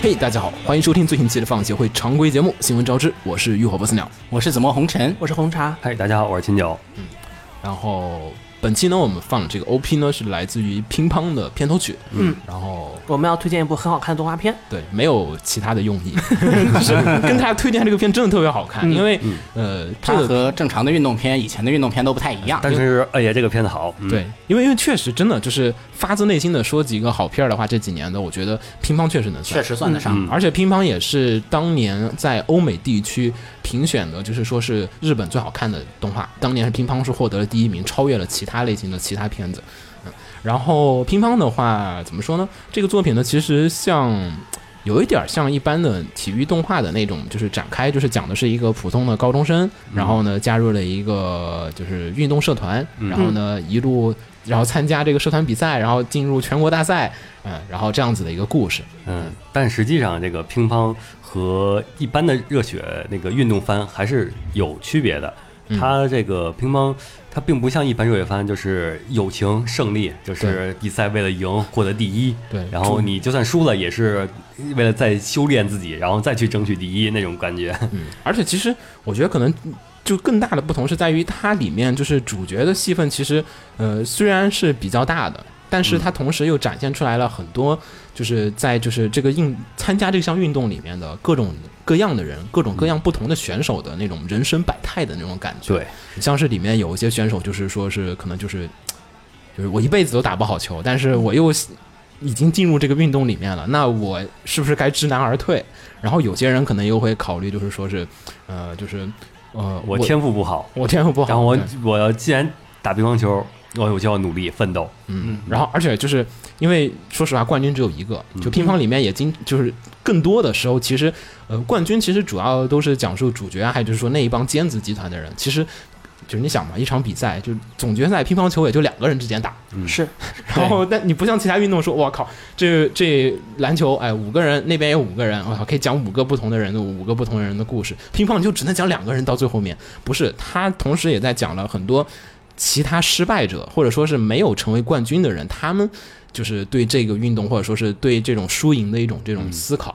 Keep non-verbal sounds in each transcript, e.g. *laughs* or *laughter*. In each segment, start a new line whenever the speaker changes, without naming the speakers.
嘿、大家好，欢迎收听最新期的放协会常规节目《新闻招知》，我是浴火不死鸟。
我是紫陌红尘，
我是红茶，
嗨，大家好，我是秦九。
然后本期呢，我们放的这个 OP 呢是来自于《乒乓》的片头曲。
嗯，
然后
我们要推荐一部很好看的动画片，
对，没有其他的用
*laughs*
意，是跟大家推荐这个片真的特别好看，因为呃，这
嗯它
个
和嗯正常的运动片、以前的运动片都不太一样。
但是，哎呀，这个片子好，嗯、
对，因为因为确实真的就是发自内心的说几个好片儿的话，这几年的我觉得《乒乓》确实能算
确，实算得上，
嗯
而且《乒乓》也是当年在欧美地区评选的，就是说是日本最好看的动画。当年是《乒乓》是获得了第一名，超越了其他类型的其他片子。嗯，然后《乒乓》的话，怎么说呢？这个作品呢，其实像呃有一点儿像一般的体育动画的那种，就是展开，就是讲的是一个普通的高中生，
嗯
然后呢加入了一个就是运动社团，
嗯
然后呢一路然后参加这个社团比赛，然后进入全国大赛，嗯，然后这样子的一个故事。
嗯，但实际上这个乒乓和一般的热血那个运动番还是有区别的。
嗯
它这个乒乓，它并不像一般热血番，就是友情、胜利，就是比赛为了赢获得第一。
对
然后你就算输了，也是为了再修炼自己，然后再去争取第一那种感觉。
嗯，而且其实我觉得可能就更大的不同是在于它里面就是主角的戏份，其实呃虽然是比较大的，但是
嗯
它同时又展现出来了很多就是在就是这个运参加这项运动里面的各种各样的人，各种各样不同的选手的那种人生百态的那种感觉。
嗯对，
像是里面有一些选手，就是说是可能就是，就是我一辈子都打不好球，但是我又已经进入这个运动里面了，那我是不是该知难而退？然后有些人可能又会考虑，就是说是，呃，就是呃，
我
我
天赋不好，
我天赋不好，
然后我
对
我要既然打乒乓球，哦我我就要努力奋斗。
嗯，然后而且就是因为说实话，冠军只有一个，就乒乓里面也经就是更多的时候，其实呃，冠军其实主要都是讲述主角啊，还有就是说那一帮尖子集团的人，其实。就是你想嘛，一场比赛就总决赛乒乓球也就两个人之间打，
是
然后但你不像其他运动说，我靠，这这篮球哎五个人那边有五个人，我靠可以讲五个不同的人的五个不同的人的故事，乒乓你就只能讲两个人到最后面，不是他同时也在讲了很多其他失败者，或者说是没有成为冠军的人，他们就是对这个运动，或者说是对这种输赢的一种这种思考。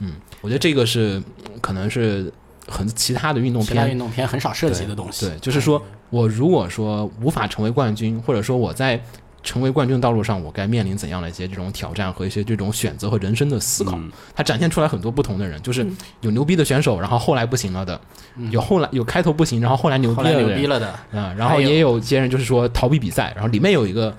嗯，我觉得这个是可能是很其他的运动
其他
嗯片
运动片很少涉及的东西。
对，就是
哎
说我如果说无法成为冠军，或者说我在成为冠军的道路上，我该面临怎样的一些这种挑战和一些这种选择和人生的思考？
嗯
它展现出来很多不同的人，就是有牛逼的选手，然后后来不行了的，
嗯
有后来有开头不行，然后后来牛逼
嗯后
了
来
的
牛
人
逼了的，
啊、然后
还有
也有些人就是说逃避比赛，然后里面有一个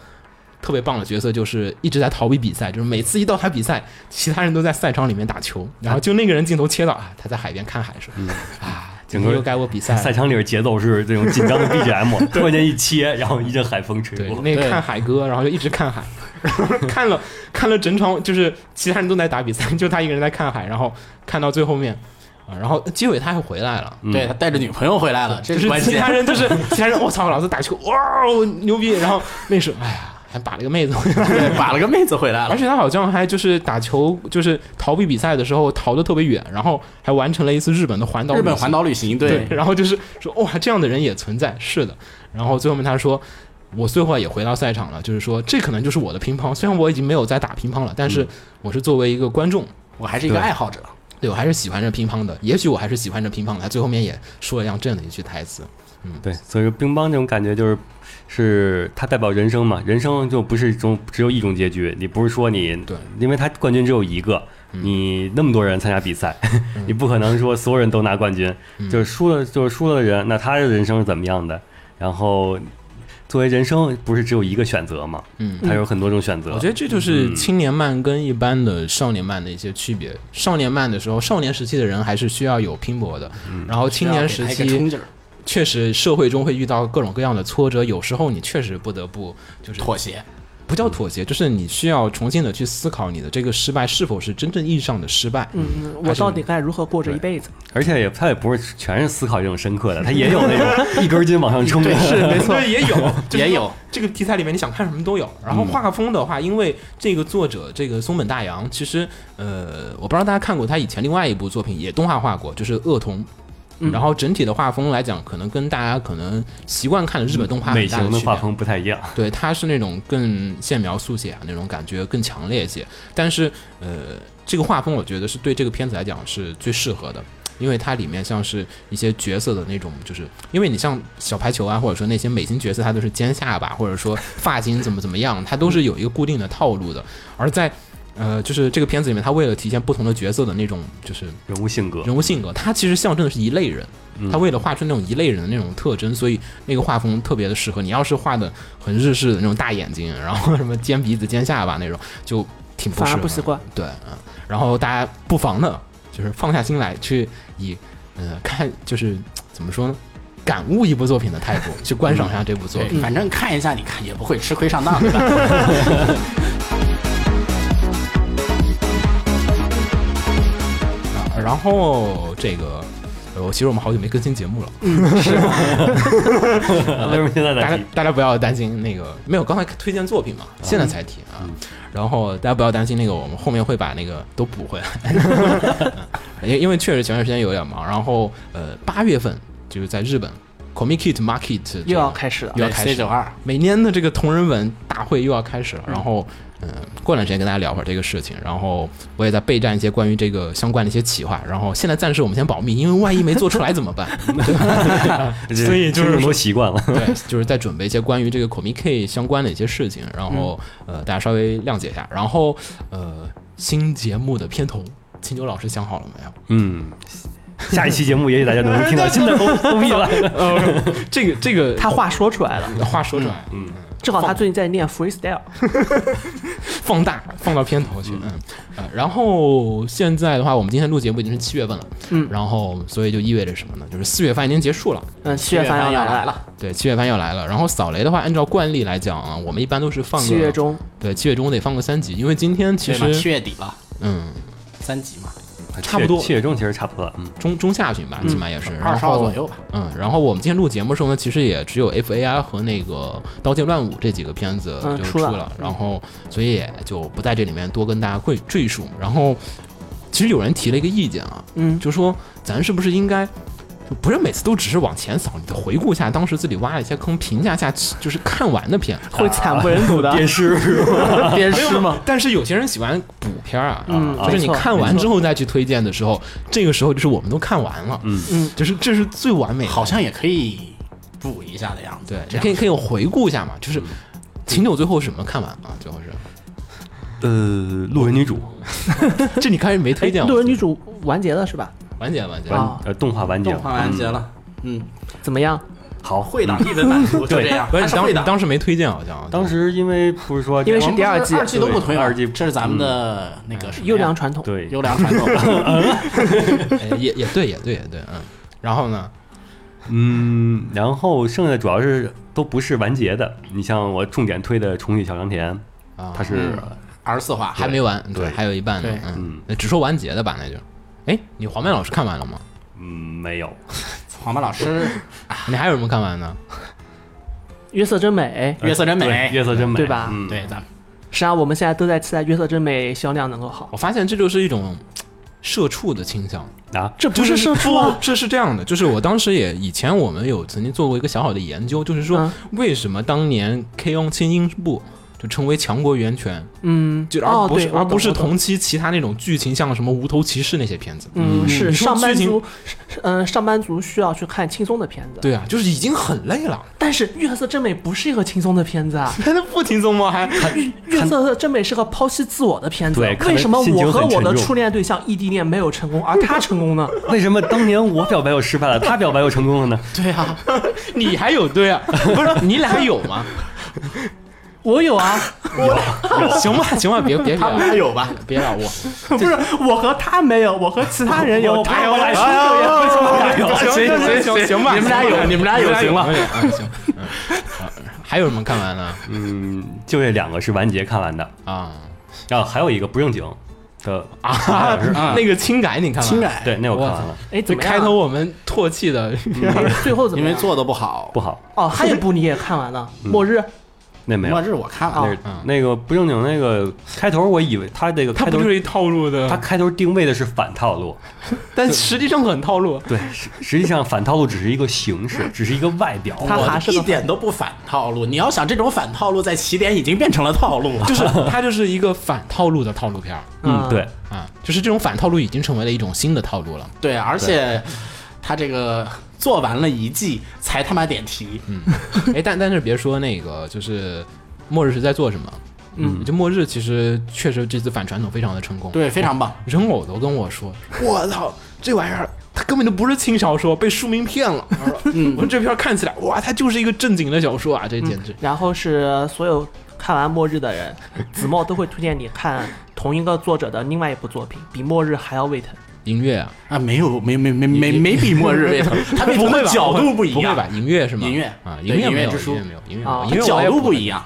特别棒的角色，就是一直在逃避比赛，就是每次一到他比赛，其他人都在赛场里面打球，然后就那个人镜头切到啊，他在海边看海水，啊，
嗯整
今
个
天又该我比赛了。
赛场里边节奏是这种紧张的
*laughs*
BGM，突然间一切，然后一阵海风吹
对，
过。
那个
对
看海哥，然后就一直看海，然后看了看了整场，就是其他人都在打比赛，就他一个人在看海，然后看到最后面，啊，然后结尾他还回来了。
对他带着女朋友回来了，
嗯就
这
是
关
其
*laughs* 键
他。人都是其他人，我操，老子打球，哇哦，牛逼！然后那时候，哎呀，还把了个妹子回来，
对，把了个妹子回来
而 *laughs*
了，
且他好像还就是打球，就是逃避比赛的时候逃得特别远，然后还完成了一次日本的环岛旅
日
行。
本环岛旅行，
对
对，，
然后就是说哇，这样的人也存在，是的。然后最后面他说，我最后也回到赛场了，就是说这可能就是我的乒乓，虽然我已经没有在打乒乓了，但是
嗯
我是作为一个观众，
我还是一个
对
爱好者。
对我还是喜欢这乒乓的，也许我还是喜欢这乒乓的。他最后面也说了一样这样的一句台词，
对，所以说乒乓这种感觉就是，是它代表人生嘛，人生就不是一种只有一种结局，你不是说你
对，嗯
因为它冠军只有一个，你那么多人参加比赛， *laughs* 你不可能说所有人都拿冠军，
嗯
就是输了就是输了的人，那他的人生是怎么样的？然后作为人生不是只有一个选择嘛，
嗯，
他有很多种选
啊
择。
我觉得这
嗯
就是青年漫跟一般的少年漫的一些区别。少年漫的时候，少年时期的人还是需要有拼搏的，然后青年时
嗯需要给他一个
期
冲劲儿
确实社会中会遇到各种各样的挫折，有时候你确实不得不就是
妥协，
不叫妥协，就是你需要重新的去思考你的这个失败是否是真正意义上的失败。
嗯，我到底该如何过这一辈子？
而且也他也不是全是思考这种深刻的，他也有那
*laughs*
种一根筋往上冲的。 *laughs*
没错，也 *laughs* 有，嗯就是
也有
这个题材里面你想看什么都有。然后画风的话，因为这个作者这个松本大洋，其实呃，我不知道大家看过他以前另外一部作品，也动画化过，就是《恶童》。
嗯
然后整体的画风来讲，可能跟大家可能习惯看的日本动画
美
很大
型
区
的
别啊
画风不太一样，
对，它是那种更线描速写啊，那种感觉更强烈一些。但是呃，这个画风我觉得是对这个片子来讲是最适合的，因为它里面像是一些角色的那种，就是因为你像小排球啊，或者说那些美型角色，它都是尖下巴，或者说发型怎么怎么样，它都是有一个固定的套路的。而在呃，就是这个片子里面，它为了体现不同的角色的那种就是
人物性格。
人物性格，它其实象征的是一类人。他为了画出那种一类人的那种特征，所以那个画风特别的适合。你要是画的很日式的那种大眼睛，然后什么尖鼻子、尖下巴那种，就挺不
反
适
而
合。
不习惯。
对，嗯。然后大家不妨呢，就是放下心来去以呃看就是怎么说呢，感悟一部作品的态度去观赏一下这部作品。
对，反正看一下，你看也不会吃亏上
*laughs*
当，对吧？
啊然后这个。呃，其实我们好久没更新节目了，
*laughs* 为什么现在
大
在
家
提？
大家不要担心那个没有，刚才推荐作品嘛，现在才提啊。然后大家不要担心那个，我们后面会把那个都补回来， *laughs* 因为因为确实前段时间有点忙。然后呃，八月份就是在日本 Comicit Market 这个
又要开始了，
又要开始
哎 C 九二，
每年的这个同人文大会又要开始了，然后。嗯，过段时间跟大家聊会儿这个事情，然后我也在备战一些关于这个相关的一些企划，然后现在暂时我们先保密，因为万一没做出来怎么办？ *laughs* 所以就是
听众都习惯了。
对，就是在准备一些关于这个 Comic K 相关的一些事情，然后、呃，大家稍微谅解一下。然后呃，新节目的片头，秦九老师想好了没有？
嗯，下一期节目也许大家能
*laughs*
听到新的东东西了。
这个这个
他话说出来了，
话说出来，嗯，
正好他最近在练 freestyle，
放大放到片头去，嗯呃，然后现在的话，我们今天录节目已经是七月份了，
嗯
然后所以就意味着什么呢？就是四月份已经结束了。
嗯，七月份要
要
来
来
了，
了，
对，七月份要来了。然后扫雷的话，按照惯例来讲啊，我们一般都是放个
七月，中
对，七月中得放个三集，因为今天其
对嘛？七
实
月底了，
嗯，
三级嘛，
差不多
七月中其实差不多了。嗯，
中中下旬吧，起码也是
二
然
十号
后
左右吧。
嗯，然后我们今天录节目的时候呢，其实也只有 F A I 和那个《刀剑乱舞》这几个片子
嗯
就
出
了，
了
然后所以也就不在这里面多跟大家赘赘述。然后其实有人提了一个意见啊，
嗯
就说咱是不是应该就不是每次都只是往前扫，你得回顾一下当时自己挖了一些坑，评价一下就是看完的片。
会惨不忍睹
*laughs* 啊
的，
电视
鞭尸吗？
但是有些人喜欢补片儿啊，
嗯
就是你
没错
看完之后再去推荐的时候，这个时候就是我们都看完了，
嗯
嗯
就是这是最完美的。
*laughs* 好像也可以补一下的样子。
对，嗯
这
你
样
可以可以回顾一下嘛，就是秦九最后什么看完啊？最后是
呃，路人女主
这你开始没 *laughs*
哎
推荐，我，
路人女主完结了是吧？
完结了完结了，
完
啊
呃动画完结了，
动画完结了，嗯，
怎么样？
哎
好
会的，一本满足就这样，
不是
还
你
是
当
会
你
的。
当时没推荐好像，
当时因为不是说
因为
我
是
们
第二
不是
季
二季都不推嘛
对二季
这是咱们的那个什么呀
优良传统，
对
优良传统，
哎也也对也对也对，嗯。然后呢，
嗯，然后剩下的主要是都不是完结的。你像我重点推的《重启小良田》，
啊
它是
二十四话
还没完，对，
对
还有一半呢
对，
嗯，那只说完结的吧，那就。哎，你黄曼老师看完了吗？
嗯没有，
黄曼老师
你还有什么看完呢？
约瑟真美。
约瑟真
对
美，
月色真美，
对吧
嗯，
对，咱们
实际上我们现在都在期待约瑟真美销量能够好，
我发现这就是一种社畜的倾向，
啊，
这 *laughs* 不是社畜
不
啊，
这是这样的，就是我当时也以前我们有曾经做过一个小小的研究，就是说
嗯
为什么当年 K O 轻音部就成为强国源泉，
嗯，
就而
哦，
不是、
对，
而不是
我懂我懂
同期其他那种剧情像什么无头骑士那些片子。
嗯，
嗯
是
你说
上班
剧情
族，嗯、上班族需要去看轻松的片子。
对啊，就是已经很累了， *laughs*
但是《月色真美》不是一个轻松的片子啊，
那不轻松吗？还 *laughs*
《月色真美》是个剖析自我的片子啊
对。看
为
得
什么
心情
我和
很
我
沉
的
重
初恋对象异地恋没有成功，而他成功呢？ *laughs*
为什么当年我表白又失败了，他表白又成功了呢？
对啊，
你还有对啊？不是你俩有
*laughs*
吗？
我有啊，
行吧，行吧，别别别
他们
了，
还有吧？
别了我。
不是我和他没有，我和其他人有。他有
来 *laughs* 行行行行吧，
你们俩有你们俩有行了
了，嗯行。嗯啊还有什么看完呢？
嗯，就这两个是完结看完的，
啊
然后还有一个不正经的， *laughs*
啊
嗯
那个轻改你看完？
轻，改，
对，那我看
我
完
操
了，
哎，
这
怎么样哎
开头我们唾弃的， *laughs*
最后怎么
因为
样？
做的不好
不。好，
哦，还有一部你也看完了，《末日》
那没有
末。日我看了，
哦
那是
嗯
那个不正经那个开头，我以为他这个
它
开头
不，就是一套路
他
的，
开头定位的是反套路，
但实际上很套路。
对，实实际上反套路只是一个形 *laughs* 式，只是一个外表。
他
我
还是
一
个
点都不反套路。你要想这种反套路，在起点已经变成了套路了。
就是它就是一个反套路的套路片儿
嗯，对，
啊，就是这种反套路已经成为了一种新的套路 *laughs* 了。
对，而且他这个做完了一季才他妈点题，
哎，但但是别说那个，就是末日是在做什么？
嗯，
就末日其实确实这次反传统非常的成功。
对，非常棒。
人偶都跟我说：“我操，这玩意儿它根本就不是轻小说，被书名骗 *laughs* 了。”我说：“嗯，我说这片儿看起来，哇，它就是一个正经的小说啊，这简直。
然后是所有看完《末日》的人，子墨都会推荐你看同一个作者的另外一部作品，比《末日》还要胃疼。
音乐啊，
啊，没有，没没没没
你
没比末
*laughs*
日位他
不会吧？
角度
不
一样
会吧？音乐是吗？
音乐
啊，
对
音乐
音
没
乐
有，
之书
音乐没有，音乐没
啊
有，音乐我
角
也嗯
度
补
不
了
一。样。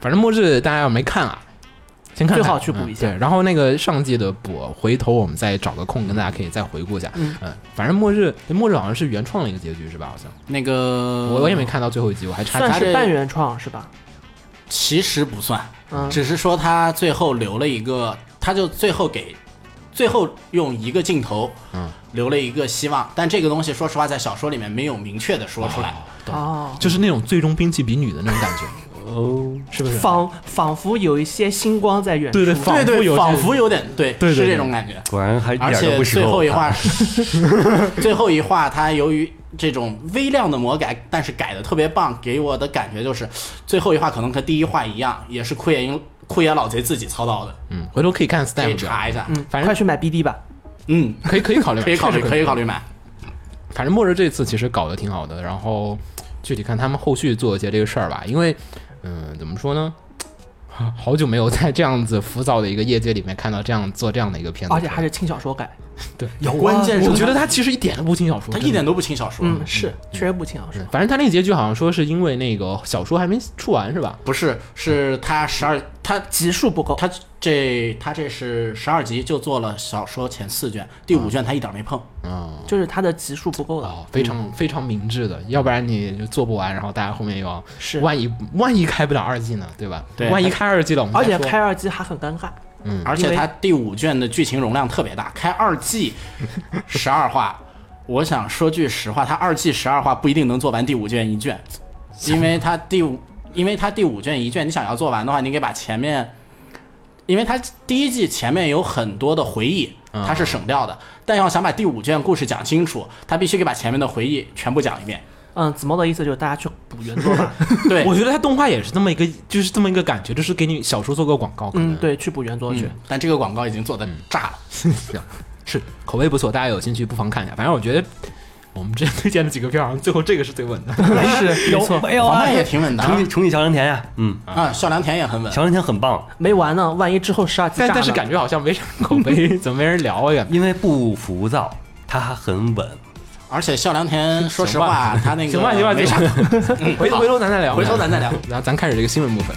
反正末日大家要没看啊，先看看
最好去补一下
嗯对，然后那个上季的补，回头我们再找个空跟大家可以再回顾一下。嗯，反正末日哎末日好像是原创了一个结局是吧？好像
那个
我我也没看到最后一集，我还差
算
他这
是半原创是吧？
其实不算，
嗯
只是说他最后留了一个，他就最后给，最后用一个镜头，
嗯，
留了一个希望。但这个东西，说实话，在小说里面没有明确的说出来。
哦，
就是那种最终兵器比女的那种感觉，
哦，
是不是？
仿仿佛有一些星光在远处。
对对，
对
佛有
对，
这
仿佛有点对，
对对
是
对
这种感觉。
果然还一
而
点都不啊适
且最
合
后
我
一
看。
*laughs* 话，最后一话，它由于这种微量的魔改，但是改的特别棒，给我的感觉就是最后一话可能和第一话一样，也是库页英库页老贼自己操刀的，
嗯，回头可以看
可以
Stamp 表，
查一下。
嗯，
反正
快去买 BD 吧。
嗯，
*laughs* 可以可以考虑，
可以考
*laughs*
虑，
确实
可以考虑买。
反正末日这次其实搞得挺好的，然后具体看他们后续做一些这个事儿吧，因为嗯，怎么说呢？ *laughs* 好久没有在这样子浮躁的一个业界里面看到这样做这样的一个片子，
而且还是轻小说改。
有关键是
我觉得他其实一点都不轻小说，
他
真的
一点都不轻小说，
嗯，是，确实不轻小说。
反正他那个结局好像说是因为那个小说还没出完是吧？
不是，是他十二，他
集数不够，
他这他这是十二集就做了小说前四卷，第五卷他一点没碰。
嗯，
就是它的集数不够了。
哦，非常、非常明智的，要不然你就做不完，然后大家后面又要
是
万一万一开不了二季呢，对吧？
对
万一开二季了，我们
而且
再说
开二季还很尴尬，
而且
因为
它第五卷的剧情容量特别大，开二季十二话。我想说句实话，它二季十二话不一定能做完第五卷一卷，因为它第五，因为它第五卷一卷，你想要做完的话，你得把前面，因为它第一季前面有很多的回忆，它是省掉的。但要想把第五卷故事讲清楚，它必须给把前面的回忆全部讲一遍。
嗯，子墨的意思就是大家去补原作吧，
对，
*laughs* 我觉得他动画也是这么一个，就是这么一个感觉，就是给你小说做个广告，可能
嗯，对，去补原作去
嗯。但这个广告已经做的炸
*laughs*
了。
是口味不错，大家有兴趣不妨看一下。反正我觉得我们之前推荐的几个片儿，好像最后这个是最稳 *laughs* 的。
是，没错，
没有
黄
啊
曼也挺稳的
重启重启小良田呀，嗯，
啊，孝良田也很稳。
小良田很棒，
没完呢，万一之后十二集
但
炸了，
但是感觉好像没啥口碑，怎么没人聊啊呀？
因为不浮躁，它还很稳。
而且孝良田，说实话，他那个
行吧行吧，
没啥嗯啊
行吧回头回头咱再聊，
回头咱再聊。
然后咱开始这个新闻部分。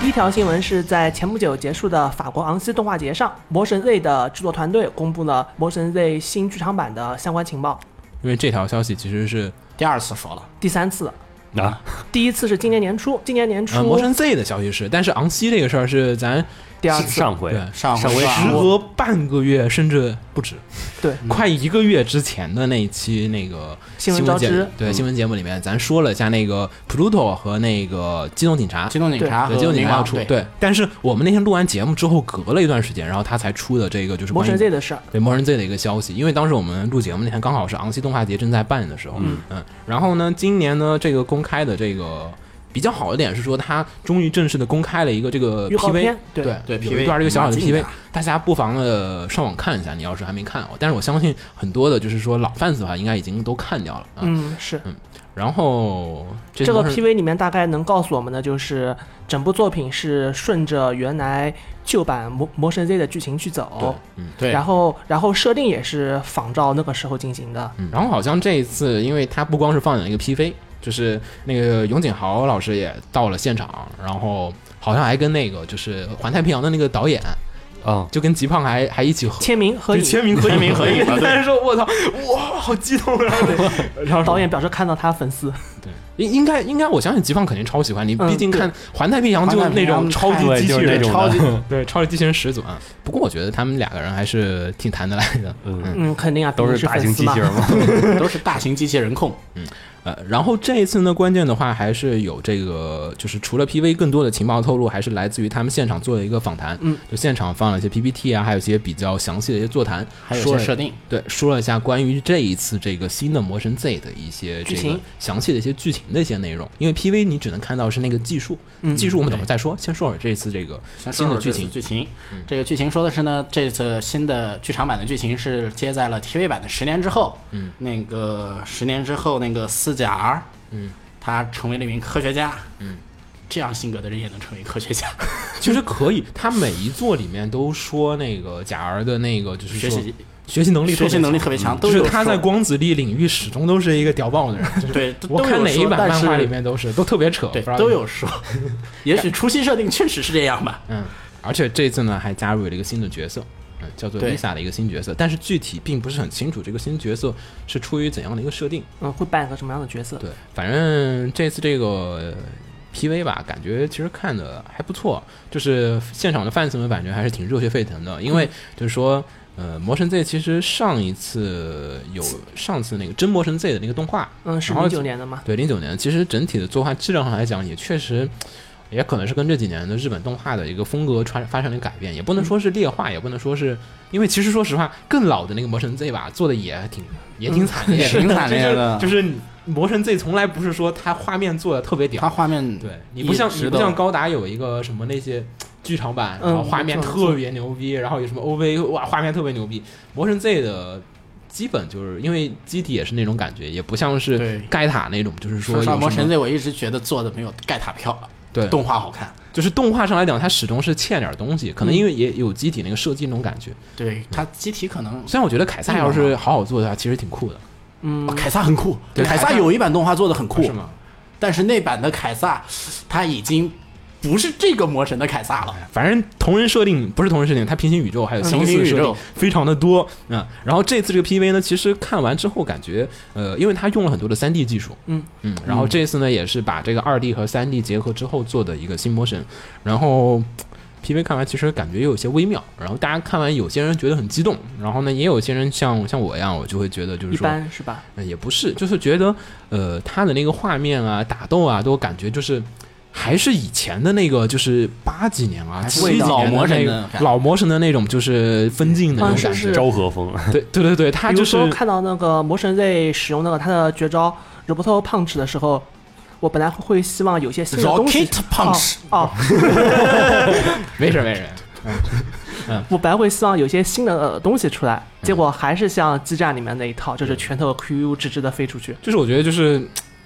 第一条新闻是在前不久结束的法国昂西动画节上，《魔神 Z》的制作团队公布了《魔神 Z》新剧场版的相关情报，
因为这条消息其实是
第二次说了，
第三次了。
啊，
第一次是今年年初，今年年
呃，
初
魔神 Z 的消息是，但是昂西这个事儿是咱
第二次，
上回嗯
对
上
上回
是吧
啊
时隔半个月甚至不止，
对，
快一个月之前的那一期那个
嗯新闻
新
招
闻节
知嗯
目，对新闻节目里面，咱说了一下那个 Pluto 和那个机动警察，
机动警察和
对，机动警
冥
察要
王
出，对，但是我们那天录完节目之后，隔了一段时间，然后他才出的这个就是
魔
关于
神 Z 的事儿，
对魔人 Z 的一个消息，因为当时我们录节目那天刚好是昂西动画节正在办的时候，嗯然后呢，今年呢这个公开的这个比较好的点是说，它终于正式的公开了一个这个
预告
PV，
片对
对
有
PV
一段这个小小的
马竞
PV，
的
大家不妨的上网看一下，你要是还没看哦，但是我相信很多的就是说老 fans 的话，应该已经都看掉了啊。
嗯，是
然后这
这个
魔神
PV 里面大概能告诉我们的就是，整部作品是顺着原来旧版魔魔神 Z 的剧情去走，
对，
然后然后设定也是仿照那个时候进行的，
嗯，然后好像这一次，因为他不光是放了一个 PV，就是那个永井豪老师也到了现场，然后好像还跟那个就是《环太平洋》的那个导演，
啊，
就跟吉胖还还一起合
签名合
对
影。
签名合
签名合 *laughs* 影啊对
但是说我操，哇，好激动啊！然后
导演表示看到他粉丝，
应应该应该，我相信吉胖肯定超喜欢你，
嗯
毕竟看《环太平洋》就
环太
那
平洋
种超级
太
机器
对就是这
人
种，
超级
对， *laughs* 超级机器人始祖啊。不过我觉得他们两个人还是挺谈得来的。
嗯，
嗯，肯定啊，
都
毕竟
是
是
大
粉
型
丝
机
嘛
器人嘛，
都是大型机器人
*laughs*
控，
呃，然后这一次呢，关键的话还是有这个，就是除了 PV 更多的情报透露，还是来自于他们现场做的一个访谈，
嗯，
就现场放了一些 PPT 啊，还有一些比较详细的一些座谈，
还有
说
些
了
设定，
对，说了一下关于这一次这个新的魔神 Z 的一些这
剧
个
情
详细的一些剧情的一些内容，因为 PV 你只能看到是那个技术，技术我们等会儿再说，先说会儿这一次这个新的剧情，嗯
剧情，这个剧情说的是呢，这次新的剧场版的剧情是接在了 TV 版的十年之后。嗯，那个十年之后，那个四甲儿，
嗯，
他成为了一名科学家。嗯，这样性格的人也能成为科学家，
其实可以，他每一座里面都说那个假儿的那个就是
学
说
习
学习能力特
学
别
习
强嗯
能力特别强，
就
都
是
有
他
说
在光子力领域始终都是一个屌爆的人。
*laughs*
就是
对，都
我
都
看
有
哪一
说
版
但
漫画
是
里面都是，都特别扯，
对
不知道
都有说，也许初期设定确实是这样吧。
嗯。而且这次呢，还加入了一个新的角色，嗯，叫做
对
Lisa 的一个新角色，但是具体并不是很清楚这个新角色是出于怎样的一个设定。
嗯，会扮演个什么样的
呃
角色？
对，反正这次这个呃 PV 吧，感觉其实看的还不错，就是现场的 fans 们感觉还是挺热血沸腾的，因
嗯
为就是说，呃，魔神 Z 其实上一次有上次那个真魔神 Z 的那个动画，
嗯，是
然后
零九年的嘛，
对，零九年其实整体的作画质量上来讲，也确实，也可能是跟这几年的日本动画的一个风格穿发生了改变，也
嗯
不能说是劣化，也不能说是因为其实说实话，更老的那个魔神 Z 吧，做的也挺也挺惨烈的，
嗯也挺惨烈的
*laughs* 就是就是魔神 Z 从来不是说它画面做的特别
他
屌，
画面
对你不像
一直
你不像
都
高达有一个什么那些。剧场版，然后
嗯
画面
没错没错
特别牛逼，然后有什么 OV，哇，画面特别牛逼。魔神 Z 的基本就是因为基底也是那种感觉，也不像是
对
盖塔那种，就是说
说实话，
有
魔
什
神
么
Z 我一直觉得做的没有盖塔漂
对，
动画好看。
就是动画上来讲，它始终是欠点东西，可能因为也有机体那个设计那种感觉。
对他机体可能
虽然我觉得凯撒要是好好做的话，其实挺酷的，
嗯
哦，凯撒很酷，
对
凯
凯
撒
撒
有一版动画做的很酷，
是吗？
但是那版的凯撒，他已经不是这个魔神的凯撒了。
反正同人设定不是同人设定，它平行宇宙还
嗯
有相似
平行宇
设定
宙
非常的多嗯。然后这次这个 PV 呢，其实看完之后感觉，呃，因为它用了很多的 3D 技术，
嗯
嗯，然后这次呢也是把这个 2D 和 3D 结合之后做的一个新魔神，然后。PV 看完其实感觉也有些微妙，然后大家看完有些人觉得很激动，然后呢也有些人像像我一样，我就会觉得就是
一
说
般是吧？
呃，也不是，就是觉得呃，他的那个画面啊、打斗啊，都感觉就是还是以前的那个，就是八几年啊、
还是
七几年
老魔神
那
的
个
感觉
老魔神的那种，就是分镜的那
啊
种
是
感
是
觉。
昭和
*laughs*
风，
对对对对，他
比
就
如
是
说看到那个魔神 Z 使用那个他的绝招 Roboto Punch 的时候，我本来会希望有些新的东西
Rocket Punch
哦，哦
没事没事，
我本来会希望有些新的呃东西出来，
嗯
结果还是像基站里面那一套，就是拳头 QQ 直直的飞出去。
就是我觉得就是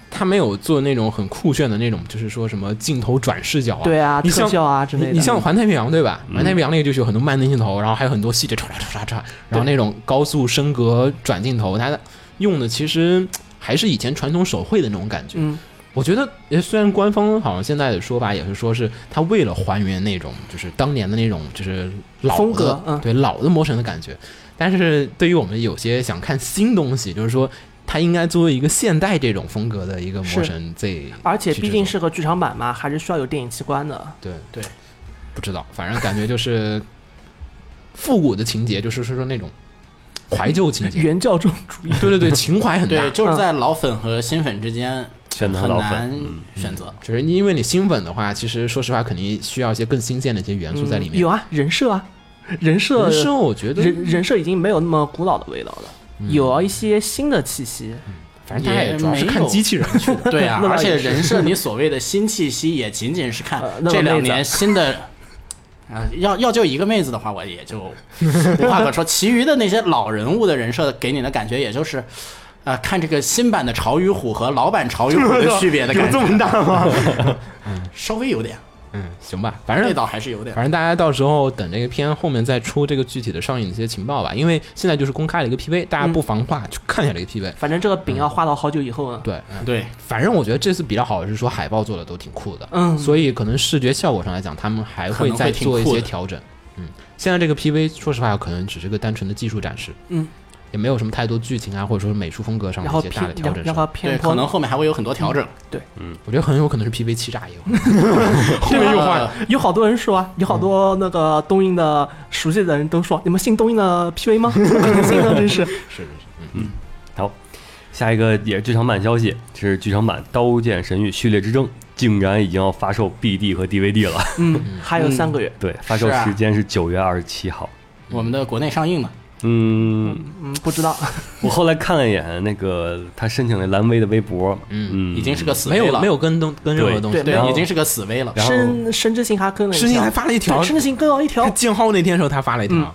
他没有做那种很酷炫的那种，就是说什么镜头转视角啊，
对啊，
你
特
像
效啊之类
你
的。
你像环太平洋对吧？
嗯
环太平洋那个就是有很多慢灯镜头，然后还有很多细节唰唰唰唰唰，然后那种高速升格转镜头，它用的其实还是以前传统手绘的那种感觉。
嗯，
我觉得，呃虽然官方好像现在的说法也是说是他为了还原那种就是当年的那种就是老的
风格嗯
对老的魔神的感觉，但是对于我们有些想看新东西，就是说它应该作为一个现代这种风格的一个魔
是
神 Z，
而且
去
毕
制
竟
作
是个剧场版嘛，还是需要有电影器官的。
对
对，
不知道，反正感觉就是复古的情节，就是说那种怀旧情节，
原教中主义，
对对对，情怀很大
对，。就是在老粉和新粉之间
选择
很
老
难
粉，
选择。
就是因为你新粉的话，其实说实话，肯定需要一些更新鲜的一些元素在里
嗯
面。
有啊，人设啊，人设
人设我觉得，嗯
人人设已经没有那么古老的味道了，有啊了一些新的气息。
反正大家
也
也主要是
没
看
有
机器人
*laughs*
去的。
对啊，
那倒
而且
也是
人设你所谓的新气息，也仅仅是看
呃那么
这两
妹子
年新的。 *laughs* 啊，要要就一个妹子的话，我也就无话可说。其余的那些老人物的人设，给你的感觉也就是，啊，看这个新版的潮与虎和老版潮与虎的区别的感觉，
么大吗？
*laughs* 稍微有点，
嗯，行吧，反
味
正
道还是有点。
反正大家到时候等这个片后面再出这个具体的上映的一些情报吧，因为现在就是公开了一个 PV，大
嗯
家不妨话去看一下这个 PV。
反正这个饼要画到好久以后呢。
嗯对，
对，
反正我觉得这次比较好的是说海报做的都挺酷的，
嗯
所以可能视觉效果上来讲，他们还会再做一些调整。嗯，现在这个 PV 说实话，可能只是个单纯的技术展示，
嗯，
也没有什么太多剧情啊，或者说是美术风格上
然
的一
后
些大的
偏
调整
然
上。
后
对，
偏
可
颇
能后面还会有很多调整。
我觉得很有可能是 PV 欺诈也有可
*laughs*
能，
这 *laughs*
边又换
了，
有好多人说啊，有好多那个东映的熟悉的人都说，你们信东映的 PV 吗？ *laughs* 不信的真
是
是。
是是，
好，下一个也是剧场版消息，是剧场版《刀剑神域：序列之争》竟然已经要发售 BD 和 DVD 了。 *laughs*
嗯，还有三个月。
对，发售
是啊
时间是九月二十七号。
我们的国内上映嘛，
嗯，
嗯，不知道。
我后来看了一眼那个他申请的蓝威的微博，
嗯
嗯，
已经是个死
没
微
有
了，
没有跟东跟任何
对
东西
对。
然
对，
后
已经是个死微了。
然后
深深之行还跟了一条，
之前还发了一条
对，深之行跟了一条
*laughs* 他。建号那天的时候他发了一条，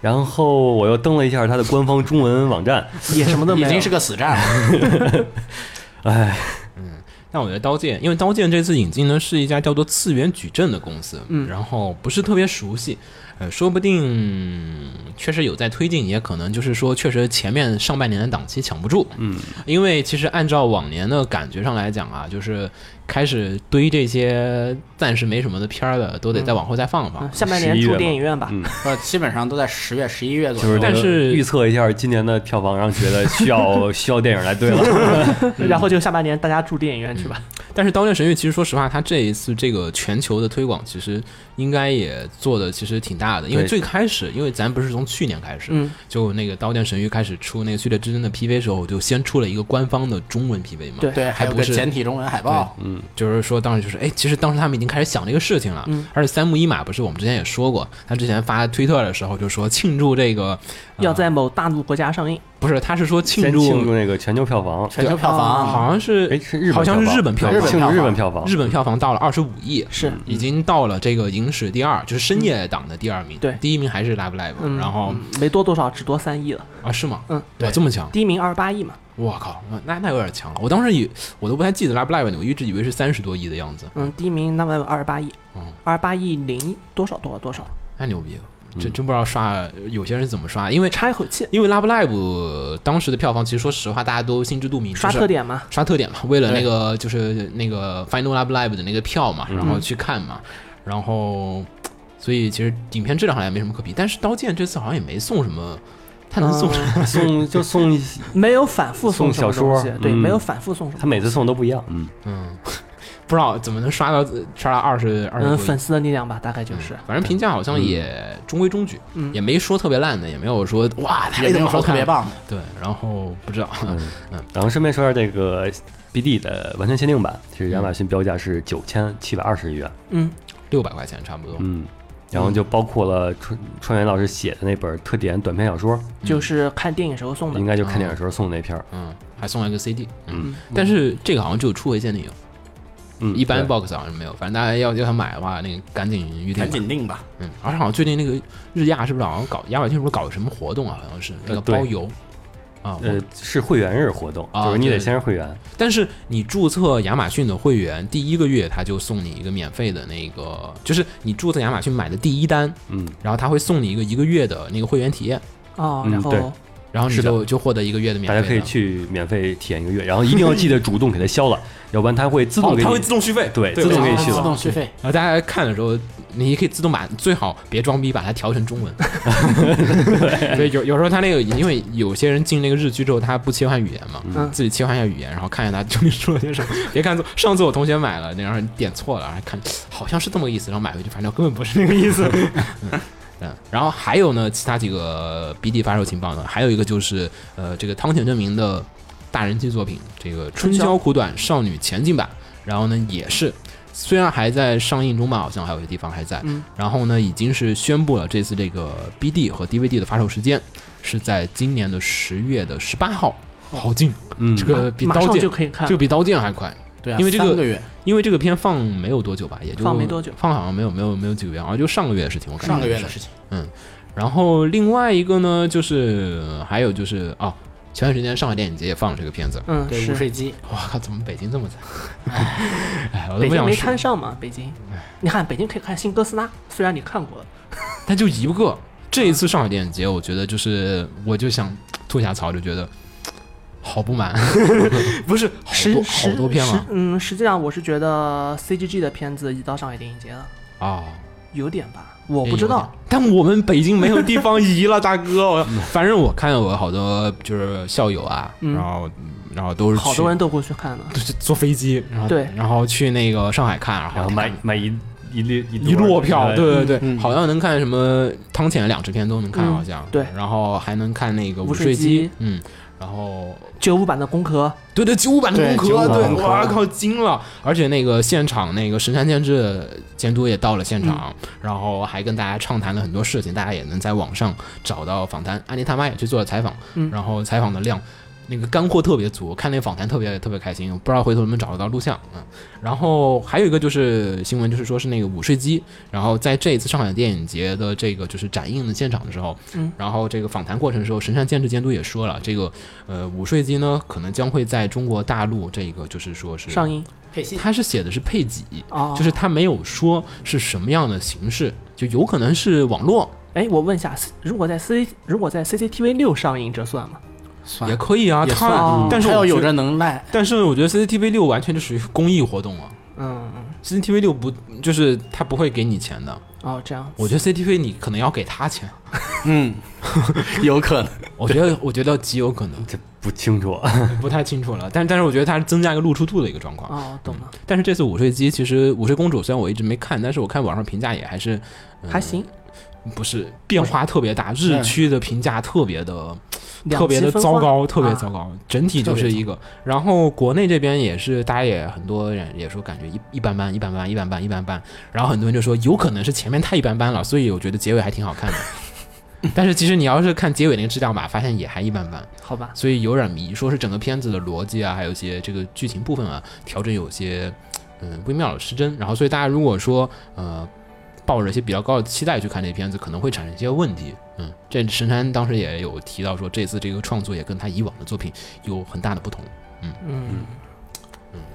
然后我又登了一下他的官方中文网站，
也什么都没
已
*laughs* 有，
经是个死战了， *laughs*
哎，
但我觉得《刀剑》，因为《刀剑》这次引进呢是一家叫做次元矩阵的公司，嗯，然后不是特别熟悉，呃，说不定嗯确实有在推进，也可能就是说确实前面上半年的档期抢不住，嗯，因为其实按照往年的感觉上来讲啊，就是开始堆这些暂时没什么的片儿了，都得再往后再放放。
嗯下半年
11月
出
嘛
电影院吧。
嗯
呃，基本上都在十月、十一月左
就是
右。
这个
但是
预测一下今年的票房，让觉得需
*laughs*
要需要电影来对了。
然后就下半年大家住电影院去吧。
但是《刀剑神域》其实说实话，它这一次这个全球的推广，其实应该也做的其实挺大的，因为
对
最开始，因为咱不是从去年开始，
嗯，
就那个《刀剑神域》开始出那个《序列之争》的 PV 时候，我就先出了一个官方的中文 PV 嘛，
嗯对
对，还有个
还不是
简体中文海报。
就是说当时就是，哎，其实当时他们已经开始想这个事情了，
嗯
而且三木一马不是我们之前也说过，他之前发推特的时候就说庆祝这个，呃
要在某大陆国家上映。
不是，他是说庆
先
祝，
庆祝那个全球票房，
全球票房，
好像是
*laughs* 哎，是日本，
好像是日本票
日
房
本，
庆
票
祝
房
日本票房，
日本票房到了二十五亿，
是，
已经到了这个影史第二，就是深夜档的第二名。
嗯对
第一名还是 Love Live，、
嗯
然后
没多多少，只多三亿了。
啊是吗？
嗯，
哇，这么强！
第一名二十八亿嘛，
我靠，那那有点强了。我当时以我都不太记得 Love Live 了，我一直以为是三十多亿的样子。
嗯，第一名那么二十八亿
嗯，
二十八亿零多少多少多少，
太牛逼了，真真不知道刷有些人是怎么刷，因为
差一口气，
因为 Love Live 当时的票房，其实说实话大家都心知肚明，
刷
就是
特点嘛。
刷特点嘛，为了那个就是那个 Final Love Live 的那个票嘛，然后去看嘛，然后所以其实影片质量好像也没什么可比，但是《刀剑》这次好像也没送什么，他能送什
嗯
么？
送就送一，
没有反复
送
什
小
么
说
东西对，
嗯
没有反复送什
他
么。
每次送都不一样，嗯，
嗯， *laughs* 不知道怎么能刷到刷到二十二十
嗯，
多
粉
亿。
丝的力量吧，大概就是。
反正评价好像也中规中矩，
嗯
也没说特别烂的，也没有说哇
也
太
没
他
有
妈好
说特
看
别
了。
棒。
对，然后不知道，
嗯
嗯
然后顺便说一下这个 BD 的完全限定版，是
嗯
亚马逊标价是九千七百二十元，
哦
嗯，
六百块钱差不多。
嗯，然后就包括了川川原老师写的那本特点短篇小说，
就是看电影时候送的
应。该
啊
就看电影时候送的那篇儿，
嗯，还送了一个 CD，
嗯，
但是这个好像只有出回限定有，
嗯，
一般
对
box 好像没有。反正大家要要想买的话，那个赶紧预定
赶
吧。
紧定吧，
嗯，而且好像最近那个日亚是不是好像搞亚马逊是不是搞了什么活动啊？好像是那个
呃对
包邮啊。
呃
我
是会员日活动，
啊
就是你
对
得
对
先是会员，
但是你注册亚马逊的会员，第一个月他就送你一个免费的那个，就是你注册亚马逊买的第一单，
嗯，
然后他会送你一个一个月的那个会员体验，
哦，
嗯
然
对
后
然后你
是的
就就获得一个月的免
大
费
家
的。哦
可以去免费体验一个月，然后一定要记得主动
*laughs*
给它消了，要不然它会自动
哦，
给
它
你
会自动续费。
对
对哦
自动
我
给你
记得
续
自
了，
动续费，
然后大家看的时候你可以自动把最好别装逼，把它调成中文。所以有有时候他那个，因为有些人进那个日剧之后，他不切换语言嘛，
嗯
自己切换一下语言，然后看一下他究竟说了些什么。 *laughs* 别看错，上次我同学买了，然后点错了，然后看好像是这么个意思，然后买回去发现根本不是那个意思。嗯嗯，然后还有呢，其他几个 BD 发售情报呢，还有一个就是呃，这个汤浅证明的大人气作品，这个《春
春
宵
宵
苦短，少女前进版》，然后呢也是虽然还在上映中吧，好像还有些地方还在，
嗯
然后呢已经是宣布了这次这个 BD 和 DVD 的发售时间是在今年的十月的十八号，好近，
嗯，
这个呃比
哦啊马
刀
上
剑
就可以看
这。个比刀剑还快。
对啊，
因为这个
三个月，
因为这个片放没有多久吧，也就
放没多久
放好像没有没有没有几个月，好像就上个月的事情，我感觉
上个月
是
的事情，
然后另外一个呢，就是呃还有就是哦，前段时间上海电影节也放了这个片子， *laughs*
嗯，
对，午
是
睡鸡，
哇靠，怎么北京这么惨？ *laughs* 哎，我都
北
不
京
想
没
说
看，上嘛？北京，你看北京可以看新哥斯拉，虽然你看过了，
但就一个。这一次上海电影节，我觉得就是我就想吐一下槽，就觉得好不
*laughs*
满，不是好
实
多好多片
实
嘛
嗯，实际上我是觉得 CGG 的片子移到上海电影节了，
啊。
有点吧，我
也
不知
有
道
点。，但我们北京没有地方移
*laughs*
了，大哥。我反正我看我好多就是校友啊，
嗯
然后然后都是
好
去
多人都过去看了。
都是 *laughs* 坐飞机，然后
对
然后去那个上海看，然后
然后买
看
买一一列一
一摞票，
对，
对对对，
嗯
好像能看什么汤浅的两支片都能看，
嗯
好像
对
然后还能看那个
无
午
睡
睡
鸡，
嗯，然后
九五版的《工壳
对对九五版的
对
功
95
课，
版的
对，
功课
哇靠惊了，而且那个现场那个神山监制监督也到了现场，
嗯
然后还跟大家畅谈了很多事情，大家也能在网上找到访谈，安妮他妈也去做了采访，
嗯
然后采访的量。那个干货特别足，看那个访谈特别特别开心，不知道回头能不能找得到录像，嗯，然后还有一个就是新闻，就是说是那个午睡鸡，然后在这一次上海电影节的这个就是展映的现场的时候，
嗯，
然后这个访谈过程的时候，神山健治监督也说了，这个呃，午睡鸡呢，可能将会在中国大陆这个就是说是》
上，映
配戏
他是写的是配给，
哦，
就是他没有说是什么样的形式，就有可能是网络
哎，我问一下，如果在 C 如果在 CCTV 六上映，这算吗？
算
也可以啊。
也
他，
算
嗯
但是
他
我
要
觉
哦有
得
这能耐，
但是我觉得 CCTV 六完全就属于公益活动啊。
嗯，
CCTV 六不就是他不会给你钱的，
哦，这样，
我觉得 CCTV 你可能要给他钱，
*laughs* 嗯，有可能，
我觉得我觉得极有可能，
这不清
*laughs*
楚，
不太清楚了。但但是我觉得它是增加一个露出度的一个状况。
哦，懂了，
但是这次午睡鸡其实午睡公主虽然我一直没看，但是我看网上评价也还是、嗯
还行，
不是变化特别大，日区的评价特别的
两
特别
极
的
分
糟
化，
糕，特别
啊
糟糕，整体就是一个。然后国内这边也是，大家也很多人也说感觉一一般般，一般般，一般般，一般般。然后很多人就说有可能是前面太一般般了，所以我觉得结尾还挺好看的。 *laughs* 但是其实你要是看结尾那个质量吧，发现也还一般般，
好吧，
所以有点迷。说是整个片子的逻辑啊，还有一些这个剧情部分啊，调整有些嗯微妙的失真。然后所以大家如果说呃抱着一些比较高的期待去看这片子，可能会产生一些问题。嗯，这神山当时也有提到说，这次这个创作也跟他以往的作品有很大的不同。
嗯，
嗯，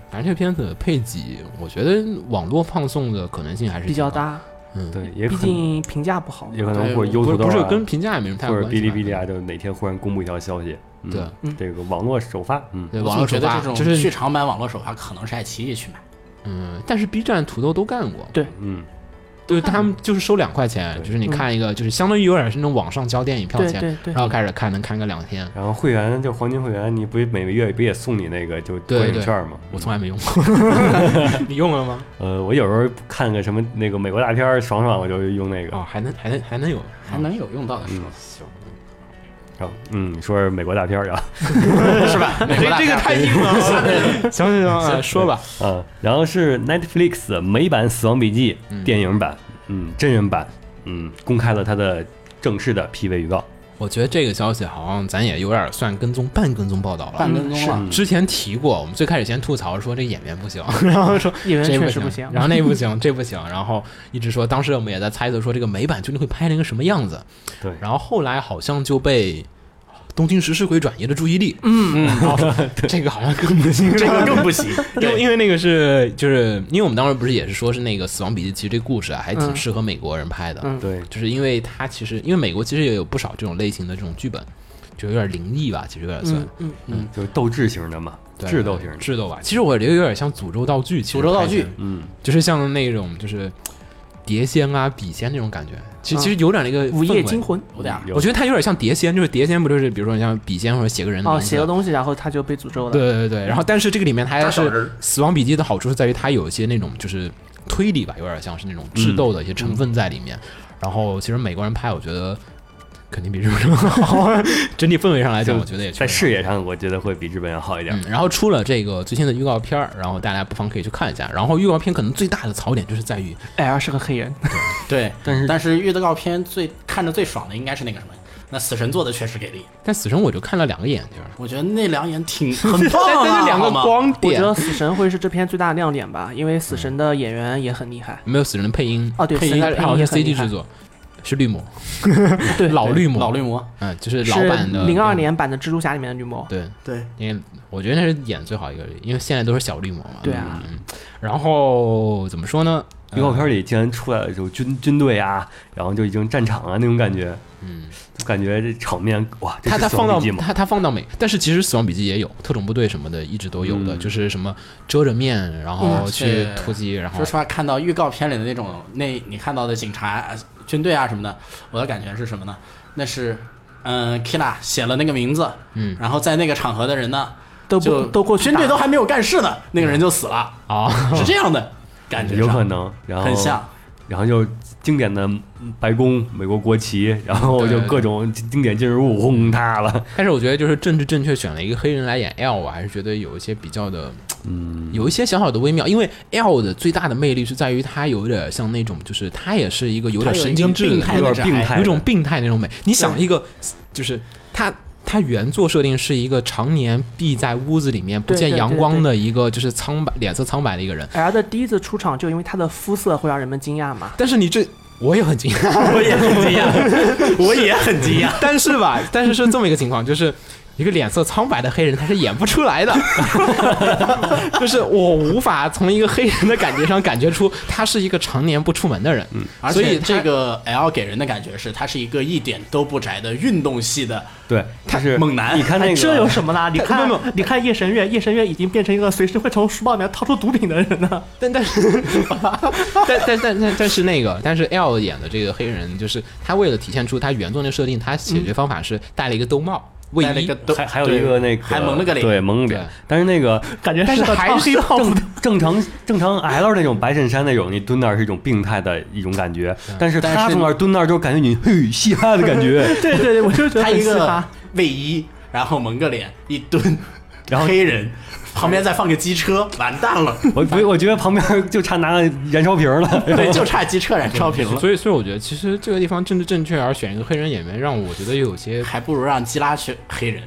反正这片子配给，我觉得网络放送的可能性还是
比较
挺高的。
大，
嗯，，
对，也
毕
可能
竟评价不好，
也可能
对
或者优图
不是
豆
不是
啊
跟评价也没什么太大
或
关
者
系
哔
吧。
哩哔哩啊，就哪天忽然公布一条消息，嗯
对，
这个网络首发，嗯，
对，
我
网
总
络
觉
首
得
发
这种
就是
剧场版网络首发可能是爱奇艺去买，
嗯，但是 B 站、土豆都干过，
嗯，
对他们就是收两块钱，
对
就是你看一个，就是相当于有点是那种网上交电影票
对
钱，
对对
然，后开始看能看个两天。
然后会员就黄金会员，你不每个月不也送你那个就
对
观影
对
券吗？
我从来没用过， *laughs* 你用了吗？
呃，我有时候看个什么那个美国大片儿爽爽，我就用那个。
哦，还能还能还能有，
还能有用到的时候，
然后嗯，说是美国大片儿啊， *laughs*
是吧？ *laughs* 美国大片
硬
*laughs*
了，行行 *laughs* 行，说吧。
嗯，然后是 Netflix 美版《死亡笔记》电影版，嗯，真人版，嗯，公开了它的正式的 PV 预告。
我觉得这个消息好像咱也有点算跟踪半跟踪报道了。
半跟踪了，
嗯
之前提过，我们最开始先吐槽说这演员不行， *laughs* 然后说
演员
这
确实
不
不行
然后那不行，这不行，然后一直说，当时我们也在猜测说这个美版究竟会拍成一个什么样子。
对
然后后来好像就被东京食尸鬼转移了注意力，
嗯，
这个好
*laughs*
像更不行，
这个更 *laughs* 不行，
因为
对，
因为那个是就是因为我们当时不是也是说是那个《死亡笔记》，其实这故事啊还挺
嗯
适合美国人拍的，
嗯
对，
就是因为它其实因为美国其实也有不少这种类型的这种剧本，就有点灵异吧，其实有点算。
嗯嗯，
嗯，就是斗智型的嘛，
对
智斗型的，
智斗吧，其实我觉得有点像诅咒道具，其实
诅咒道
拍
具
起来
嗯，
就是像那种就是碟仙啊、笔仙那种感觉，其实其实有点那个
嗯午
氛
夜
围
惊魂
有点儿
有
我觉得它有点像碟仙，就是碟仙不就是比如说你像笔仙或者写个人的
哦，
名字
写个东西，然后他就被诅咒了。
对对对，然后但是这个里面它还
扎小人
是
儿
《死亡笔记》的好处是在于它有一些那种就是推理吧，有点像是那种
嗯
智斗的一些成分在里面。然后其实美国人拍，我觉得肯定比日本人好， *laughs* 整体氛围上来讲，我觉得也确
在
实
视野上，我觉得会比日本要好一点。
嗯，然后出了这个最新的预告片儿，然后大家不妨可以去看一下。然后预告片可能最大的槽点就是在于，
L 哎是个黑
*laughs*
人，
对，
但是
但是预告片最看着最爽的应该是那个什么，那死神做的确实给力，
但死神我就看了两个眼睛，
我觉得那两眼挺 *laughs* 很棒
但但
啊，
是两个
好吗
光
我觉
点，
得死神会是这片最大的亮点吧，因为死
嗯
神的演员也很厉害。
没有死神的配音，
哦，对，
配
死
音
神
它
的
好
也
像是
很厉
CG
害
制作，是绿魔，
对
*laughs* 老绿魔，
老绿魔，
嗯，就是老版
是
的
零二年版的蜘蛛侠里面的绿魔。
对，
对，
因为我觉得那是演最好一个，因为现在都是小绿魔嘛。
对啊
嗯，然后怎么说呢？
预告片里竟然出来了就军军队啊，然后就已经战场啊那种感觉，
嗯，
就感觉这场面哇，这
他
是
他
死
放
亡
到
笔记吗？
他他放到美，但是其实《死亡笔记》也有特种部队什么的，一直都有的，
嗯
就是什么遮着面，然后
嗯
去
是
突击，然后
说实话，看到预告片里的那种，那你看到的警察、呃军队啊什么的，我的感觉是什么呢？那是，嗯、k i l a 写了那个名字，
嗯，
然后在那个场合的人呢，
都不
就
都过去
军
打
队都还没有干事呢，那个人就死了，
啊，
是这样的感觉上，
有可能，然后
很像，
然后就经典的白宫、美国国旗，然后就
对
各种经典建筑物轰塌了。
但是我觉得就是政治正确选了一个黑人来演 L，我还是觉得有一些比较的，嗯，有一些小小的微妙，因为 L 的最大的魅力是在于他有点像那种，就是他也是一个有点
他有
神
一
经
种
质的那
病
种
态的
有点病
宅
态
有一种病态那种美。你想一个，就是他他原作设定是一个常年闭在屋子里面不
对
见
对
阳
对
光
对
的一个，就是苍白脸色苍白的一个人。
L 的第一次出场就因为他的肤色会让人们惊讶嘛。
但是你这我也很惊讶，
我也很惊讶，我也很啊惊讶，
但是吧，但是是这么一个情况，就是一个脸色苍白的黑人，他是演不出来
*laughs*
的，就是我无法从一个黑人的感觉上感觉出他是一个常年不出门的人，
*laughs* 而
所以
且
他
这个 L 给人的感觉是，他是一个一点都不宅的运动系的
对，他是
猛男
你看那
哎
个，
这有什么 *laughs* 啦？你看
不，
你看夜神月，夜神月已经变成一个随时会从书包里面掏出毒品的人了。
但但是， *laughs* 但但但但但是那个，但是 L 演的这个黑人，就是他为了体现出他原作那设定，他解决方法是戴了一个兜帽、卫
戴了一
衣
个，兜
还还有一个那个
还蒙了个脸，
对，蒙了
对
脸。但是那个
*laughs* 感觉
但是
个
还
烫
是
黑胖 *laughs* 子。
正常正常 L 那种白衬衫那种，你蹲那儿是一种病态的一种感觉，但是
但
他
是
从那儿蹲那儿就感觉你嘿嘻哈的感觉，
*laughs* 对对对，
*laughs*
我就觉得
他
很
一
奇葩
个。卫衣，然后蒙个脸一 *laughs* 蹲，
然后
黑人旁边再放个机 *laughs* 车，完蛋了，
我我我觉得旁边就差拿个燃烧瓶了。
对，就差机车燃烧瓶了，
所以所以我觉得其实这个地方政治正确而选一个黑人演员，让我觉得有些
还不如让基拉去黑人，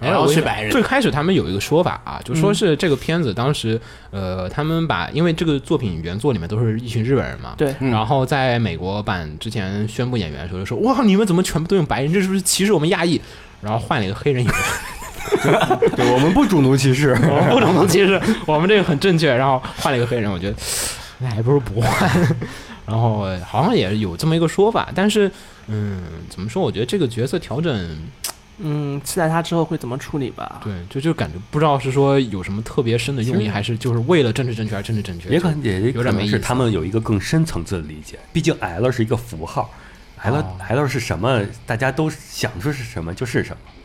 哎
然后
我
去白人嗯
最开始他们有一个说法啊，就说是这个片子当时，呃，他们把因为这个作品原作里面都是一群日本人嘛，
对
然后在美国版之前宣布演员的时候就说，哇，你们怎么全部都用白人？这是不是歧视我们亚裔？然后换了一个黑人演员，
*laughs* 对，我们不种族歧视，
*laughs* 我
哦
们不种族歧视，我们这个很正确。然后换了一个黑人，我觉得那还不如不换。 *laughs* 然后好像也有这么一个说法，但是嗯，怎么说？我觉得这个角色调整
嗯，期待他之后会怎么处理吧。
对，就就感觉不知道是说有什么特别深的用意，还是就是为了政治正确而政治正确。
也可能也
有
可
点没
能
意
是
思。
他们有一个更深层次的理解，毕竟 L 是一个符号，L
哦
L 是什么，大家都想说是什么就是什么。
啊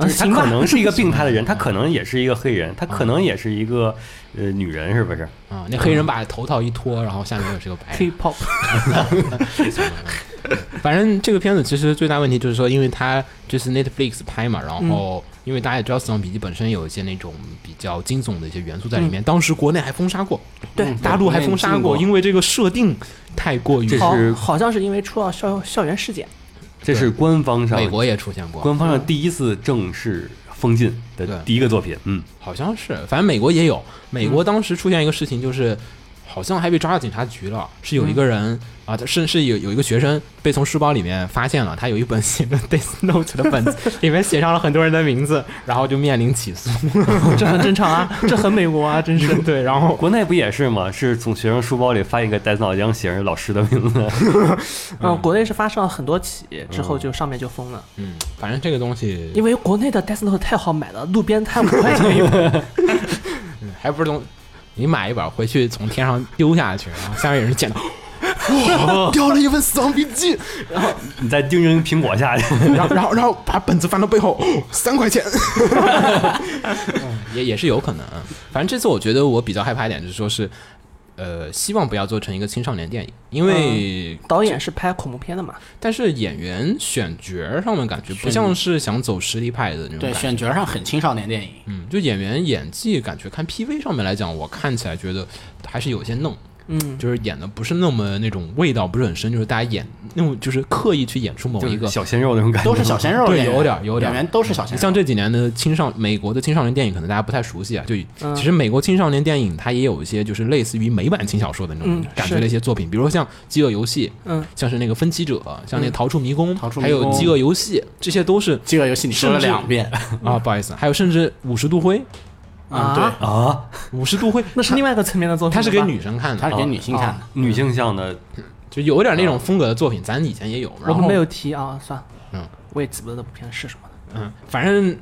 就是他
行吧
可能是一个病态的人，
嗯
他可能也是一个黑人，他可能也是一个呃女人，是不是？
啊、那黑人把头套一脱，然后下面又是个白人。
K-pop
反正这个片子其实最大问题就是说，因为它就是 Netflix 拍嘛，然
嗯
后因为大家也知道《死亡笔记》本身有一些那种比较惊悚的一些元素在
嗯
里面，当时国内还封杀过，
对
大陆还封杀过，
因为
因为这个设定太过于
这
好
是，
好像是因为出了校校园事件。
这是官方上
美国也出现过，
官方上第一次正式封禁
对
的第一个作品，嗯，
好像是，反正美国也有。美国当时出现一个事情，就是、好像还被抓到警察局了，是有一个人、啊，他是是有有一个学生被从书包里面发现了，他有一本写着 Death Note 的本子，里面写上了很多人的名字，然后就面临起诉。
*laughs* 这很正常啊， *laughs* 这很美国啊，真是。
*laughs* 对，然后
国内不也是吗？是从学生书包里翻一个带脑浆，写上老师的名字。
嗯，国内是发生了很多起，之后就上面就封了，
嗯，反正这个东西
因为国内的 Death Note 太好买了，路边摊五块钱一
*laughs*
本。
还不是东。你买一本回去，从天上丢下去，然后下面有人捡到，哇，掉了一份《死亡笔记》，
你在盯人苹果下去，
然后然后然后把本子翻到背后，哦三块钱， *laughs* 也也是有可能。啊反正这次我觉得我比较害怕一点就是说是，呃，希望不要做成一个青少年电影，因为、
导演是拍恐怖片的嘛？
但是演员选角儿上面感觉不像是想走实力派的那种感
对，
觉。
选角上很青少年电影，
嗯，就演员演技感觉看 PV 上面来讲，我看起来觉得还是有些弄，
嗯，
就是演的不是那么那种味道不是很深，就是大家演那种就是刻意去演出某一个。
小鲜肉那种感觉，
都是小鲜肉
对
演员，
有点儿有点儿
演员都是小鲜肉。
像这几年的青少美国的青少年电影，可能大家不太熟悉啊。就
嗯
其实美国青少年电影它也有一些就是类似于美版轻小说的那种
嗯
感觉
是
的一些作品，比如说像《饥饿游戏》，
嗯，
像是那个《分歧者》，像那个《
嗯
逃出迷宫》，
逃出迷
还有
宫
《饥饿游戏》，这些都是
这个游戏你说了
甚至
两遍
*laughs* 啊，不好意思，还有甚至五十度灰，
啊，对，
啊，
五十度灰，
那是另外一个层面的作品。
它是给，女生看
它
的，啊
是给女嗯性看的。
女性向的
就有点那种风格的作品，咱以前也有，
我
然后
们没有提啊，算了。
嗯，
我也记不得那部片是什么了。
嗯，反正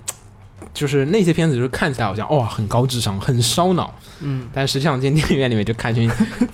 就是那些片子，就是看起来好像哇、很高智商，很烧脑，
嗯，
但实际上进电影院里面就看群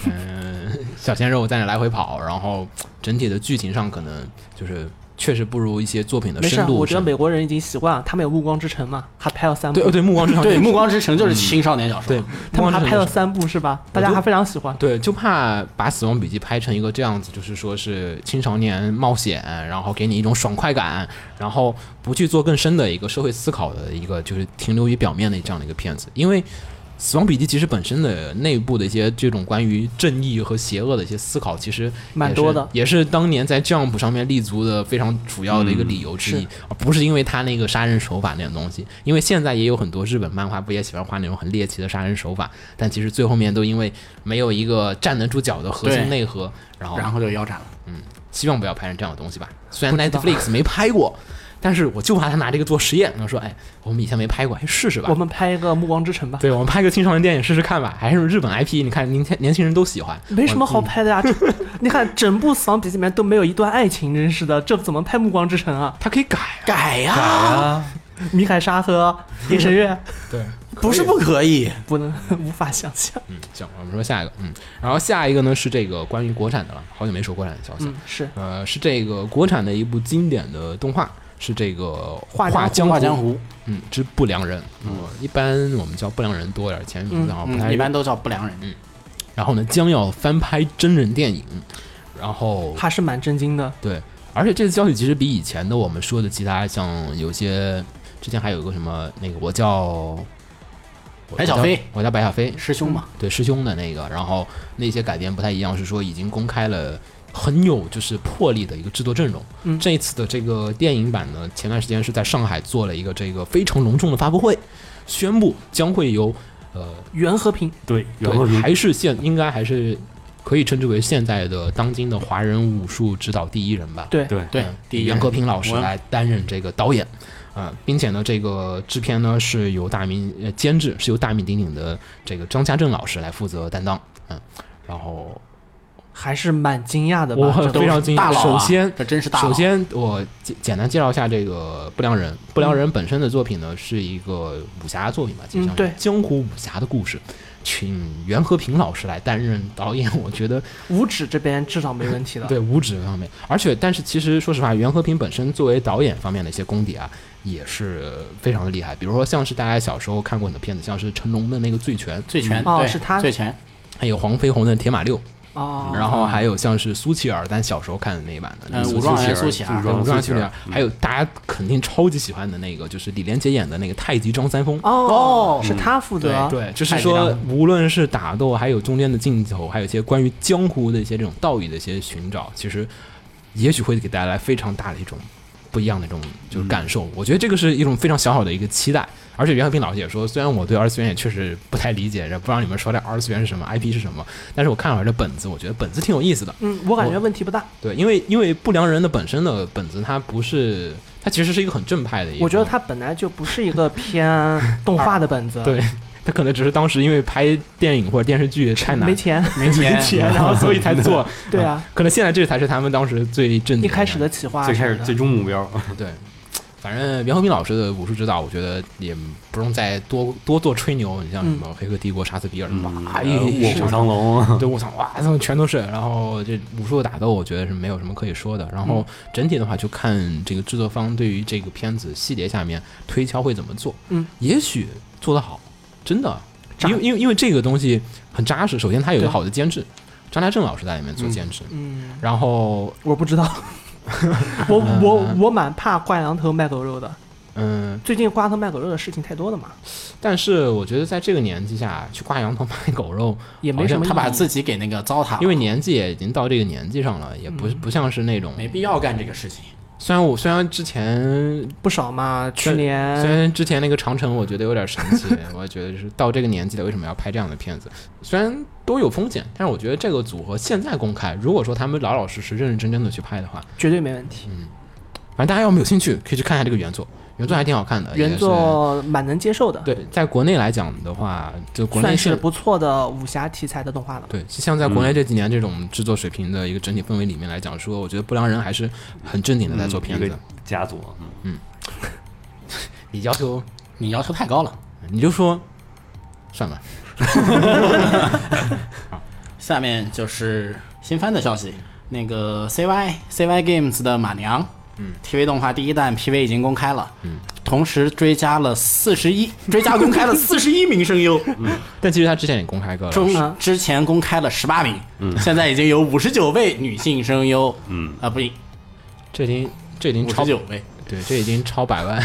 嗯、小鲜肉在那来回跑，然后整体的剧情上可能就是确实不如一些作品的
没事
深
啊，
度。
我觉得美国人已经习惯了，他们有《暮光之城》嘛，还拍了三部
对，哦对《暮光之城》
对，《暮光之城》就是青少年小说
对，，
他们还拍了
了。
三部是吧？大家还非常喜欢。
对，就怕把《死亡笔记》拍成一个这样子，就是说是青少年冒险，然后给你一种爽快感，然后不去做更深的一个社会思考的一个，就是停留于表面的这样的一个片子。因为《死亡笔记》其实本身的内部的一些这种关于正义和邪恶的一些思考，其实
蛮多的
也是，也是当年在 Jump 上面立足的非常主要的一个理由之一，
嗯是
而不是因为他那个杀人手法那种东西。因为现在也有很多日本漫画不也喜欢画那种很猎奇的杀人手法，但其实最后面都因为没有一个站得住脚的核
对
心内核，然后
然后就腰斩了。
希望不要拍成这样的东西吧。虽然
不知道
Netflix 没拍过，但是我就怕他拿这个做实验，他说：“哎，我们以前没拍过，哎，试试吧。”
我们拍一个《暮光之城》吧，
对，我们拍个青少年电影试试看吧，还是日本 IP，你看年轻年轻人都喜欢，
没什么好
我。
拍的呀。这 *laughs* 你看，整部《死亡笔记》里面都没有一段爱情，真是的，这怎么拍《暮光之城》啊？
他可以改啊，
改
改
呀，
啊，
米凯莎和夜神月
*laughs* 对，
不是不可以，
不能，无法想象。
*laughs* 嗯，行，我们说下一个，嗯，然后下一个呢是这个关于国产的了，好久没说国产的消息，
嗯，是
呃，是这个国产的一部经典的动画，是这个《
画
画江
江
湖》
画江湖，
嗯，之不良人，嗯，一般我们叫不良人多点儿，前面名字好像不太
嗯，一般都叫不良人。
然后呢，将要翻拍真人电影，然后
还是蛮震惊的。
对，而且这次消息其实比以前的我们说的其他像有些之前还有个什么那个我叫
白小飞，
我叫我叫白小飞，
师兄嘛，
对师兄的那个，然后那些改编不太一样，是说已经公开了。很有就是魄力的一个制作阵容。
嗯
这一次的这个电影版呢，前段时间是在上海做了一个这个非常隆重的发布会，宣布将会由呃
袁和平，
对，
对
袁和，平
还是现应该还是可以称之为现代的当今的华人武术指导第一人吧。
对
对
对
嗯，
第一
袁
人
和平老师
我嗯
来担任这个导演，啊、并且呢，这个制片呢是由大名呃监制是由大名鼎鼎的这个张家正老师来负责担当，嗯，然后
还是蛮惊讶的吧？
我
这
非常惊
大
讶，
佬啊
首先
这真是大佬。
首，先，我简简单介绍一下这个不良人。不
嗯
良人本身的作品呢，是一个武侠作品吧，就像
对
江湖武侠的故事，请袁和平老师来担任导演，我觉得
五指这边至少没问题了。
对五指方面，而且但是其实说实话，袁和平本身作为导演方面的一些功底啊，也是非常的厉害。比如说像是大家小时候看过的片子，像是成龙的那个《醉拳》，
醉拳
哦
对
是他
醉拳，
还有黄飞鸿的《铁马六》，
哦，
然后还有像是苏乞儿，咱小时候看的那一版的那
嗯
个，
武装人
苏
苏
乞
乞
儿
儿
对，武
武装
装
苏乞
青
儿
年，还有大家肯定超级喜欢的那个，就是李连杰演的那个太极张三丰。
哦，是他负责。
嗯对，就是
太极
说
张，
无论是打斗，还有中间的镜头，还有一些关于江湖的一些这种道义的一些寻找，其实也许会给大家带来非常大的一种不一样的这种就是感受。我觉得这个是一种非常小小的一个期待。而且袁和平老师也说，虽然我对二次元也确实不太理解，也不知道你们说的二次元是什么，IP 是什么，但是我看了这本子，我觉得本子挺有意思的。
嗯，我感觉问题不大。
对，因为因为不良人的本身的本子，它不是，它其实是一个很正派的一个。
我觉得他本来就不是一个偏动画的本子，
对他可能只是当时因为拍电影或者电视剧太难嗯
没钱。
没
*laughs*
钱，
钱，然后所以才做。
对啊，
嗯可能现在这才是他们当时最正
一开始的企划
最
什
开
么的，
始最终目标，
对。反正袁和平老师的武术指导，我觉得也不用再多多做吹牛。你像什么《黑客帝国》《杀死比尔》哇，一
呃卧虎
嗯上
藏龙，
对，我操，哇，他们全都是。然后这武术的打斗，我觉得是没有什么可以说的。然后整体的话，就看这个制作方对于这个片子细节下面推敲会怎么做。
嗯，
也许做得好，真的，
扎
因为因为因为这个东西很扎实。首先，它有一个好的监制，张家正老师在里面做监制。
嗯，
然后，
我不知道，我我我蛮怕挂羊头卖狗肉的。
嗯，
最近挂羊头卖狗肉的事情太多了嘛，
但是我觉得在这个年纪下去挂羊头卖狗肉，
也没什么意义。
他把自己给那个
啊
糟蹋了，
因为年纪也已经到这个年纪上了，也
嗯
不不像是那种。
没必要干这个事情。
虽然我虽然之前
不少嘛，去
虽虽
年
然之前那个长城，我觉得有点神
*laughs*
奇，我觉得是到这个年纪了，为什么要拍这样的片子？虽然都有风险，但是我觉得这个组合现在公开，如果说他们老老实实、认认真真的去拍的话，
绝对没问题。
反正大家要没有兴趣，可以去看一下这个原作，原作还挺好看的。
原
也是
作蛮能接受的，
对，在国内来讲的话，就国内
算是
是。
不错的武侠题材的动画了。
对，像在国内这几年这种制作水平的一个整体氛围里面来讲说，我觉得不良人还是很正经的在做片子
嗯一个。家族，嗯
你要求，
你要求太高了。
嗯你就说，算了，
下面就是新番的消息，那个 CY CY Games 的马娘，嗯，TV 动画第一弹 PV 已经公开了，嗯，同时追加了四十一，追加公开了四十一名声优，
但其实他之前也公开过了，
啊
中之前公开了十八名，嗯，现在已经有五十九位女性声优，嗯，啊不，
这已经这已经
五
超
十九位，
对，这已经超百万，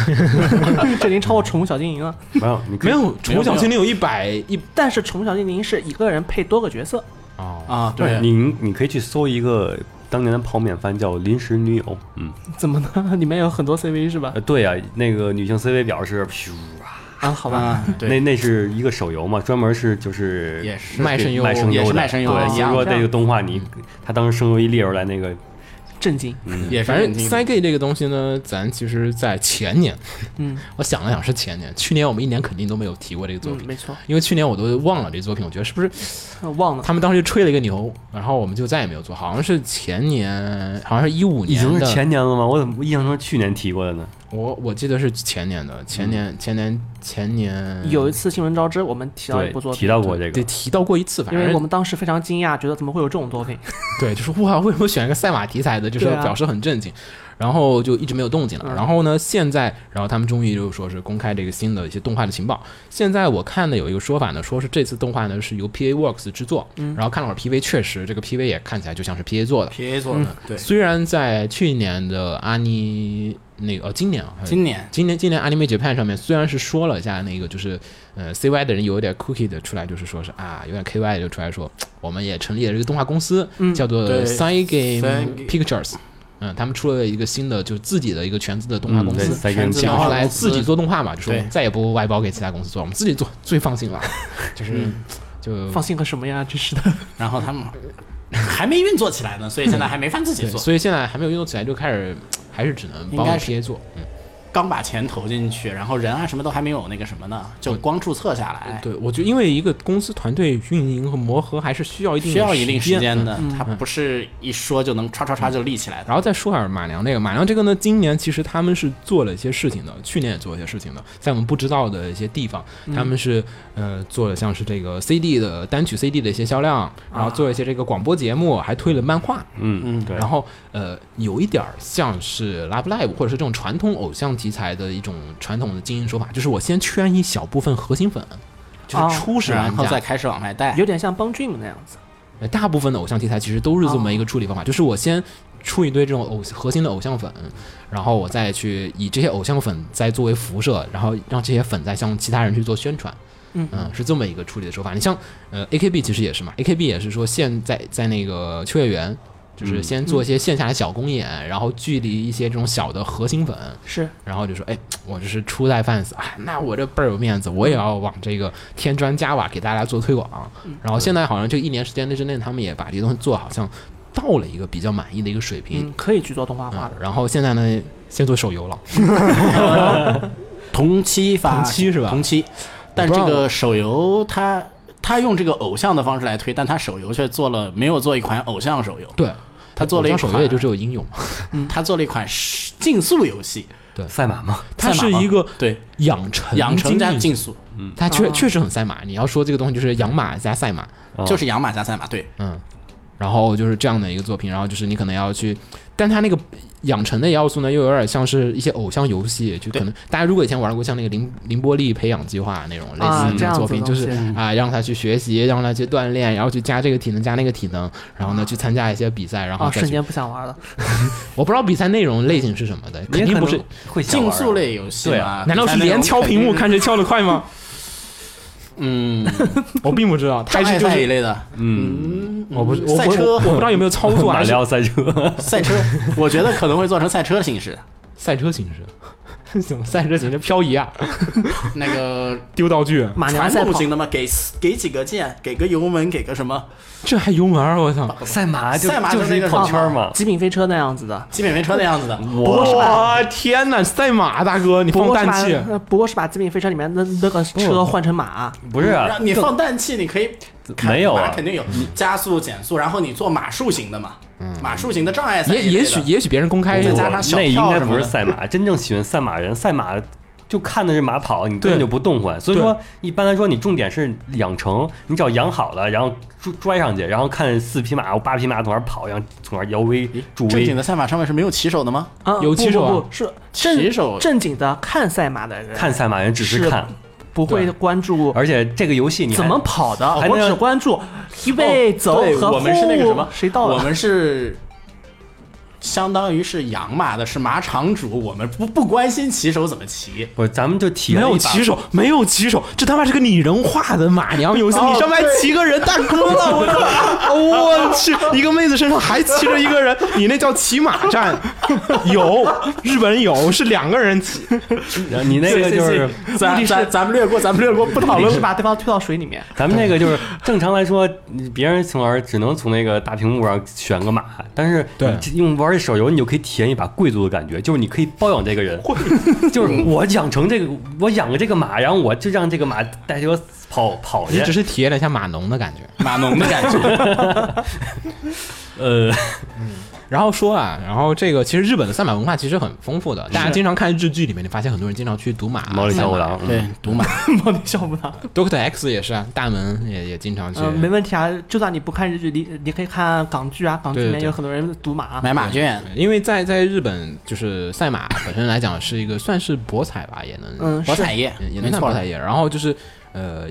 *laughs* 这已经超过《宠物小精灵》了，
没有，你可以
有
宠物小精
灵有一百一
但是《宠物小精灵》是一个人配多个角色，
哦，
啊，对，
你你可以去搜一个当年的泡面番叫《临时女友》，嗯，
怎么呢？ *laughs* 里面有很多 CV 是吧
呃，？对啊，那个女性 CV 表是咻啊，
啊，好吧，
啊，
那
对，
那是一个手游嘛，专门是就是
也是
卖声优
卖声优
也是
的
卖声优啊
对，
嗯的
所
一
以
样
说这个动画你他当时声优一列出来那个，
震惊。
也是
反正
很
c G 这个东西呢，咱其实在前年，
嗯，
我想了想是前年，去年我们一年肯定都没有提过这个作
嗯，
品。
没错，
因为去年我都忘了这作品，我觉得是不是
呃忘了。
他们当时就吹了一个牛，然后我们就再也没有做，好像是前年，好像是一五
已
年的，
经是前年了吗？我怎么印象中去年提过的呢？
我我记得是前年的，前年前年前年
嗯有一次新闻招知，我们提到一
对
部作，
提
品，
到过这
嗯
个，
对提到过一次，反
因为我
正
们当时非常惊讶，觉得怎么会有这种作品？
对，就是哇，为什么选一个赛马题材的，就是
对啊
表示很震惊，然后就一直没有动静了。
嗯
然后呢，现在，然后他们终于就是说是公开这个新的一些动画的情报。现在我看的有一个说法呢，说是这次动画呢是由 PA Works 制作，
嗯
然后看了会儿 PV，确实这个 PV 也看起来就像是 PA 做的。
PA 做的，对，
虽然在去年的阿尼那个哦，今年啊，
今年
今年今年 Anime Japan 上面虽然是说了一下那个就是呃 CY 的人有点 cookie 的出来，就是说是啊有点 KY 的就出来说，我们也成立了这个动画公司，叫做
嗯对
Side Game
Side-
Pictures。嗯，他们出了一个新的，就是自己的一个全资的动画
嗯，
公
对，
司，
塞
全
根
自
讲
想
动画
要来
公司
自己做动画嘛，就说
对
我们再也不外包给其他公司做，我们自己做 *laughs* 最放
*laughs*
心了，就是就
放心个什么呀？真是的，
然后他们 *laughs* 还没运作起来呢，所以现在还没法自
*laughs*
己
对，
做，
所以现在还没有运作起来，就开始还是只能
应
帮
该是
PA 做，嗯。
刚把钱投进去，然后人啊什么都还没有那个什么呢，就光注册下来，
对，我觉得因为一个公司团队运营和磨合还是需要一定的
需要一定时
间
间
的。嗯
的，它不是一说就能歘歘歘就立起来的。
然后再说下马良这个，马良这个呢，今年其实他们是做了一些事情的，去年也做了一些事情的，在我们不知道的一些地方，
嗯
他们是呃做了像是这个 CD 的单曲 CD 的一些销量，然
啊
后做了一些这个广播节目，还推了漫画，
嗯嗯，对，
然后呃，有一点儿像是 Love Live 或者是这种传统偶像题材的一种传统的经营手法，就是我先圈一小部分核心粉，就
哦
是初始玩
然后
家，
再开始往外带，
有点像帮 Dream 那样子。
呃，大部分的偶像题材其实都是这么
哦
一个处理方法，就是我先出一堆这种偶核心的偶像粉，然后我再去以这些偶像粉再作为辐射，然后让这些粉再向其他人去做宣传。
嗯
是这么一个处理的手法。你像呃，A K B 其实也是嘛，A K B 也是说现在在那个秋叶原，就是
嗯
先做一些线下的小公演，然后聚集一些这种小的核心粉，
是，
然后就说，哎，我这是初代 fans 啊，那我这倍儿有面子，我也要往这个添砖加瓦给大家做推广。
嗯
然后现在好像这一年时间之内，他们也把这东西做好像到了一个比较满意的一个水平。
嗯，可以去做动画化
啊，
的。
然后现在呢，先做手游了，
同期发，
同期是吧
同期，但这个手游它它用这个偶像的方式来推，但它手游却做了没有做一款偶像手游，
对
他做了一
偶像手游，也
款
嗯就只有应用。
它做了一款竞速游戏，
对
赛马嘛，
它
赛
是
马吗
一个
对
养成
养成加
经历
竞速，
它确
啊
确实很赛马。你要说这个东西就是养马加赛马，
啊
就是养马加赛马，对，
嗯，然后就是这样的一个作品，然后就是你可能要去，但它那个养成的要素呢，又有点像是一些偶像游戏，就可能大家如果以前玩过像那个凌凌波丽培养计划那嗯种类
啊
似
这
的
样
作
子
品，
的
就是
东
啊、让他去学习，让他去锻炼，然后去加这个体能加那个体能，然后呢去参加一些比赛，然后
啊，
再
瞬
去、
间不想玩了。
我不知道比赛内容类型是什么的，肯定不是，
会想玩
竞
啊
速，类游戏
对
嘛，
难道是连敲屏幕看谁敲得快
*laughs*
吗？
嗯，
*laughs* 我并不知道，它
障
是
碍
就
赛一
是。
类的
嗯，
我不是我
赛
我
车
我嗯我不知道有没有操
*laughs*
作
*laughs* 马
还
里
是
奥赛车，
赛
*laughs*
车，我觉得可能会做成赛车形式，
赛车形式， *laughs* 怎么赛车形式漂移啊，
那个
丢道具，
马娘
传
赛
统
跑
型的嘛，给给几个键，给个油门，给个什么，
这还油门儿，我操！
赛马就
赛马
就
就是
是
那
一
个
跑圈儿嘛，
极品飞车那样子的，
极品飞车那样子的，
哇天哪，赛马大哥，你
不
放
过是
氮
把
气，
呃不过是把极品飞车里面那那个车换成马，
不是啊
让你
更
放氮气，你可以看
没有
马
啊
肯定有加速、减速，然后你做马术型的嘛，马术型的障碍赛
嗯也
一类的，
也许也许别人公开
再加
不
上小
那
票
应该
什么
不是
的
赛马，真正喜欢赛马人，赛马就看的是马跑，你根
对
本就不动换。所以
对
说，一般来说，你重点是养成，你只要养好了，然后拽拽上去，然后看四匹马、八匹马从那儿跑，然后从那儿摇威助
正经
威，
的赛马上面是没有骑手的吗？
啊，
有骑手啊
不不不是
骑
正
手
正经的看赛马的人，
看赛马人只是
是
看，
不会
对
关注
而且这个游戏你还
怎么跑的，
还
我
能
只关注预备走
哦对
和
我们是那个
呼
什么
谁到
我
了，
们是相当于是养马的，是马场主，我们不不关心骑手怎么骑。
不是，咱们就体
没
验
有
一把
骑手，没有骑手，这他妈是个拟人化的马娘游戏，
哦
你上面还骑个人，大哥了，我操！我去，一个妹子身上还骑着一个人，你那叫骑马战？有，日本有，是两个人骑，
你
*laughs*
那个就是。
咱咱咱们略过，咱们略过，不讨
我
论
们是把对方推到水里面，
咱们那个就是正常来说，你别人从而只能从那个大屏幕上选个马，但是
对
你用玩这手游，你就可以体验一把贵族的感觉，就是你可以包养这个人， *laughs* 就是我养成这个，我养个这个马，然后我就让这个马带着我跑跑
你
去
只。是体验了一下码农的感觉。
马农的感
*laughs*
觉。
呃，
然后说啊，然后这个其实日本的赛马文化其实很丰富的，大家经常看日剧里面，你发现很多人经常去赌马、
毛利小五郎，
对，赌马，
猫的小五郎，
Doctor X 也是啊，大门也也经常去。
嗯，没问题啊，就算你不看日剧，你你可以看港剧啊，港剧里
对
面
对
有很多人赌马，啊
买马券，
因为在在日本，就是赛马本身来讲是一个算是博彩吧，也能、
嗯，
博
是
彩业
也也，
没
能算
错
博。彩业。然后就是呃，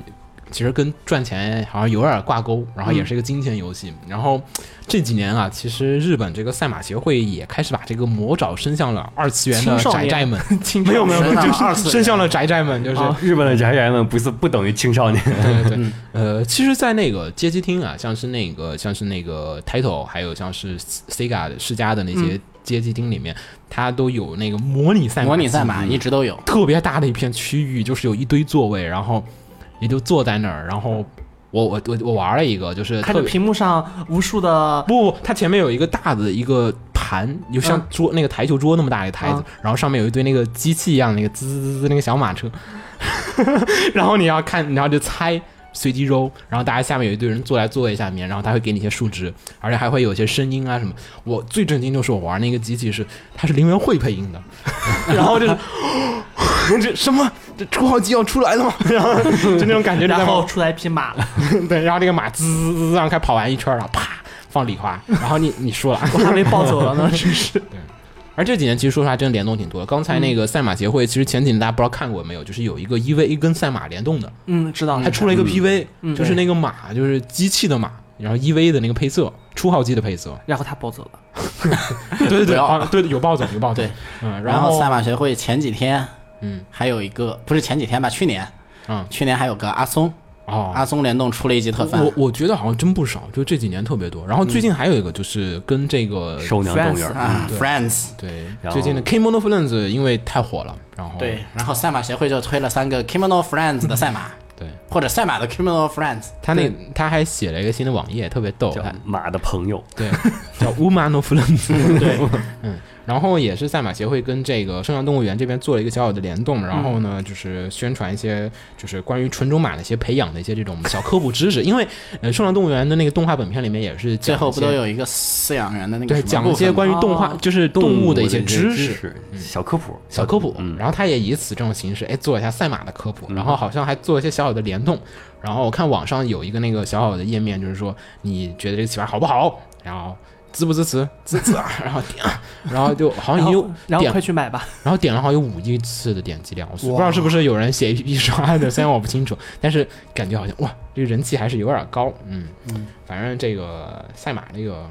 其实跟赚钱好像有点挂钩，然后也
嗯
是一个金钱游戏。然后这几年啊，其实日本这个赛马协会也开始把这个魔爪伸向了二次元的
青少
宅
年
宅
*laughs*
们，
青哦
没有没有，
伸向
就
了
是
二次元
伸向了宅宅们，就是、
啊日本的宅宅们不是不等于青少年，
对对
嗯
对，呃，其实，在那个街机厅啊，像是那个像是那个 Title，还有像是 Sega 的世嘉的那些街机厅里面，它都有那个模拟赛马，
嗯模拟赛
嗯
马一直都有，
特别大的一片区域，就是有一堆座位，然后也就坐在那儿，然后我我我我玩了一个，就是
看
特
着
别
屏幕上无数的
不不，它前面有一个大的一个盘，有像
嗯
桌、那个台球桌那么大一个台子，
嗯
然后上面有一堆那个机器一样那个滋滋滋滋那个小马车， *laughs* 然后你要看，然后就猜。随机揉，然后大家下面有一堆人坐在座位下面，然后他会给你一些数值，而且还会有一些声音啊什么。我最震惊就是我玩那个机器是，它是林元会配音的， *laughs* *laughs* 然后就是 *laughs* 这什么这初号机要出来了吗？然后就那种感觉你在玩，
然后出来一匹马，
对，然后这个马滋滋滋滋让开跑完一圈儿，然后啪放礼花，然后你你输了。
我还没抱走了呢，真是。
而这几年其实说实话，真的联动挺多的。刚才那个赛马协会，其实前几年大家不知道看过没有，就是有一个一 v 一跟赛马联动的，
嗯，知道
还出了一个 PV，、
嗯
就是那个马就是机器的马，然后一 E v 的那个配色，初号机的配色。
然后他抱走了，
对对
不
对，
要
*laughs* 啊，对，有暴走有暴走。
对，
嗯，
然
后
后赛马学会前几天，
嗯，
还有一个不是前几天吧，去年，
嗯
去年还有个阿松，
哦，
阿松联动出了一集特番
我，我觉得好像真不少，就这几年特别多。然后最近还有一个就是跟这个、
手娘动物
Friends
园，
啊
对
，Friends，
对
然后
最近的 K Mono Friends 因为太火了，然后
对，嗯然后赛马协会就推了三个 Kimono Friends 的赛 *laughs* 马，
对。
或者赛马的 Kimono Friends，
他那他还写了一个新的网页，特别逗，
叫
他
马的朋友，
*laughs* 对，叫 Woman of Friends，
*laughs* 对，
嗯，然后也是赛马协会跟这个圣象动物园这边做了一个小小的联动，然
嗯
后呢，就是宣传一些就是关于纯种马的一些培养的一些这种小科普知识，因为呃，圣象动物园的那个动画本片里面也是
最
讲
后
一
不
些
都有一个饲养员的那个
对
什么
讲
部
一些
分吗
关于动画
哦
就是动物的一些知识，嗯
识、小科普，
小科普，
嗯
然后他也以此这种形式，哎，做一下赛马的科普，然后好像还做一些小小的联动，然后我看网上有一个那个小小的页面，就是说你觉得这个棋盘好不好，然后支不支持，支持， *laughs* 然后点，啊然后就好像
然
也有
后然后
点
快去买吧。
然后点了好像有五亿次的点击量，我不知道是不是有人写 APP 刷的，虽然我不清楚，但是感觉好像哇，这个人气还是有点高。嗯嗯，反正这个赛马这个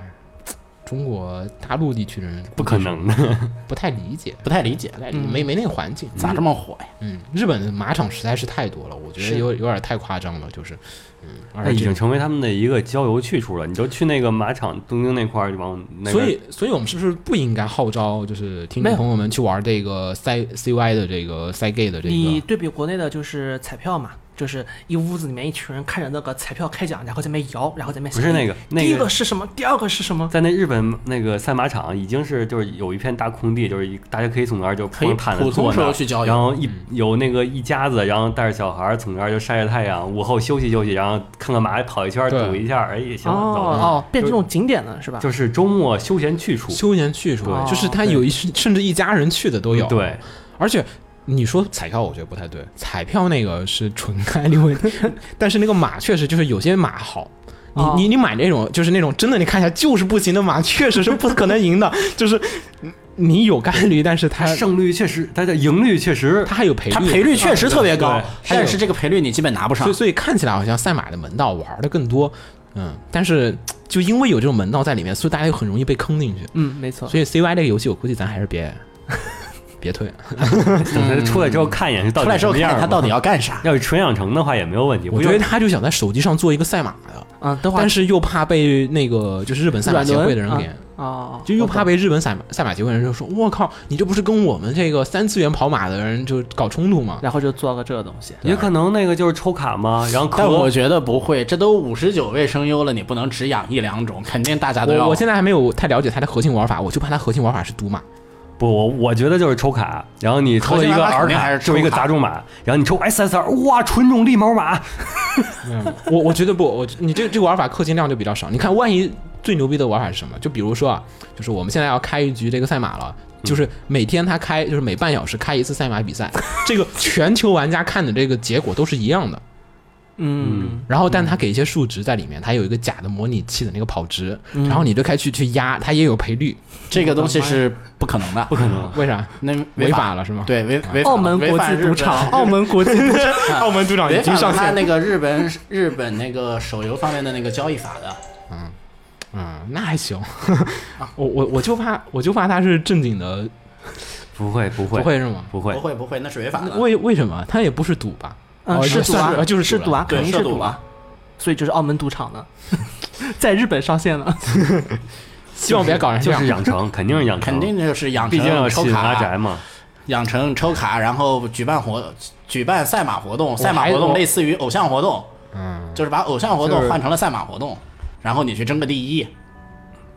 中国大陆地区的人
不可能 *laughs* 的，
不太理解，
不太理解
不，太理
嗯
没没那个环境。
咋这么火呀？
嗯，日本的马场实在是太多了，我觉得
是
有有点太夸张了，就是嗯，
那
而
已
且
经成为他们的一个郊游去处了。你就去那个马场，东京那块儿，往那边
所以，所以我们是不是不应该号召就是听众朋友们去玩这个赛 CY 的这个赛 gay 的这
你
个？
对比国内的就是彩票嘛，就是一屋子里面一群人看着那个彩票开奖，然后在那边摇，然后在那边
不是
想
那个那
第一
个
个是什么，第二个是什么，
在那日本那个赛马场，已经是就是有一片大空地，就是一大家可以从那儿就
可以
光毯子
普通
坐
时
那
候
儿，
去郊
然
游，嗯
后一有那个一家子，然后带着小孩儿从那儿就晒晒太阳，午后休息休息，然后看看马跑一圈儿
对
赌一下，哎也行了，走了。
哦哦，变成这种景点了是吧？
就是周末休闲去处，
休闲去处，
对
就是他有一甚至一家人去的都有。，
对，
而且你说彩票，我觉得不太对，彩票那个是纯概率
*laughs*
问题，但是那个马确实就是有些马好。你
哦
你你买那种就是那种真的，你看一下就是不行的马，确实是不可能赢的。就是嗯你有概率，但是它
胜率确实，它的赢率确实，
它还有赔率，
它赔率确啊实特别高
对，
还有
但是这个赔率你基本拿不上
所以。所以看起来好像赛马的门道玩的更多，嗯，但是就因为有这种门道在里面，所以大家又很容易被坑进去。
嗯，没错。
所以 CY 这个游戏，我估计咱还是别 *laughs* 别退。
等它出来之后看一眼，到
出
底
来之
什
后
么
看
样儿嘛。
看他到底要干啥。
要是纯养成的话也没有问题，
我
不
觉
用
得他就想在手机上做一个赛马的，
嗯，等会儿
但是又怕被那个就是日本赛马协会的人
啊
软
给
轮，哦，
就又怕
我懂
被日本赛马赛马协会的人就说：“我靠，你这不是跟我们这个三次元跑马的人就搞冲突吗
然后就做个这个东西。
也可能那个就是抽卡嘛，然后
但我
壳
觉得不会，这都五十九位声优了，你不能只养一两种，肯定大？”家都要。
我我现在还没有太了解它的核心玩法，我就怕它核心玩法是赌马。
不，我我觉得就是抽卡，然后你抽了一个
核心玩法
R
肯定
卡，
还是抽
就是一个
卡
杂种马，然后你抽 SSR，哇，纯种立毛马，
我我觉得不，我你这这个玩法氪金量就比较少。你看，万一最牛逼的玩法是什么？就比如说啊，就是我们现在要开一局这个赛马了。就是每天他开，就是每半小时开一次赛马比赛，这个全球玩家看的这个结果都是一样的。
嗯，
然后，但它给一些数值在里面，它有一个假的模拟器的那个跑值，然后你就开去去压，它也有赔率，
这个东西是不可能的，不可能，
为啥？
那
违
法啊
法了是吗？，
对违违法
澳门
违
国
反日
际赌
本
场，澳门国际赌场，
澳门队长
违反了他那个日本 *laughs* 日本那个手游方面的那个交易法的。
嗯，那还行。 *laughs* 我我我就怕我就怕他是正经的，
不会不
不
会
会是吗？
不
不
会，
会不会，那是违法的。
为为什么？他也不是赌吧？
嗯，
哦
是赌
算
啊，
是就是赌
赌
了
啊，肯定
对
是
是赌
赌啊。所以就是澳门赌场呢， *laughs* 在日本上线了。
希望别搞成这
就
样。
是养成，肯定是养成，
肯定就是养
毕竟啊要
成抽
吸引阿
卡，
宅嘛。
养成抽卡，然后举办活举办赛马活动，赛马
还
活动
我
类似于偶像活动，
嗯，
就是把偶像活
就
动
是
换成了赛马活动，然后你去争个第一，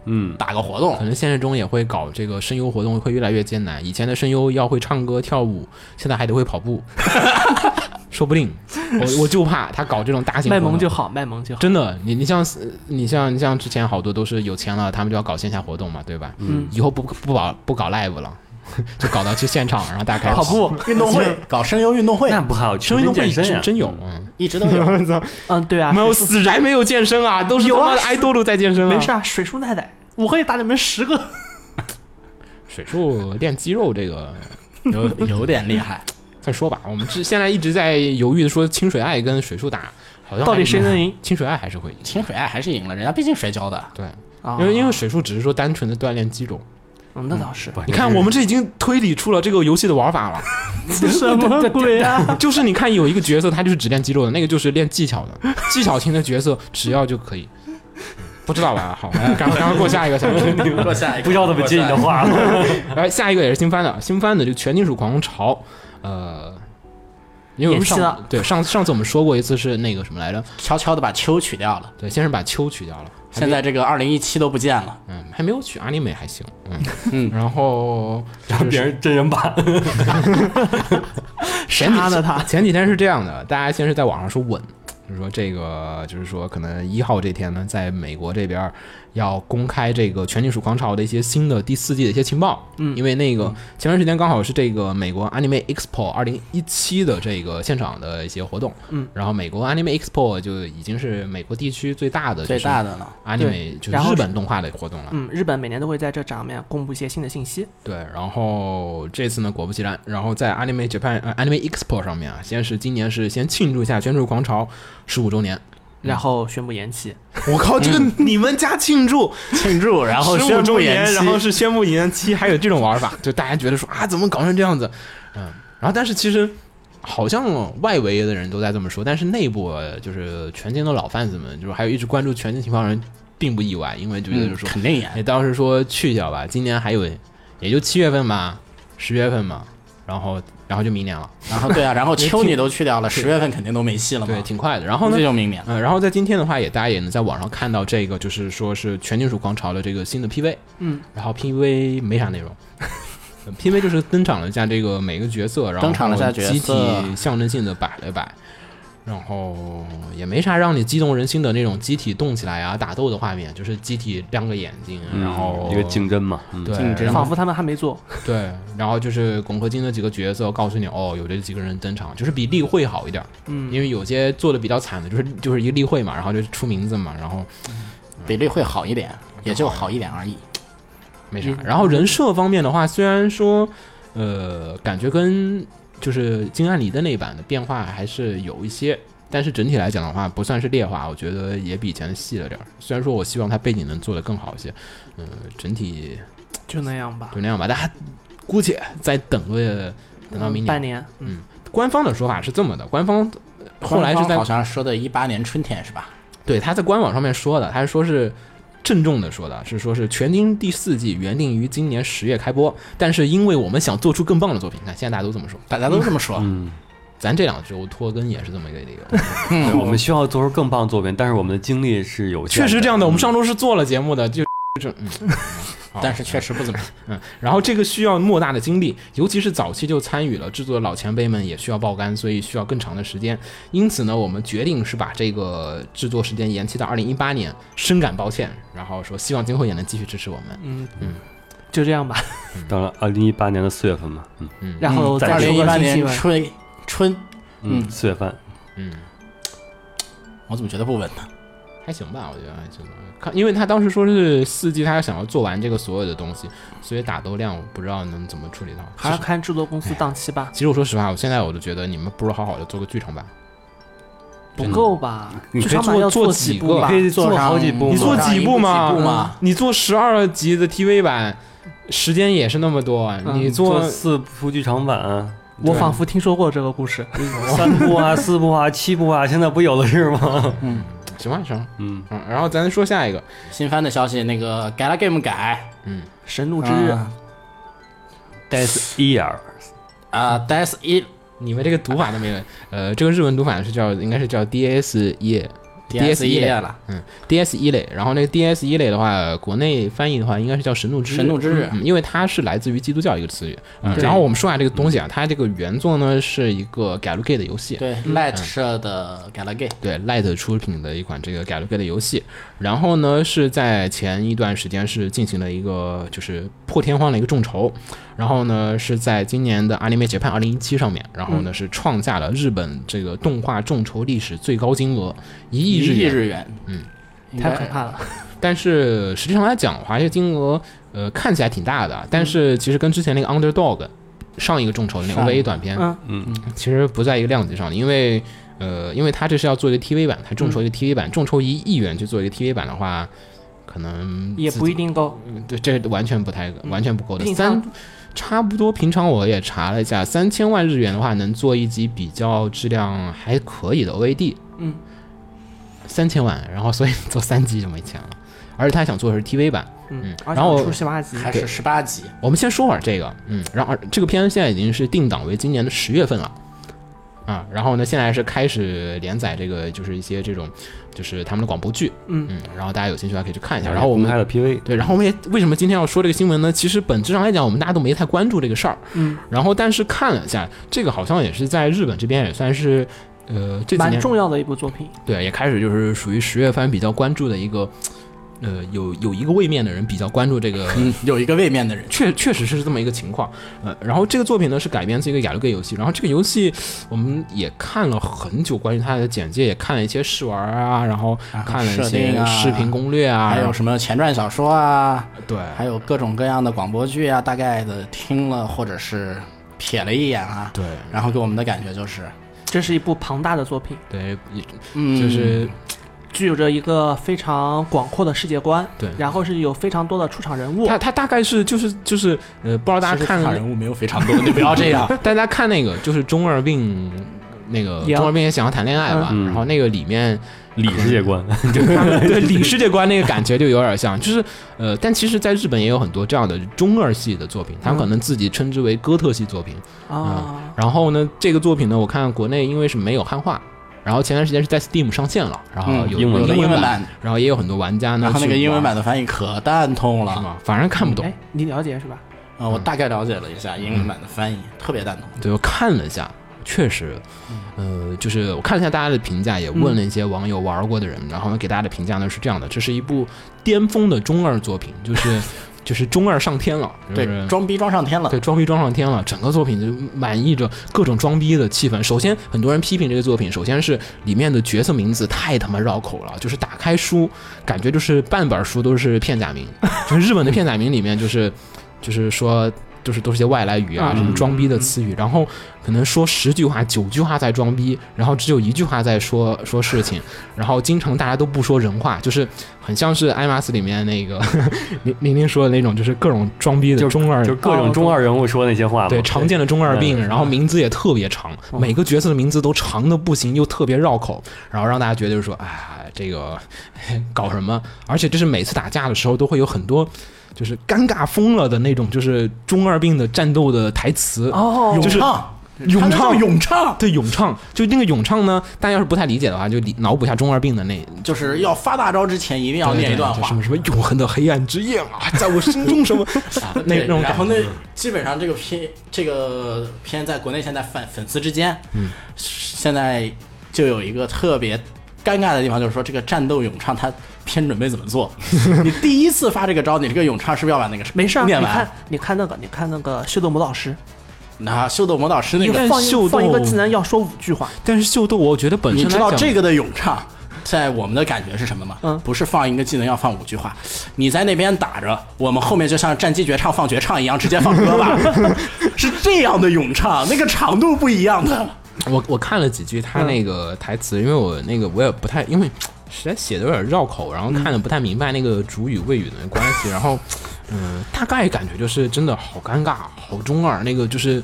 嗯，
打个活
*laughs*
动
可，能现实中也会搞这个声优活动，会越来越艰难。以前的声优要会唱歌跳舞，现在还得会跑步， *laughs* 说不定。我我就怕他搞这种大型
卖
活动
萌就好，卖萌就好。
真的，你你像你像你像之前好多都是有钱了，他们就要搞线下活动嘛，对吧？
嗯，
以后不不搞不搞 live 了， *laughs* 就搞到去现场，然后大家开始
跑。步，
运动会搞声优运动会
那不好，
声音会
健身啊
真
呀，*laughs*
真有，嗯
一直都有。
*laughs*
嗯，对啊，
没有死宅没有健身啊，都是他妈的爱豆都在健身啊。
没事啊，水叔奶奶，我可以打你们十个。
水术练肌肉这个
有有点厉害，
再说吧，我们这现在一直在犹豫说清水爱跟水术打，好像
到底
还是
谁能赢？
清水爱还是会赢，
清水爱还是赢了，人家毕竟摔跤的，
对，
啊
因为因为水术只是说单纯的锻炼肌肉。
嗯那倒是，
不
你看，我们这已经推理出了这个游戏的玩法了。
*laughs* 什么鬼啊？ *laughs*
就是你看有一个角色，他就是只练肌肉的，那个就是练技巧
*laughs*
的，技巧型的角色只要就可以。嗯不知道吧？好，赶快赶快过下一个，下
*laughs*
哎一个。
过下一个
不知道怎么接你的话 *laughs* 了。
来，下一个也是新番的，新番的就《全金属狂潮》，呃，因为我们
延期
上
了
对上上次我们说过一次是那个什么来着？
悄悄的把秋取掉了。
对，先是把秋取掉了，还
现
没
在这个二零一七都不见了，
嗯还没有取阿尼美还行，嗯 *laughs*
嗯
然后
然后变成真人版，
前几
杀了 *laughs* 他
前几天是这样的，大家先是在网上说稳，就是说这个，就是说可能一号这天呢，在美国这边要公开这个《全金属狂潮》的一些新的第四季的一些情报。嗯，因为那个前段时间刚好是这个美国 Anime Expo 二零一七的这个现场的一些活动。嗯，然后美国 Anime Expo 就已经是美国地区最大的
最大。的了。
anime 就是
然后
日
是
本动画的活动了，
嗯，日本每年都会在这上面公布一些新的信息。
对，然后这次呢，果不其然，然后在 Anime Japan、呃、Anime Expo 上面啊，先是今年是先庆祝一下《全职狂潮》十五周年。嗯
然后宣布延期，
*laughs* 我靠，这个你们家庆祝
庆祝，然后
十五
宣
周
布
年
延，期
然。后是宣布延期，还有这种 *laughs* 玩法，就大家觉得说啊，怎么搞成这样子？嗯，然后但是其实好像外围的人都在这么说，但是内部呃就是全境的老贩子们，就是还有一直关注全境情况的人，并不意外，因为就觉得
嗯，
说
肯定延。
你当时说去掉吧，今年还有也就七月份吧，十月份嘛，然后然后就明年了，
然后对啊，然后秋
挺
你都去掉了，十月份肯定都没戏了嘛。
对，挺快的。然后呢
这，就明年了。
嗯，然后在今天的话也，大家也能在网上看到这个，就是说是《全金属狂潮》的这个新的 PV，
嗯，
然后 PV 没啥内容。嗯 PV 就是登场了一下这个每个角色，然后
登场了一下角色
集体象征性的摆了摆，然后也没啥让你激动人心的那种集体动起来啊、打斗的画面，就是集体亮个眼睛，然后
嗯一个竞争嘛，嗯，
对，
竞争
然后
仿佛他们还没做。
对，然后就是巩合金的几个角色，告诉你哦，有这几个人登场，就是比例会好一点，
嗯，
因为有些做的比较惨的，就是就是一个例会嘛，然后就出名字嘛，然后
比例会好一点，也就好一点而已。
没啥
嗯。
然后人设方面的话，虽然说呃，感觉跟就是金安里的那版的变化还是有一些，但是整体来讲的话，不算是劣化，我觉得也比以前细了点儿。虽然说我希望它背景能做得更好一些，嗯、整体
就那样吧。
就那样吧，大家姑且再等个等到明年
半。年，嗯，
官方的说法是这么的，官方呃后来是
官方
在
好像说的一八年春天是吧？
对他在官网上面说的，他是说是郑重的说的，是说是全金第四季原定于今年十月开播，但是因为我们想做出更棒的作品，看现在大家都这么说，
大家都这么说。
嗯，
咱这两周拖更也是这么一个理由，
嗯
对我们需要做出更棒的作品，但是我们的嗯精力是有限，
*laughs* 确实这样的，我们上周是做了节目的，就就嗯。 *laughs* 好
但是确实不怎么，
嗯，然后这个需要莫大的精力，尤其是早期就参与了制作的老前辈们也需要爆肝，所以需要更长的时间。因此呢，我们决定是把这个制作时间延期到二零一八年，深感抱歉。然后说希望今后也能继续支持我们。
嗯就这样吧。
到了二零一八年的四月份嘛，嗯
然后
再
再
二
说
零一
个
八
新
年
新闻，
春春，
嗯，
嗯
四月份，
嗯，
我怎么觉得不稳呢？
还行吧，我觉得还行吧。看，因为他当时说是四季，他想要做完这个所有的东西，所以打斗量我不知道能怎么处理到。
还要
其实
看制作
哎
公司档期吧，
其实我说实话，我现在我都觉得你们不如好好的做个剧场版。
不够吧？
你可
剧
以
场版
做
要
做
几
几
部
个
吧
可？以
做
做好
上
几部嘛，
你做
上
几
一
部
部
嘛？嗯
几部嘛
你做十二集的 TV 版，时间也是那么多，啊你
嗯做
做
四部剧场版 *laughs* 啊，
我仿佛听说过这个故事。
三部啊，四部啊，七部啊，现在不有了是吗？
行吧行，
嗯，
嗯，然后咱说下一个，
新番的消息，那个改了 game 改，
神怒之日，
啊
但是一眼儿
啊，Death 一
你们这个读法都没有，呃，这个日文读法是叫应该是叫 E DS 页 DS
一
一类
列 E 了，
DS 一 E 类，然后那个 DS 一类的话，国内翻译的话应该是叫神怒之日
神怒之日
嗯，因为它是来自于基督教一个词语。嗯，
对
然后我们说下这个东西啊，它这个原作呢是一个 g a l g a 的游戏，
对，Light 社的改了 game，
对 Light 出品的一款这个 g a l g a 的游戏，然后呢是在前一段时间是进行了一个就是破天荒的一个众筹，然后呢是在今年的 Anime Japan 二零一七上面，然后
嗯
呢是创下了日本这个动画众筹历史最高金额一亿日
一亿
元。
日元，
嗯
应该，
太可怕了。
但是实际上来讲的话，这个金额呃看起来挺大的啊，但是
嗯
其实跟之前那个 Underdog 上一个众筹的那个
上
OVA 短片，
嗯
其实不在一个量级上的，因为呃，因为它这是要做一个 TV 版，它众
嗯
筹一个 TV 版，众筹一亿元去做一个 TV 版的话，可能
也
自
不
己
一定够。
对，这完全不太完全不够的
嗯平
三
常。
差不多，平常我也查了一下，三千万日元的话，能做一集比较质量还可以的 OAD。
嗯，
三千万，然后所以 *laughs* 做三集就没钱了，而且他想做的是 TV 版。
嗯，而且
然后
出十八集，
还是十八集，
嗯我们先说会儿这个，嗯，然后这个片现在已经是定档为今年的十月份了，啊。然后呢，现在是开始连载这个，就是一些这种，就是他们的广播剧，
嗯
嗯。然后大家有兴趣的话可以去看一下。然后我们嗯
公开了 PV，
对，然后我们也为什么今天要说这个新闻呢？其实本质上来讲，我们大家都没太关注这个事儿。
嗯，
然后但是看了一下，这个好像也是在日本这边也算是，呃，这几
蛮
年
重要的一部作品。
对也开始就是属于十月番比较关注的一个，呃，有有一个位面的人比较关注这个。
嗯，有一个位面的人，
确确实是这么一个情况，呃，然后这个作品呢是改编自一个亚流 g 游戏，然后这个游戏我们也看了很久，关于它的简介也看了一些试玩啊，然后
啊
看了一
设
些
定啊
视频攻略啊，
还有什么前传小说啊，
对，
还有各种各样的广播剧啊，大概的听了或者是瞥了一眼啊，
对
然后给我们的感觉就是，
这是一部庞大的作品，
对，
嗯，
就是
具有着一个非常广阔的世界观，
对
然后是有非常多的出场人物
嗯他，他大概是就是就是呃，不知道大
其
家
实出场
看，
人物没有非常多，你不要
*laughs*
这样。啊
大家看那个就是中二病，那个
也要
中二病也想要谈恋爱吧，
嗯
然后那个里面
理世界观，
就他们 *laughs* 对李世界观那个感觉就有点像，就是呃，但其实在日本也有很多这样的中二系的作品，他们可能自己称之为哥特系作品。
啊，
然后呢，这个作品呢，我看国内因为是没有汉化。然后前段时间是在 Steam 上线了，然后
嗯
有
英文
有
版
的
英
版
文版，
然后也有很多玩家呢。
然后那个
去
英文
玩
版的翻译可蛋痛
是
了，
吗？反正看不懂。
哎，你了解是吧？
嗯，我大概了解了一下英文版的翻译，特别蛋痛。
对，我看了一下，确实，呃，就是我看了一下大家的评价，也问了一些网友玩过的人，然后呢给大家的评价呢是这样的：这是一部巅峰的中二作品，就是 *laughs* 就是中二上天了，就是、
对，装逼装上天了。
对装逼装上天了，整个作品就满溢着各种装逼的气氛。首先，很多人批评这个作品，首先是里面的角色名字太他妈绕口了，就是打开书，感觉就是半本书都是片假名，就是日本的片假名里面就是就是说。就是都是些外来语啊，
嗯
什么装逼的词语，然后可能说十句话，九句话在装逼，然后只有一句话在说说事情，然后经常大家都不说人话，就是很像是《艾玛斯》里面那个 *laughs* 林玲玲说的那种，就是各种装逼的
就
中二，
就是各种中二人物说那些话嘛。
啊对，嗯常见的中二病，
嗯
然后名字也特别长，每个角色的名字都长的不行，又特别绕口，然后让大家觉得就是说，哎，这个 *laughs* 搞什么？而且这是每次打架的时候都会有很多。就是尴尬疯了的那种，就是中二病的战斗的台词，
哦
呃就是
唱，
咏
他们叫
唱，
咏唱，
对咏唱，就那个咏唱呢，大家要是不太理解的话，就理脑补一下中二病的那
就是要发大招之前一定要
对
念一
对
段
就什
话
么。什么永恒的黑暗之夜嘛，在我心中什 *laughs* 么啊那
对
那种
然
感
后
觉，
那基本上这个片这个片在国内现在粉粉丝之间，嗯，现在就有一个特别尴尬的地方，就是说这个战斗咏唱它片准备怎么
*laughs*
做？你第一次发这个招，你这个咏唱是不是要把那个
没事儿，你
念完
看？你看那个，你看那个秀逗魔导师，
那秀逗魔导师那
一
个，
但
放一
秀
放一个
逗
技能要说五句话，
但是秀逗，我觉得本
你
身
知
来
道
讲，
这个的咏唱。 *laughs* 在我们的感觉是什么吗？
嗯
不是放一个技能要放五句话，你在那边打着，我们后面就像战机绝唱放绝唱一样，直接放歌 *laughs* 吧，是这样的咏唱，那个长度不一样的。
我我看了几句他
嗯
那个台词，因为我那个我也不太，因为实在写的有点绕口，然后
嗯
看的不太明白那个主语谓语的关系，然后嗯、大概感觉就是真的好尴尬，好中二，那个就是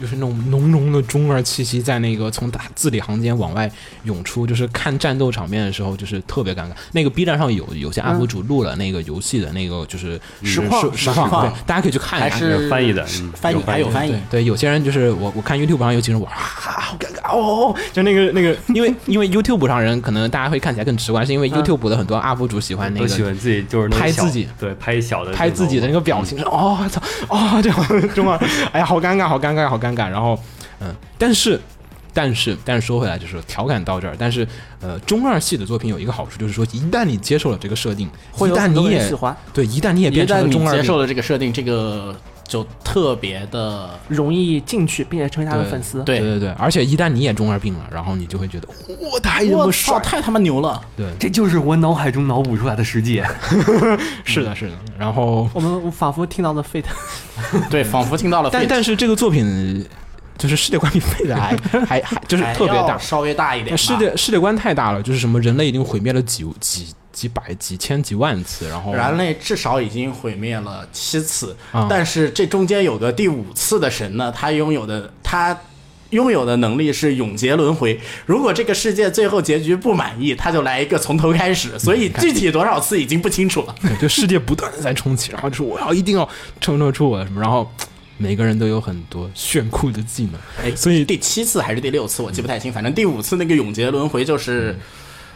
就是那种浓浓的中二气息在那个从打字里行间往外涌出，就是看战斗场面的时候就是特别尴尬。那个 B 站上有有些 UP 主录了那个游戏的那个就是
嗯实况
实
实
况，
况
对，大家可以去看一
*laughs* 还
下。
是
有翻译的嗯
翻译
有翻
还
译
有翻译
对，对，有些人就是我，我看 YouTube 上有几个人玩，啊，好尴尬哦，就那个那个，因为因为 YouTube 上人可能大家会看起来更直观，是因为 YouTube 的很多 UP 主喜欢那
都喜
个。
欢自己就是那种
拍
小
自己，
对，拍一小的
拍自己的那个表情，哦操，哦这样中啊，哎呀，好尴尬，好尴尬，好尴尬。然后，嗯，但是，但是，但是说回来，就是调侃到这儿，但是，呃，中二系的作品有一个好处，就是说，一旦你接受了这个设定，
会
一
有
旦
很
你
多
也
人喜欢，
对，一旦你也
一
变成
旦
了
你
中二
接
病，
受了这个设定，这个就特别的
容易进去，并且成为他的
对
粉丝。
对
对。
对对，而且一旦你也中二病了，然后你就会觉得，我太他妈
我
帅
操，
了，
太他妈牛了！
对，
这就是我脑海中脑补出来的世界。
是的，是的。然后，
我们仿佛听到了 Fate，
对，仿佛听到了 Fate，
但但是这个作品就是世界观比费的 *laughs* 还还还就是
还
特别
要
大，
稍微大一点吧。
世界世界观太大了，就是什么人类已经毁灭了几几几百几千几万次，然后
人类至少已经毁灭了七次，
哦啊
但是这中间有个第五次的神呢，他拥有的他拥有的能力是永劫轮回。如果这个世界最后结局不满意，他就来一个从头开
嗯
始。所以具体多少
*laughs*
次已经不清楚了。
哦对，就世界不断的在重启，然后就是我要一定要承诺出我的什么，然后每个人都有很多炫酷的技能。
哎，
所以
第七次还是第六次，我记不太清，反正第五次那个永劫轮回就是，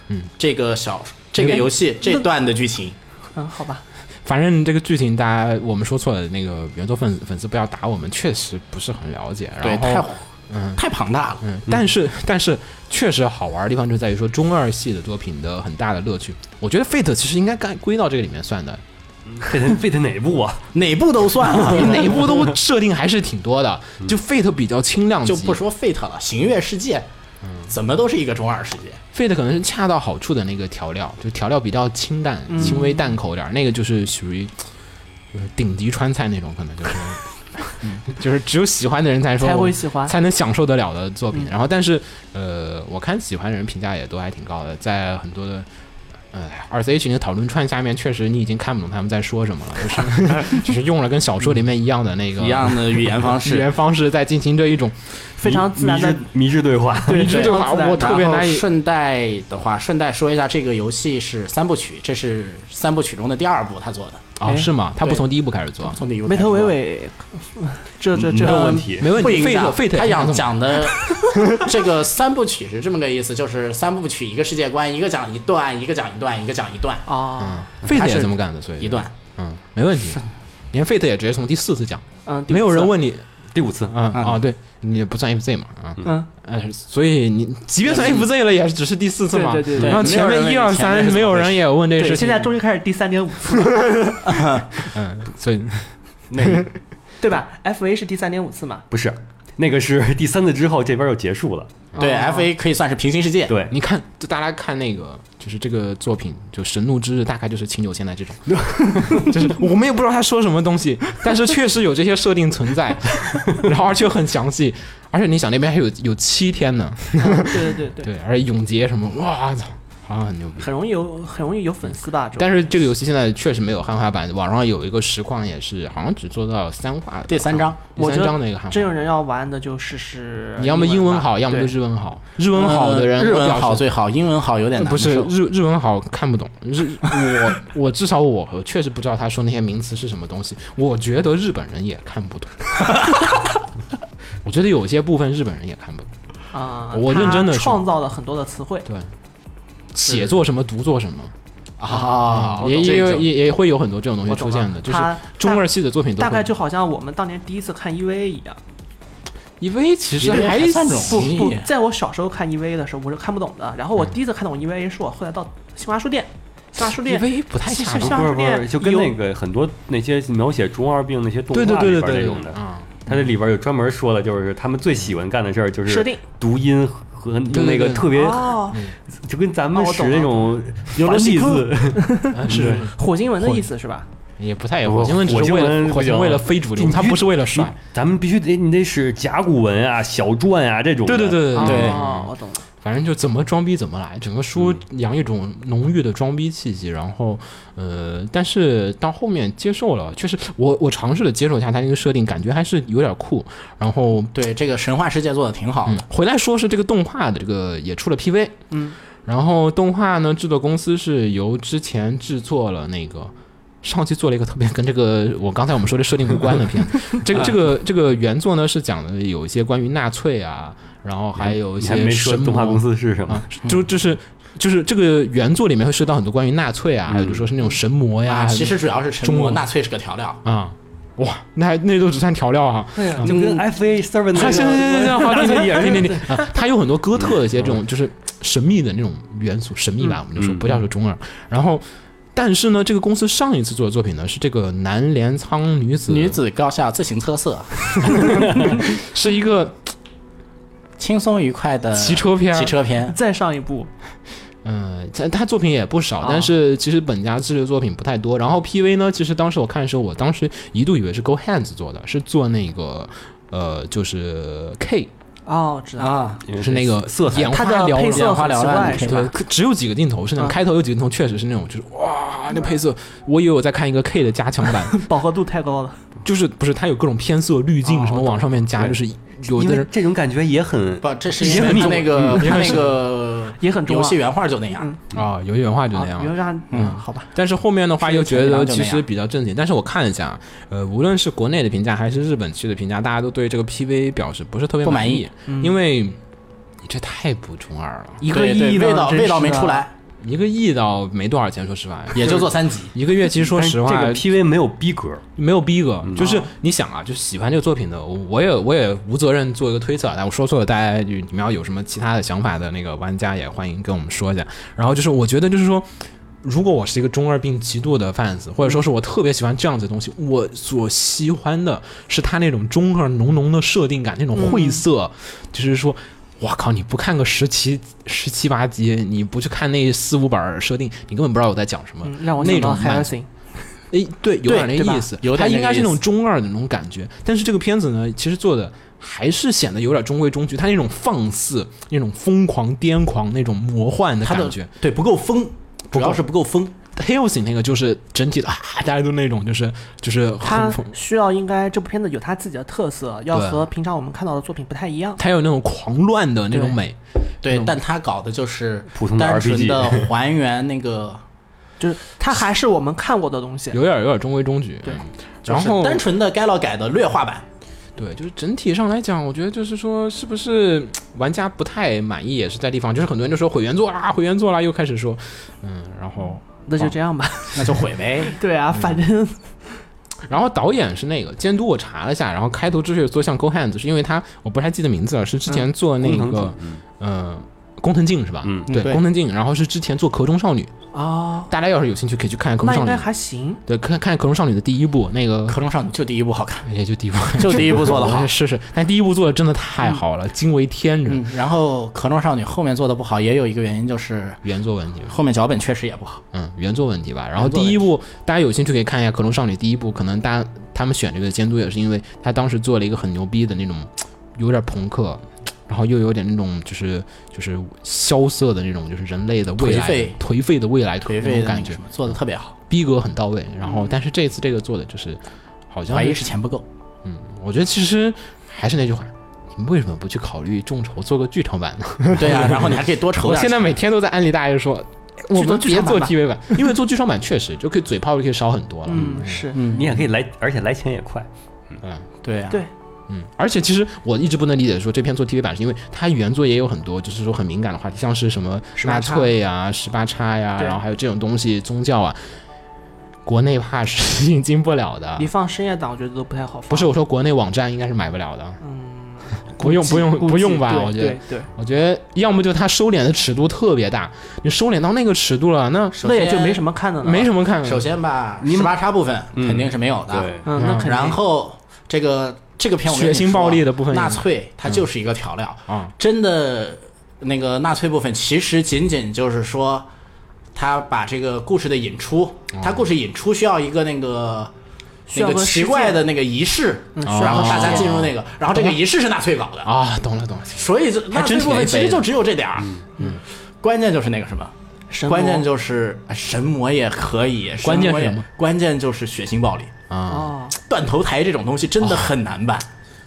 嗯，
这个小这个游戏这段的剧情，
嗯，好
*laughs*
吧，
反正这个剧情，大家我们说错了，那个原作粉粉丝不要打我们，确实不是很了解。
对，
然
太
后，嗯，
太庞大了。
嗯，但是但是确实好玩的地方就在于说中二系的作品的很大的乐趣。我觉得 Fate 其实应该该归到这个里面算的，
费腾费腾哪一部啊？
哪部都算
*laughs*
啊，
因为每一部都设定还是挺多的，就 Fate 比较轻量级，
就不说 Fate 了，行月世界，怎么都是一个中二世界。
Fate 可能是恰到好处的那个调料，就调料比较清淡、轻微淡口点儿，那个就是属于就是顶级川菜那种，可能就是嗯就是只有喜欢的人才说
才会喜欢。
才能享受得了的作品。
嗯
然后，但是呃，我看喜欢的人评价也都还挺高的，在很多的。呃，二 C 群的讨论串下面，确实你已经看不懂他们在说什么了，就是就是 *laughs* 用了跟小说里面一样的那个
嗯一样的语言方 *laughs* 式
语言方式，在进行着一种
*laughs* 非常自然的
迷迷之对话。
对
这对话，
非常自然
我特别
然后
难以
顺带的话，顺带说一下，这个游戏是三部曲，这是三部曲中的第二部他做的，
啊，是吗？他不
对
从第一部开始做，
从第一部
没头
开
伟
始做
伟，这这这
没有问题。
嗯没问
不
题。
影
费特
响
费特
他
也
*laughs* 想
这么
讲的这个三部曲是这么个意思，就是三部曲一个世界观，一个讲一段，一个讲一段，一个讲一段，
啊，
费特
他
也
是
嗯这么干的，所以
一段
嗯，没问题。连费特也直接从第四次讲，
嗯，第
没有
四
人，问你
第五次，
啊啊，对你也不算 FZ 嘛啊，
嗯，
呃，所以你即便算 FZ 了，也只是第四次
对
嘛
对。对
对
然后
没
前
有人
面
问
一
你
二
前面
三
是
没
怎
有
么回
人
事
也有问这事
对，
情，
现在终于开始第三点五次，
嗯，所以
那个
对吧？FA 是第三点五次嘛？
不是，那个是第三次之后这边又结束了。
对
哦
F A 可以算是平行世界，
对，
你看，就大家看那个，就是这个作品，就《神怒之日》，大概就是秦九现在这
*laughs*
种，就是我们也不知道他说什么东西，但是确实有这些设定存
*laughs*
在，然后而且很详细，而且你想那边还有有七天呢，
对对对对，
对，而且永劫什么，哇操，好像很牛逼。
很容易有很容易有粉丝吧？这种
但是这个游戏现在确实没有汉化版，网上有一个实况也是，好像只做到三话，
第三章，
第
我觉
三
得
章那个汉
真有
化。
人要玩的就试试吧。
你要么英文好，要么就
对
日文好。日文好的人，
呃日文
表示
好最好，英文好有点难
不是
受
日日文好看不懂，日我我至少我我确实不知道他说那些名词是什么东西，我觉得日本人也看不懂。我觉得有些部分日本人也看不懂，
啊，
我
他
认真地说
创造了很多的词汇，
写作什么读作什么，
啊，
也也
这
有
种
也也会有很多这种东西
我
出
懂
现
了
的，就是
他
中二系的作品都
大
会。
概就好像我们当年第一次看 EVA 一样，
EV 其实
也
还
还算容
不
易
不，在我小时候看 EVA 的时候，我是看不懂的。然后我
嗯
第一次看懂 EVA 是我后来到新华书店，新华书店
EV E 不太
其
恰
实
当
像
不是
是
不是，就跟
有
那个很多那些描写中二病那些动画
对对
里
对对
边
对
那
对
种的，
啊，
它这里边有专门说的，就是他们最喜欢干的事儿就
设
是
定
读音和
对
用那个
对
特别
哦，
就跟咱们
哦我
使
懂了
那种
有
繁
了
体 *laughs*
细
字，
啊 *laughs* 是是是
火星文的意思是吧？
也不太有。
我
火星文只
火
是
星
为
文
了火
不
星
行
为了非主流，
你
他
必
不是为了
你
帅。
咱们必须得你得使甲骨文啊、小篆啊这种的。
*laughs* 对对对对
对
哦，我懂了。
啊反正就怎么装逼怎么来，整个书养一种浓郁的装逼气息。然后，呃，但是到后面接受了，确实我我尝试了接受一下它那个设定，感觉还是有点酷。然后，
对这个神话世界做的挺好
嗯
的，，
回来说是这个动画的这个也出了 PV，
嗯，
然后动画呢制作公司是由之前制作了那个。上期做了一个特别跟这个我刚才我们说的设定无关的片子，
*laughs*
这个这个这个原作呢是讲的有一些关于纳粹啊，然后还有
你
一些
还没说
神
动画
魔
公司是什么
啊？，就就是就是这个原作里面会涉及到很多关于纳粹啊，
嗯
还有就说是那种神魔呀，
啊，
还有
其实主要是沉
嗯中
默
文
纳粹是个调料，
啊，哇，那还那都只算调料啊。
对呀，就跟 F A servant 那
*laughs* 行行行行
个
行，好，停停停停停，啊它有很多哥特的一些这种就是神秘的那种元素，神秘吧，我们就说
嗯
不叫做中二。然后，但是呢，这个公司上一次做的作品呢是这个男镰仓女子，
女子高校自行车色，
是一个
轻松愉快的
骑车片儿，
呃骑车片，
再上一步，
嗯，他他作品也不少
啊，
但是其实本家制作作品不太多。然后 PV 呢，其实当时我看的时候，我当时一度以为是 Go Hands 做的，是做那个呃，就是 K，
哦，知道了。
啊，
是那个
色彩
眼
它
花
的
缭
配色
乱。
很奇怪，
眼花缭乱
是
对
吧？，
可只有几个镜头是那种
啊
开头有几个镜头确实是那种，就是哇，那配色，我以为我在看一个 K 的加强版，
饱和度太高了。
就是不是它有各种偏色滤镜
哦
什么往上面加，
对
就是有
因
的
为
人
这种感觉也很
不，这是因为他那个他那个
也很重
*laughs*
要
游戏原画就那样
嗯，
啊、有原话就
啊
那，样
比。如让嗯，好吧，
但是后面的话
是
又觉
前两
得
就
其
那
实
样
比较正经，但是我看了一下，呃，无论是国内的评价还是日本区的评价，大家都对这个 PV 表示不是特别
不满
意
意，
因为你这太不中二了，
一个
对
亿
对
呢
味道
真
味道
是
没
的
出来，
一个亿倒没多少钱，说实话，
也就做三级。
一个月，其实说实话
这个 PV 没有逼格，
没有逼格，就是你想啊，就是喜欢这个作品的，我我也我也无责任做一个推测，但我说错了，大家就你们要有什么其他的想法的那个玩家也欢迎跟我们说一下。然后就是我觉得就是说。如果我是一个中二病极度的 fans，或者说是我特别喜欢这样子的东西，我所喜欢的是它那种中二浓浓的设定感，那种晦涩，就是说，哇靠，你不看个十七十七八集，你不去看那四五本儿设定，你根本不知道我在讲什么。
嗯让我
那
想到
种
海
满
岸
足
行，
诶，哎对，有点那
对吧
意思，
有
它
点那
应该
个
是那
意
种
思
中二的那种感觉。但是这个片子呢，其实做的还是显得有点中规中矩，它那种放肆、那种疯狂、癫狂、那种魔幻的
他
感
的
觉。
对不够疯，主要是不够疯。
Hillsing 那个就是整体的啊，大家都那种就是就是
他
很疯，
需要应该这部片子有他自己的特色，要
对
和平常我们看到的作品不太一样。
它有那种狂乱的那种
对
美。
对，但他搞的就是
普通的
单纯
RPG
的还原那个，
就是它还是我们看过的东西。
有点有点中规中矩，
对
嗯
就
然
是
后
单纯的 Galo 改的劣化版。
对，就是整体上来讲，我觉得就是说，是不是玩家不太满意也是在地方，就是很多人就说毁原作啦，毁原作啦，又开始说，嗯，然后
那就这
*laughs*
样吧。
那就毁呗。
对啊，
嗯
反正
然后导演是那个监督，我查了一下，然后开头之所以做像 Go Hands，是因为他我不太记得名字了，是之前做那
工
个
程嗯
呃工藤静是吧？
嗯
对，
对
工藤静，然后是之前做《壳中少女》，
啊，
大家要是有兴趣可以去看《看壳
那
中哦
应
少
该
女》，
还行。
对，看看《壳中少女》的第一部，那个哎
壳中少女就第一部好看，
也就第一部，
就第一部做的好。
是是，但第一部做的真的太好了，惊为天人，
嗯，然后壳中少女后面做的不好，也有一个原因就是
原作问题吧。
后面脚本确实也不好。
嗯，原作问题吧。然后
原作
第一部，大家有兴趣可以看一下《克隆少女》第一部，可能大家他们选这个监督也是因为他当时做了一个很牛逼的那种，有点朋克，然后又有点那种就是就是萧瑟的那种，就是人类的未来
颓废
颓废的未来
颓
那
废
种
的那
感
个
觉
什，么做的特别好，
逼格很到位。然后但是这次这个做的就是好像
*laughs* 怀疑
是
是钱不够。
我觉得其实还是那句话。你们为什么不去考虑众筹做个剧场版呢？
对啊，然后你还可以多筹
我
点
现
钱。
在每天都在安利大家说，我们
剧
别
场
做
版吧
TV 版，因为做剧场版确实就可以嘴炮就可以少很多了。
嗯，是
你也可以来，而且来钱也快。
嗯，
对啊，
对
嗯，而且其实我一直不能理解，说这篇做 TV 版是因为它原作也有很多就是说很敏感的话题，像是什么
十
纳
八叉
粹呀、十八叉呀，
对
然后还有这种东西，宗教啊，国内怕是 *laughs* 引进不了的
你。放深夜档，我觉得都不太好放。
不是，我说国内网站应该是买不了的。
嗯，
不用不用
估计
不用吧，
对
我觉得
对对，
我觉得要么就它收敛的尺度特别大，你收敛到那个尺度了，那
首
那也就
先
没什么看的了。
没什么看。
首先吧，十八叉部分肯定是没有的。
对，
嗯，那肯定。
然后这个这个片我跟你
血腥
说
暴力的部分
纳粹它就是一个调料，
啊，
真的那个纳粹部分其实仅仅就是说，他把这个故事的引出，
嗯
他故事引出需要一个那个。
需
那
要
个
个
奇
事
怪
件
的那个仪式，
嗯
需
然
要
后
个
大家
事件
进入那个，然后这个仪式是纳粹搞的，
啊，懂了懂了，
所以就纳粹
真挺
部分其
黑
实
的
就只有这点儿。嗯，关键就是那个什么，
神
关键
魔
就是哎神魔也可以，神
关键
魔
是
也
什么
关键就是血腥暴力，
啊，
哦，
断头台这种东西真的很难办。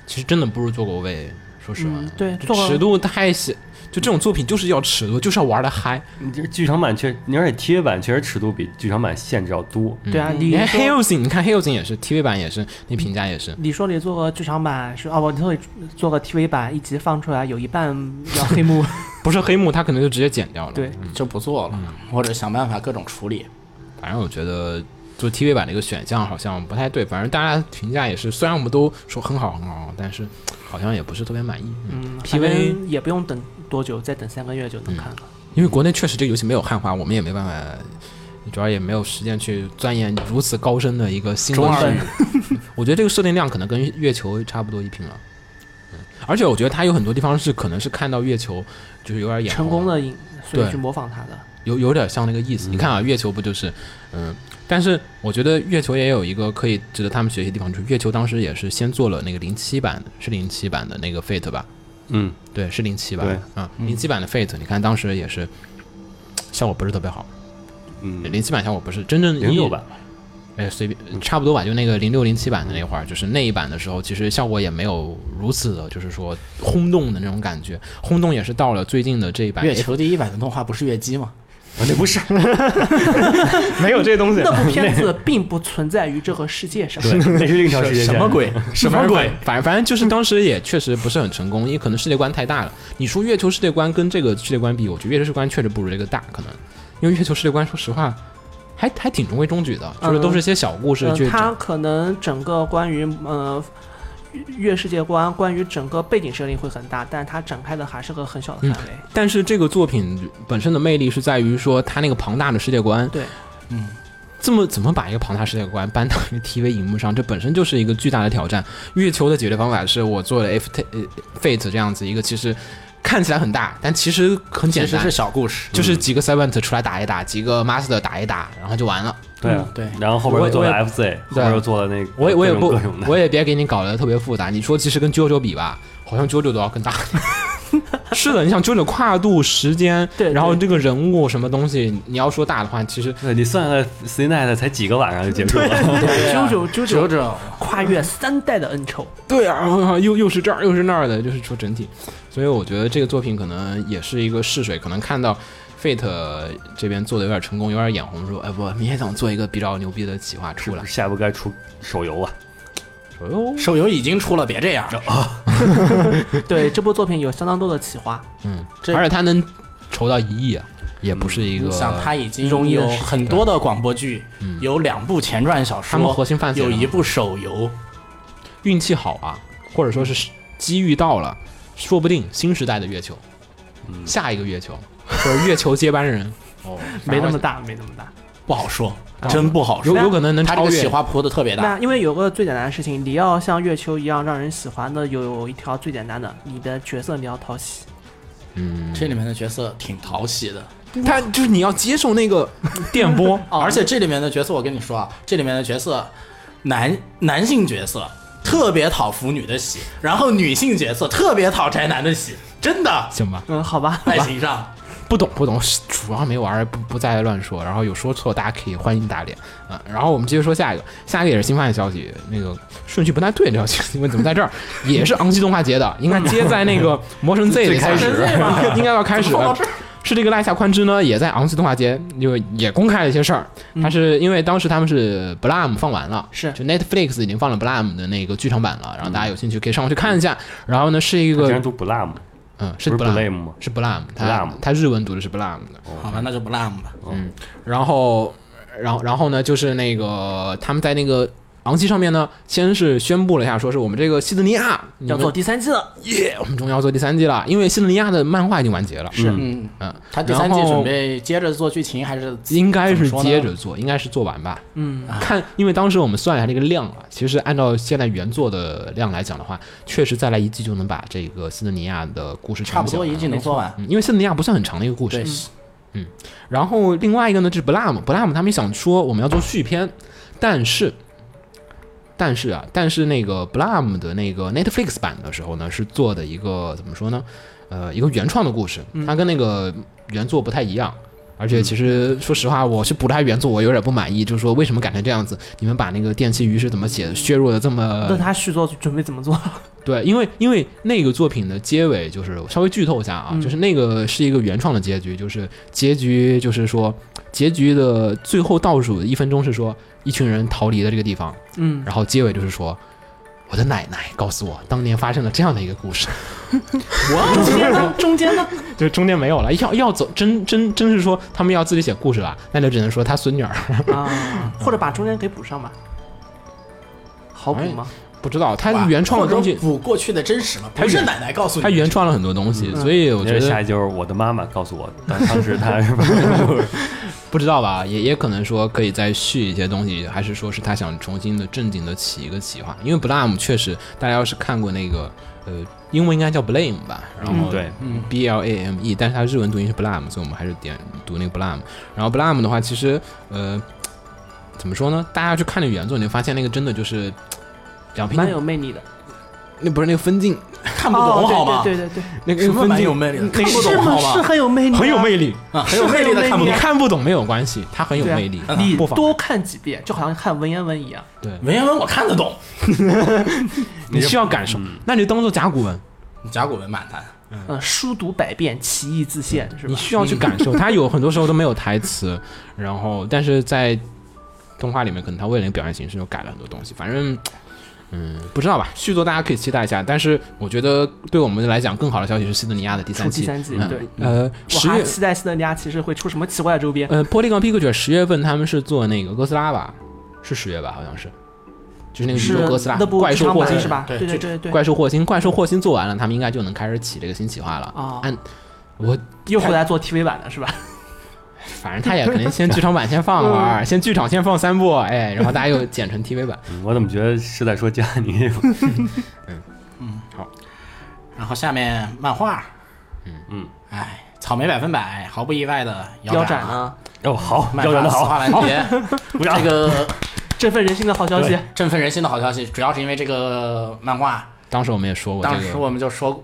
其实真的不如做过位，说实话，
嗯对
就
做过
尺度太小，就这种作品就是要尺度，就是要玩的嗨。
你这剧场版确，你而且 TV 版确实尺度比剧场版限制要多。
对啊，
嗯你
你
看
说
Hellsing，你看 Hellsing 也是 TV 版也是，那评价也是。
你说你做个剧场版是啊，不，你说你做个 TV 版，一集放出来有一半要
*laughs*
黑幕。
不是黑幕，他可能就直接剪掉了。
对，
就不做了，或者想办法各种处理。
反正我觉得做 TV 版这个选项好像不太对，反正大家评价也是，虽然我们都说很好很好，但是好像也不是特别满意。
嗯，
PV
反正也不用等多久，再等三个月就能看了。
因为国内确实这个游戏没有汉化，我们也没办法，主要也没有时间去钻研如此高深的一个新
中
闻
二
事物我觉得这个设定量可能跟月球差不多一拼了。嗯，而且我觉得它有很多地方是可能是看到月球，就是有点眼
成功
了，
的影，所以
对
去模仿他的。
有有点像那个意思。你看啊，月球不就是，嗯，但是我觉得月球也有一个可以值得他们学习的地方，就是月球当时也是先做了那个零七版的，是零七版的那个 Fate 吧，
嗯，
对，是零七版
对
啊，零七版的 Fate，你看当时也是效果不是特别好，
嗯，
零七版效果不是真正意义
零六版，
哎，随便差不多吧，就那个零六零七版的那会儿，就是那一版的时候，其实效果也没有如此的，就是说轰动的那种感觉。轰动也是到了最近的这一版
月球第一版的动画不是月姬吗？
啊，那不是，
没有这东西。
那部片子并不存在于这个世界上，
对，那是另一条时间线。
什么鬼？什么鬼？
反正反正就是当时也确实不是很成功，因为可能世界观太大了。你说月球世界观跟这个世界观比，我觉得月球世界观确实不如这个大，可能因为月球世界观说实话还还挺中规中矩的，就是都是些小故事
嗯，
去讲。
它可能整个关于呃月世界观，关于整个背景设定会很大，但它展开的还是个很小的范围。
但是这个作品本身的魅力是在于说它那个庞大的世界观，
对，
嗯，
这么怎么把一个庞大世界观搬到一个 TV 荧幕上，这本身就是一个巨大的挑战。月球的解决方法是我做了 F T 呃 Fate 这样子一个，其实看起来很大，但其实很
其
简
实
单
是，
嗯
小故事。
就是几个 Servant 出来打一打，几个 Master 打一打，然后就完了。
对啊
嗯对
然后后边又做
我
了
也
FZ，后边又做了那个，
我也我也
各种
不
各种，的。
我也别给你搞得特别复杂。你说其实跟 JoJo 比吧，好像 JoJo 都要 *laughs* 更大。是的，你想 JoJo 跨度、时间，
对对
然后这个人物什么东西，你要说大的话，其实
对你算算 C Night 才几个晚上就结束 *laughs* 了，
对啊
九九九
九
九
九，
跨越三代的恩仇，
对啊， *laughs* 然后又又是这儿又是那儿的，就是说整体。所以我觉得这个作品可能也是一个试水，可能看到 Fate 这边做的有点成功，有点眼红，说哎，我们也想做一个比较牛逼的企划出来。
下一步该出手游啊，
哎呦，
手游已经出了，别这样。
对这部作品有相当多的企划，
嗯，
这
而且他能筹到一亿啊，也不是一个
你。想，他已经
容易的
有
事情
很多的广播剧，有两部前传小
他们核
说，
心范畴啊
有一部手游。
运气好啊，或者说是机遇到了，说不定新时代的月球，
嗯
下一个月球或者月球接班人，哦，
没那么大，没那么大。
不好说，真不好
有
说。
有可能能
他这
超
个
越
企。划铺的特别大，
那因为有个最简单的事情，你要像月球一样让人喜欢的，有一条最简单的，你的角色你要讨喜。
嗯，
这里面的角色挺讨喜的，
他就是你要接受那个 *laughs* 电波，
而且这里面的角色，我跟你说啊，这里面的角色，男男性角色特别讨腐女的喜，然后女性角色特别讨宅男的喜，真的
行吧？
嗯，好吧，
爱情上
不懂不懂，主要没玩儿，不不再乱说。然后有说错，大家可以欢迎打脸啊、然后我们接着说下一个，下一个也是新发的消息，那个顺序不太对， *laughs* 这条新闻怎么在这儿？也是昂基动画节的，应该接在那 *laughs* 个魔神 Z 的开始，应该要开始 *laughs* 了。是这个赖下宽之呢，也在昂基动画节就也公开了一些事儿，他是因为当时他们是 Blam 放完了，
是
就 Netflix 已经放了 Blam 的那个剧场版了，然后大家有兴趣可以上去看一下。然后呢是一
竟然
个
读 Blam，
嗯是
不是
Blam
Blame 吗？
是 Blam，他
Blam
他日文读的是 Blam 的。
好吧，那就不烂吧。
然后，然后，然后呢，就是那个他们在那个昂基上面呢，先是宣布了一下，说是我们这个西德尼亚你
要
们
做第三季了，
耶，我们终于要做第三季了，因为西德尼亚的漫画已经完结了，
是
嗯，
嗯，
他第三季
然后
准备接着做剧情还是
应该是接
怎么说呢
着做，应该是做完吧。
嗯，
啊
看，因为当时我们算了一下这个量啊，其实按照现在原作的量来讲的话，确实再来一季就能把这个西德尼亚的故事全
差
部
不多
讲
一
完
季能做完？
嗯，因为西德尼亚不算很长的一个故事，
对，
然后另外一个呢，就是 Blam，Blam 他们想说我们要做续篇，但是，但是啊，但是那个 Blam 的那个 Netflix 版的时候呢，是做的一个怎么说呢？呃，一个原创的故事，它跟那个原作不太一样。而且其实说实话，我是补它原作，我有点不满意，就是说为什么改成这样子？你们把那个电气鱼是怎么写削弱的这么
那他续作准备怎么做？
对，因为因为那个作品的结尾就是稍微剧透一下啊，
嗯
就是那个是一个原创的结局，就是结局就是说结局的最后倒数一分钟是说一群人逃离了这个地方，
嗯，
然后结尾就是说我的奶奶告诉我当年发生了这样的一个故事，
*laughs*
*laughs*
中间呢？中间呢？
就是中间没有了，要要走真真真是说他们要自己写故事了，那就只能说他孙女儿
*laughs* 啊，或者把中间给补上吧，好补吗？
不知道他原创的东
或
西
者。补过去的真实嘛，
他
不是
原
奶奶告诉你，
他原创了很多东西，
嗯
所以我觉
那
得
下一就是我的妈妈告诉我，当当时她是吧？
不知道吧，也也可能说可以再续一些东西，还是说是他想重新的正经的起一个企划？因为 Blame 确实，大家要是看过那个呃，英文应该叫 Blame 吧，然后、
对，
嗯
B L A M E，但是它日文读音是 Blame，所以我们还是点读那个 Blame。然后 Blame 的话，其实呃，怎么说呢？大家去看那个原作，你会发现那个真的就是。两
蛮
篇
有魅力的，
哎那不是那个分镜
看不懂好吗？
哦对对对 *laughs*
那个
什么
分
蛮
镜
有魅力的，看
对，
不
是
懂
吗？
好
是
吗？
很有魅力，
很有魅力。
啊，很有魅力的看
你
不懂。
看不懂没有关系，它很有
对啊
魅力，
力。你
不妨
多看几遍，就好像看文言文一样。
对，
文言文我看得懂，
你需要感受，
嗯
那你就当做甲骨文，
甲骨文满谈。
嗯，书读百遍，其义自现，是吧
你？需要去感受。它有很多时候都没有台词， *laughs* 然后但是在动画里面，可能它为了表现形式又改了很多东西。反正，嗯，不知道吧，续作大家可以期待一下。但是我觉得对我们来讲，更好的消息是西德尼亚的第
出
三
第
季。
三季，
嗯
对。
呃，
我
十
还
月，
期待斯德尼亚骑士会出什么奇怪的周边。
呃，Polygon Picture 十月份他们是做那个哥斯拉吧？是十月吧？好像是，就是呃那个宇
是
宙哥斯拉
那部
怪
剧
兽
场
霍
版
金
是吧？
对
对
剧
对对对。
怪兽霍金，怪兽霍金做完了，他们应该就能开始起这个新企划了。
哦
按我
又回来做 TV 版的是吧？ *laughs*
反正他也可能先剧场版先放会儿，先剧场先放三部，哎，然后大家又剪成 TV 版。
嗯我怎么觉得是在说加尼？
然后下面漫画，
嗯
嗯，
哎，草莓百分百，毫不意外的
腰斩
斩啊，
啊，
哦，
*laughs*
好，
漫
腰斩
画
的
死
好，
画完
好，
结，
鼓
*laughs*
掌
这。个
振奋人心的好消息
对。
振奋人心的好消息，主要是因为这个漫画，
当时我们也说过
当
这
时
个，
我们就说。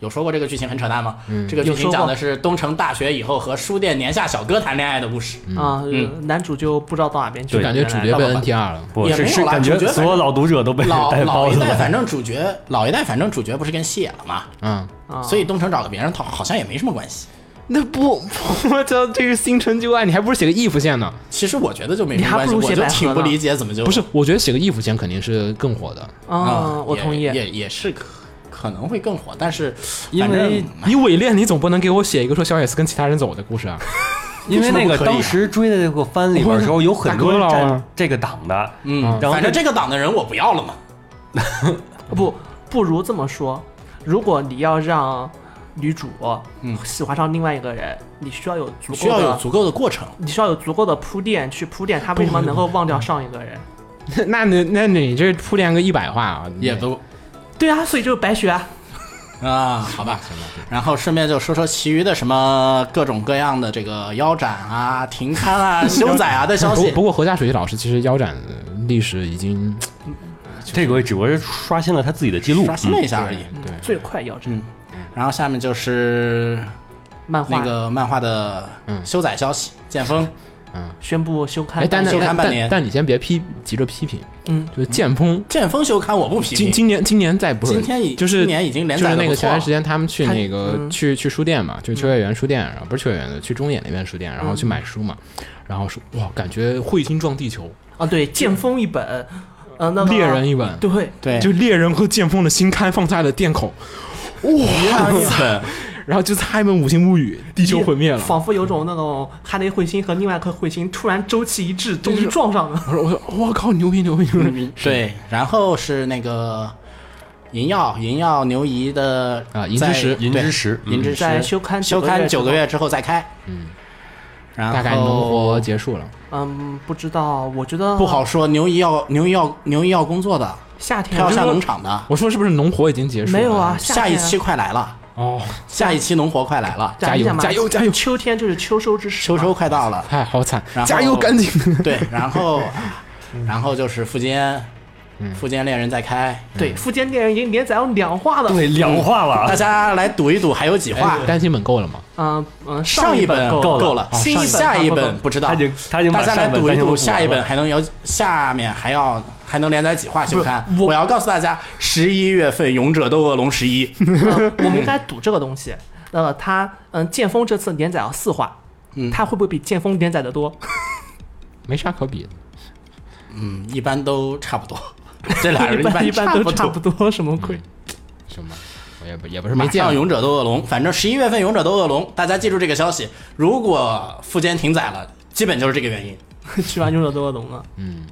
有说过这个剧情很扯淡吗？
嗯
这个剧
有说
情
过
讲的是东城大学以后和书店年下小哥谈恋爱的故
*laughs*
事。
啊、
嗯
呃男主就不知道到哪边去
就
了，
感觉主角被
原来
NTR 了。
不
也
是
没有
是
啦
感
主
觉
角
所有老读者都
哎
被
老
带
老
包
一
子了
代，反正主角老一代反正主角不是跟戏演了吗？
嗯，
啊，
所以东城找个别人套好像也没什么关系。
那不，我操，这个新成就案，你还不如写个 if 线呢？
其实我觉得就没什么关系，
你还不如
我
写
就
百合呢
挺不理解怎么就
不是，我觉得写个 if 线肯定是更火的，
啊、我同意
也也也是可可能会更火，但是
因为
反正
你伪恋，你总不能给我写一个说小野寺跟其他人走的故事啊？
因为那
为什么
个
不可以啊
当时追的那个番里边的时候，有很多
大
人
哥了啊
站这个党的，
嗯，
然后
反正这个党的人我不要了嘛。
不不如这么说，如果你要让女主
嗯
喜欢上另外一个人，你需要有足
需
够
要有
的，
足够的过程，
你需要有足够的铺垫去铺垫她为什么能够忘掉上一个人。
嗯
那你那你这铺垫个一百话啊，
也不
对啊，所以就是白雪啊，
啊，好吧。然后顺便就说说其余的什么各种各样的这个腰斩啊、停
*laughs*
刊啊、休载啊的消
不
息。
不过河下水老师其实腰斩历史已经
这个只不过是刷新了他自己的记
*laughs*
录
刷。新了一下而已。
嗯对
最快腰斩、
嗯然后下面就是
漫画、
那个漫画的
嗯
休载消息，剑锋
宣布休刊
哎，，但
休
但
刊
但
半年
但但你先别批，急着批评，
嗯，
就是剑锋
剑锋休刊我不批
今
评。
今年今年再不是
今天已
就是
今年已经连
就
载
是
得
那个
不错
前段时间他们去
他
那个
嗯
去去书店嘛，就秋叶原书店，然后不是秋叶原的，去中野那边书店，然后
嗯
去买书嘛，然后说哇，感觉彗星撞地球，
啊，对，剑锋一本，呃，那个
猎人一本，
对，
嗯对，
就猎人和剑锋的新刊放在了店口，
一本，
然后就差一本五星物语，地球毁灭了。
仿佛有种那种哈雷彗星和另外一颗彗星突然周期一致，终于撞上了。
我说我说我靠，牛逼牛逼牛逼！
嗯对，然后是那个银曜，银曜牛仪的
啊银之
在
石
对
银之石，嗯
银之石
在休刊
休刊九
九
个
个
月之后再开，
嗯，
然后
大概农活结束了，
嗯，不知道，我觉得
不好说。牛仪要牛仪要牛仪要工作的，
夏天
他要
啊
上农场的，
我说是不是农活已经结束了？
没有啊，
下一
天啊
期快来了，
哦，
下一期农活快来了，
加油
想嘛
加油加油
秋天就是秋收之时
秋
嘛，
收快到
*laughs*
了，
哎，好惨
然！后
加油，赶
*laughs*
紧！
对，然后啊然后就是富坚，富坚猎人再开，
对，富坚猎人已经连载有两话了。
对，两话
大
了，
家来赌一赌还有几话
哎，？单行本够了吗？
嗯嗯，
上一
一
本
够
够了啊
了，
哦
新
上一本
下一
够了
本不知道
他已，经他已经
大
把
家来
上本
赌一
单行
赌，
本
下一
补完
本
了
还能有下面还要还能连载几话休刊？我要告诉大家，十一月份《勇者斗恶龙》十一， *laughs*
嗯我们应该赌这个东西。呃，他嗯，剑锋这次连载了四话，
嗯
他会不会比剑锋连载的多？
没啥可比的。
嗯，一般都差不多。这俩人
*laughs* 一般一般都差
差
不
多。
多，什么鬼？
什么？我也不也不是没
马
见
上
过。
《勇者斗恶龙》，反正十一月份《勇者斗恶龙》，大家记住这个消息。如果富坚停载了，基本就是这个原因。
去完勇者斗恶龙了，
嗯，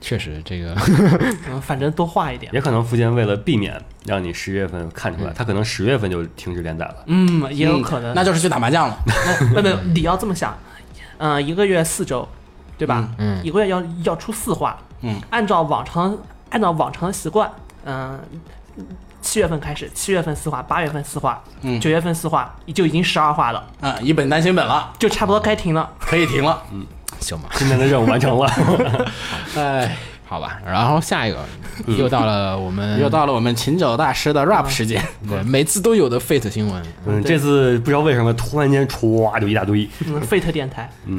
确实这个 *laughs*
嗯，反正多画一点。
也可能富坚为了避免让你十月份看出来，他可能十月份就停止连载了。
嗯，也有可能。
那就是去打麻将了。
没没有，你要这么想，嗯、一个月四周，对吧？
嗯嗯
一个月要要出四话，
嗯，
按照往常按照往常的习惯，嗯、七月份开始，七月份四话，八月份四话，
嗯
九月份四话，就已经十二话了，
啊，一本单行本了，
就差不多该停了。
可以停了。
行吧。
*laughs*
今天的任务完成了，
哎，
好吧，然后下一个
嗯
又到了我们
又到了我们秦九大师的 rap 时间，
对每次都有的 Fate 新闻，
嗯，
对
这次不知道为什么突然间歘就一大堆，
嗯，Fate 电台，
嗯，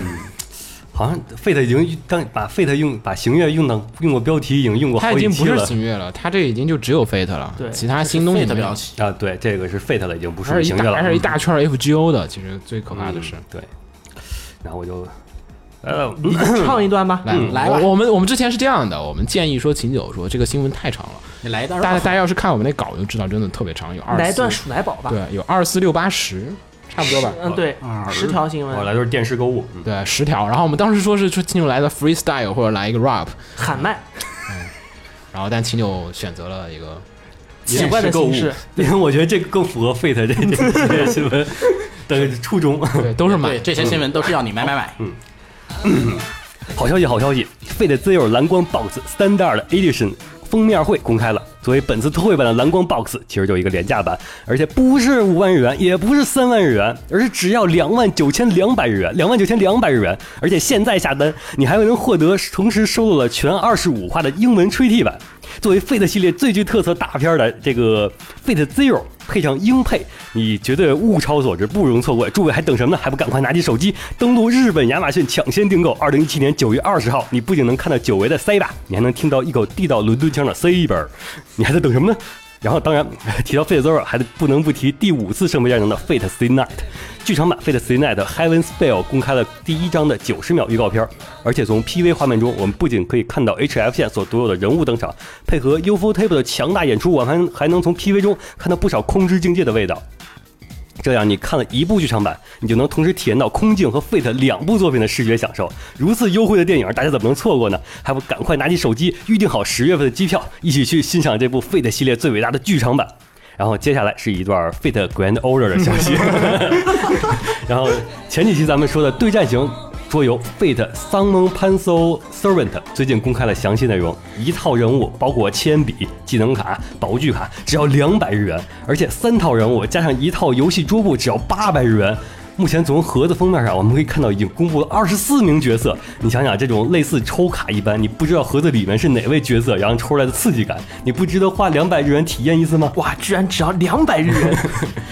好像 Fate 已经当把 Fate 用把行月用到用过标题已经用过
它
好
已
几
经
期
不是
了
星月了，它这已经就只有 Fate 了，
对
其他新东西
的
没有
标。题，
啊，对，这个是 Fate 了，已经不
而
是
且
行
一
月
大，
了，
而且一大
嗯
圈儿 FGO 的，其实最可怕的是，
嗯对，然后我就呃，
你唱一段吧。
来
嗯
来吧
我我们我们之前是这样的，我们建议说秦九说这个新闻太长了，
你来一
嗯
段
大家
rap，
大家要是看我们那稿就知道，真的特别长，有二
来一
四
段鼠奶宝吧。
对，有二四六八十，差不多吧。
嗯，对，十条新
我
闻，
来就是电视购物，嗯，
对，十条。然后我们当时说是说秦九来的 freestyle 或者来一个 rap，
喊麦，
然后但秦九选择了一个
奇怪的形式，
因为我觉得这个更符合 Fate 这这这这新闻的初衷。
对，都是买
对，这些新闻都是要你买买买，
好消息，好消息！Fate Zero 蓝光 Box Standard Edition 封面会公开了。作为本次特惠版的蓝光 Box，其实就一个廉价版，而且不是五万日元，也不是三万日元，而是只要两万九千两百日元，两万九千两百日元。而且现在下单，你还能获得同时收录了全二十五话的英文吹替版。作为 Fate 系列最具特色大片的这个 Fate Zero 配上英配，你绝对物超所值，不容错过。诸位还等什么呢？还不赶快拿起手机登录日本亚马逊抢先订购！二零一七年九月二十号，你不仅能看到久违的塞巴，你还能听到一口地道伦敦腔的 C 本，你还在等什么呢？然后，当然 *laughs* 提到 Fate Zero，还得不能不提第五次圣杯战争的 Fate Stay Night。剧场版《Fate Stay Night Heaven Spell》公开了第一章的九十秒预告片儿，而且从 PV 画面中，我们不仅可以看到 HF 线所独有的人物登场，配合 UFO Table 的强大演出，我们还还能从 PV 中看到不少空之境界的味道。这样，你看了一部剧场版，你就能同时体验到空镜和 Fate 两部作品的视觉享受。如此优惠的电影，大家怎么能错过呢？还不赶快拿起手机预定好十月份的机票，一起去欣赏这部 Fate 系列最伟大的剧场版。然后接下来是一段 Fate Grand Order 的消息。 *laughs* 然后前几期咱们说的对战型桌游 Fate Summon Pencil Servant 最近公开了详细内容，一套人物包括铅笔、技能卡、道具卡，只要两百日元，而且三套人物加上一套游戏桌布只要八百日元。目前从盒子封面上，我们可以看到已经公布了二十四名角色。你想想，这种类似抽卡一般，你不知道盒子里面是哪位角色，然后抽出来的刺激感，你不值得花两百日元体验一次吗？
哇，居然只要两百日元，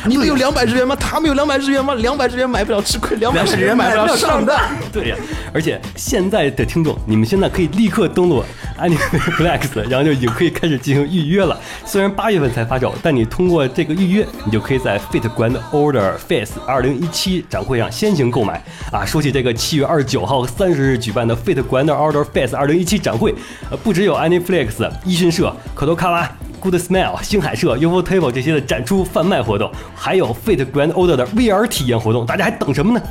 你们有两百日元吗？他们有两百日元吗？两百日元买不了吃亏，两百日元买不了上当。
*laughs* 对呀，而且现在的听众，你们现在可以立刻登录 *laughs* AnimePlex，然后就已经可以开始进行预约了。虽然八月份才发售，但你通过这个预约，你就可以在 Fit Grand Order Fest 二零一七展会上先行购买。啊，说起这个七月二十九号、三十日举办的 Fit Grand Order Fest 二零一七展会，呃，不只有 AnimePlex、一讯社、可多卡哇。Good Smile、星海社、UFO Table 这些的展出贩卖活动，还有 Fit Grand Order 的 VR 体验活动，大家还等什么呢？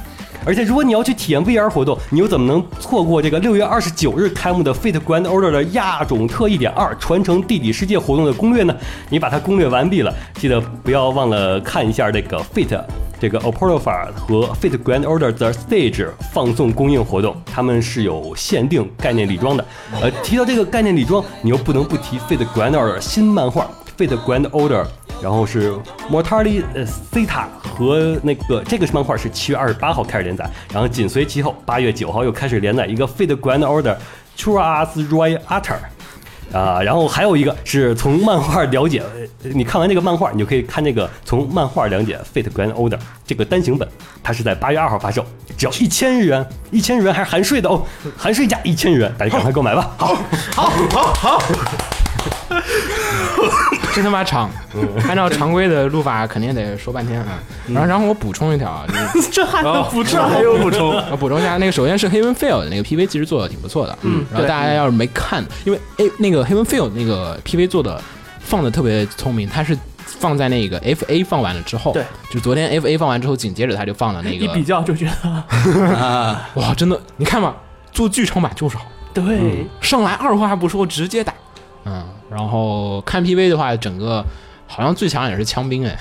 而且，如果你要去体验 VR 活动，你又怎么能错过这个六月二十九日开幕的 Fate Grand Order 的亚种特一点二传承地理世界活动的攻略呢？你把它攻略完毕了，记得不要忘了看一下这个 Fate 这个 Apollo 法和 Fate Grand Order the Stage 放送供应活动，他们是有限定概念礼装的。呃，提到这个概念礼装，你又不能不提 Fate Grand Order 新漫画 Fate Grand Order。然后是 Mortali 呃 Zeta 和那个这个漫画是七月二十八号开始连载，然后紧随其后八月九号又开始连载一个 Fate Grand Order Churas Roy Utter。啊，然后还有一个是从漫画了解，呃你看完这个漫画，你就可以看这个从漫画了解《Fate Grand Order》这个单行本，它是在八月二号发售，只要一千日元，一千日元还是含税的哦，含税价一千日元，大家赶快购买吧。好，
*laughs* 真他妈长！按照常规的录法，肯定得说半天啊。然后，然后我补充一条啊，就是
这还能不知道？
还有补充，
我补充一下，那个首先是 Haven Field 那个 PV 其实做的挺不错的，嗯，然后大家要是没看，因为诶那个 Haven Field 那个 PV 做的放的特别聪明，它是放在那个 FA 放完了之后，
对，
就昨天 FA 放完之后，紧接着他就放了那
一
个
比，较就觉得，
嗯
哇，真的，你看吧，做剧场版就是好，
对，
上来二话不说直接打，嗯，然后看 PV 的话，整个好像最强也是枪兵哎，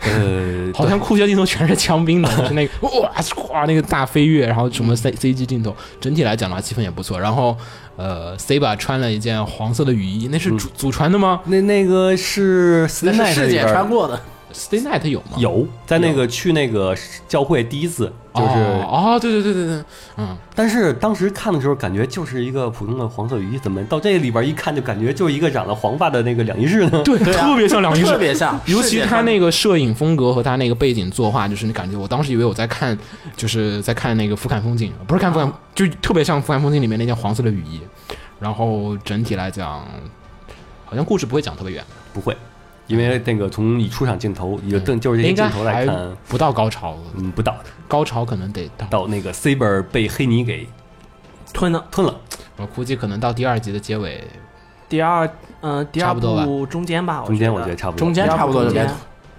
呃，
好像酷炫镜头全是枪兵的， *laughs* 就是那个哇哇那个大飞跃，然后什么 C C G 镜头，整体来讲的话气氛也不错。然后呃，Saba 穿了一嗯件黄色的雨衣，那是祖祖传的吗？
那那个是
那
Slay
是
Night
师
里
姐
边
穿过的，
Stay Night 有吗？
有啊在那个去那个教会第一次就是，
哦，哦对对对对对，嗯，
但是当时看的时候感觉就是一个普通的黄色雨衣，怎么到这里边一看就感觉就是一个染了黄发的那个两仪式呢？ *laughs*
对，
对啊
特别像梁一
特
生，
别像，
尤其
是
他那个摄影风格和他那个背景作画，就是你感觉我当时以为我在看，就是在看那个俯瞰风景，不是看俯瞰，就特别像俯瞰风景里面那件黄色的雨衣。然后整体来讲，好像故事不会讲特别远，
不会，因为那个从你出场镜头，也正就是这些
应该
镜头来
还
看，
不到高潮，
嗯，不到
高潮可能得到，
到那个 Saber 被黑泥给
吞了
吞了，
我估计可能到第二集的结尾，
第二，嗯、第
差
二
不多吧
部中间吧，
中间我
我
觉得差不多，
中间
要不
差不多就
哦中间
该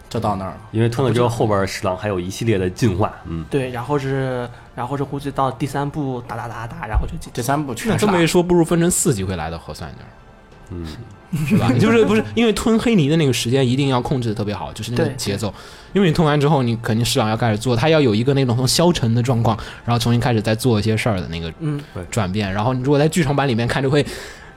就到那儿了。
因为吞了之后，后边侍郎还有一系列的进化，嗯，
对，然后是然后是估计到第三部打打打打，然后就结
这三部全
那
是
这
吧
么一说，不如分成四集会来的合算一点儿。
嗯，
是
*laughs*
吧？就是不是因为吞黑泥的那个时间一定要控制的特别好，就是那个
对
节奏，因为你吞完之后，你肯定市长要开始做，他要有一个那种从消沉的状况，然后重新开始再做一些事儿的那个
嗯
转变。然后你如果在剧场版里面看，就会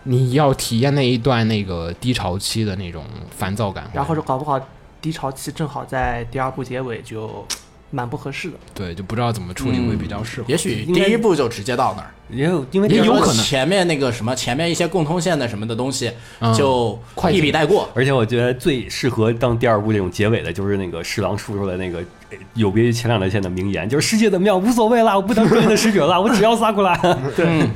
你要体验那一段那个低潮期的那种烦躁感，
然后是搞不好低潮期正好在第二部结尾就蛮不合适的。
对就不知道怎么处理会比较
嗯
适合。
也许
应
第
该
一部就直接到那儿，
也有因为
也
比如
有
说
可能
前面那个什么，前面一些共通线的什么的东西
嗯
就
快
一笔
进
带过。
而且我觉得最适合当第二部这种结尾的，就是那个侍郎说出来那个呃有别于前两条线的名言，就是世界怎么样无所谓啦，我不当正义的使者啦，我只要萨库拉。
嗯
对，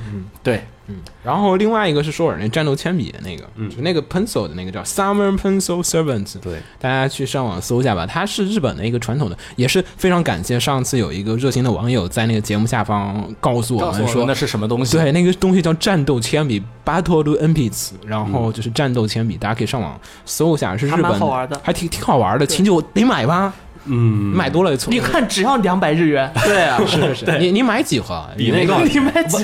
对，
嗯
然后另外一个是索尔那战斗铅笔的那个，
嗯
就那个 pencil 的那个叫 Summer Pencil Servant，
对，
大家去上网搜一下吧。它是日本的一个传统的，也是非常感谢上次有一个热心的网友在那个节目下方告诉我
告诉
们
我们
说
那，是什么东西？
对，那个东西叫战斗铅笔 （Battle N P 词），然后就是战斗铅笔，大家可以上网搜一下，是日
还
本
蛮好玩的
还挺挺好玩的，
对
请就得买吧，
*laughs* 嗯，
买多了也错。
*laughs*
你看，只要两百日 *laughs* 元，
对啊，
是是是，你你买几盒？
*laughs*
比那 *laughs* 个
你卖几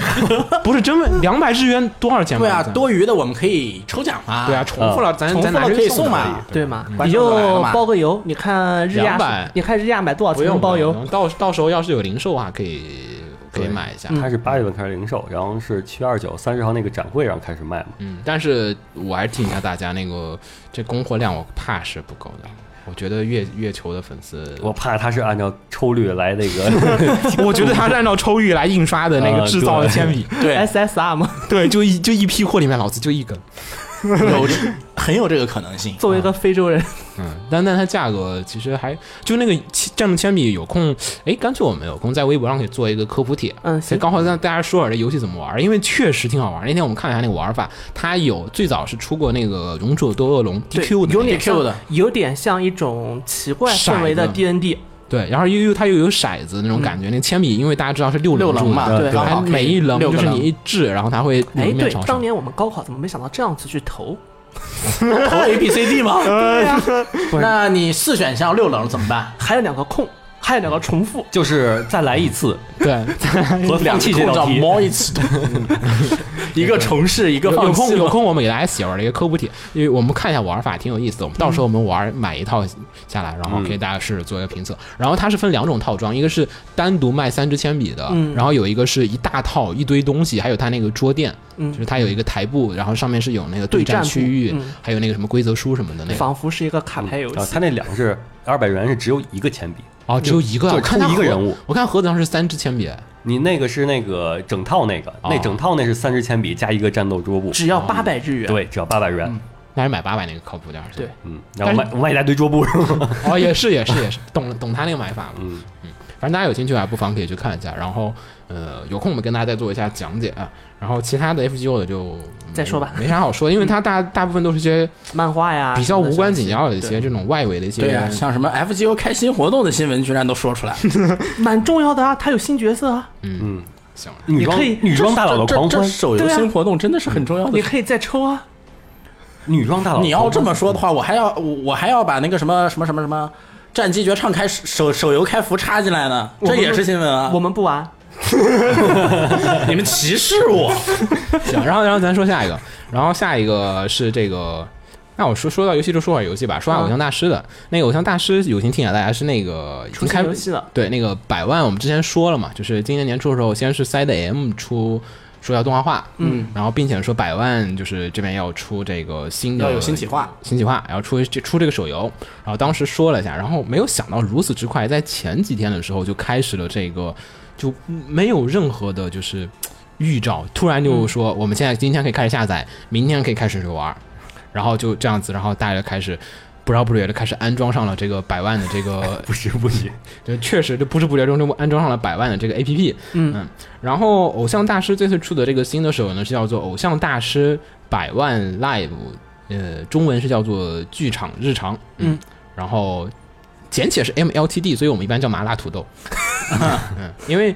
不是真问，两百日元多少钱买
对
的？
啊，多余的我们可以抽奖嘛。
对啊，，重复了，咱
重复
咱
了
哪
可以送
嘛？
嘛。
对吗？
观
嗯你
众
就
都来了嘛
包个邮，你看日亚
200
是，你看日亚买多少
不
才
用
能包
不
邮？
用到到时候要是有零售的话，可以可以
对
买一下。
它是八月份开始零售，然后是七月二十九、三十号那个展会上开始卖嘛。
嗯，但是我还是提醒一下大家，那个这供货量我怕是不够的。我觉得月月球的粉丝，
我怕它是按照抽率来那个，
*laughs* 我觉得他是按照抽玉来印刷的那个
啊
制造的
对
铅笔，
对，
SSR 吗？
呃
*laughs*
*laughs* 对，就一就一批货里面老子就一根，
有这很有这个可能性。
作为一个非洲人，
嗯，但但它价格其实还就那个铅战斗铅笔有空，哎，干脆我们有空在微博上可以做一个科普帖，
嗯，
所以
行，
刚好让大家说点这游戏怎么玩，因为确实挺好玩。那天我们看了一下那个玩法，它有最早是出过那个《勇者斗恶龙》
对
DQ 的
有
那个，
点
DQ
像
的，
有点像一种奇怪氛围的
骰子
D N D，
对，然后又又它又有骰子那种感觉，那铅笔因为大家知道是六
六
注
棱嘛，
的
对
刚
它
好可以
每一棱
六
就
个
是
棱
你一掷，然后它会
哎，
里面
对
朝，上
当。年我们高考怎么没想到这样子去
*laughs*
投？
投 A B C D 吗？对呀、那你四选项六棱怎么办？
还有两个空，还有两个重
嗯
复，
就是再来一次
对，
和放弃这道题。
猫一
*laughs*
次，啊一个重试，一个
有
放
有
弃
空有
了。
空我们给大家写玩了一个科普帖，因为我们看一下玩法挺有意思的，我们到时候我们玩买一套下来，然后给大家试着做一个评测。然后它是分两种套装，一个是单独卖三支铅笔的，
嗯
然后有一个是一大套一堆东西，还有它那个桌垫，
嗯
就是它有一个台布，然后上面是有那个对
对战
战
部
区域，
嗯
还有那个什么规则书什么的那个。
仿佛是一个卡牌游
啊，
戏
它。那两个是二百元，是只有一个铅笔，
哦，只有一个啊，
就
我看
出
它
一个
盒
人物。
我看盒子上是三支铅笔，
你那个是那个整套那个，那
哦
整套那是三支铅笔加一个战斗桌布，
只要八百日元，
对，只要八百元。
那还是买八百那个靠谱点儿。是吧，
嗯，然后卖我卖一大堆桌布是吗？
哦，也是也是也是，懂懂他那个买法了。
嗯，
反正大家有兴趣啊，不妨可以去看一下。然后，呃，有空我们跟大家再做一下讲解啊。然后其他的 FGO 的就没
再说吧嗯啊
没啥好说，因为它大大部分都是一些
漫画呀，
比较无关紧要的一
对
些这种外围的一些。
对
啊
呀、像什么 F G O 开新活动的新闻居然都说出来，
蛮重要的啊，它有新角色啊，
行，
*laughs* 女装
你可以
女装大佬的
这
狂
这
欢，
手游
对啊
新活动真的是很重要的
你。可以再抽啊。
女装大佬的狂欢。
你要这么说的话，我还要我我还要把那个什么什么什么什么战机绝唱开手手游开服插进来呢，
我
这
们
也是新闻啊 *laughs*
我！们不玩，
你们歧视我，
*laughs* 行，然后然后咱说下一个，然后下一个是这个那我说说到游戏就说会儿游戏吧，说下
啊
偶像大师的、那个偶像大师，有幸听啊起来大家是那个已
出
经
新
开
游戏了，
对，那个百万我们之前说了嘛，就是今年年初的时候，先是 Side M 出说要动画化，
嗯，
然后并且说百万就是这边要出这个新的
*laughs* 要有新企划，
新企划，然后出这出这个手游，然后当时说了一下，然后没有想到如此之快，在前几天的时候就开始了这个，就没有任何的就是预兆，突然就说我们现在今天可以开始下载，明天可以开始玩，然后就这样子，然后大家就开始。不知不觉的开始安装上了这个百万的这个 *laughs*
不是不行，
就确实就不知不觉中就安装上了百万的这个 APP。嗯然后偶像大师这次出的这个新的手游呢，是叫做《偶像大师百万 Live》，呃，中文是叫做《剧场日常》。嗯，然后简写是 MLTD，所以我们一般叫麻辣土豆。嗯，因为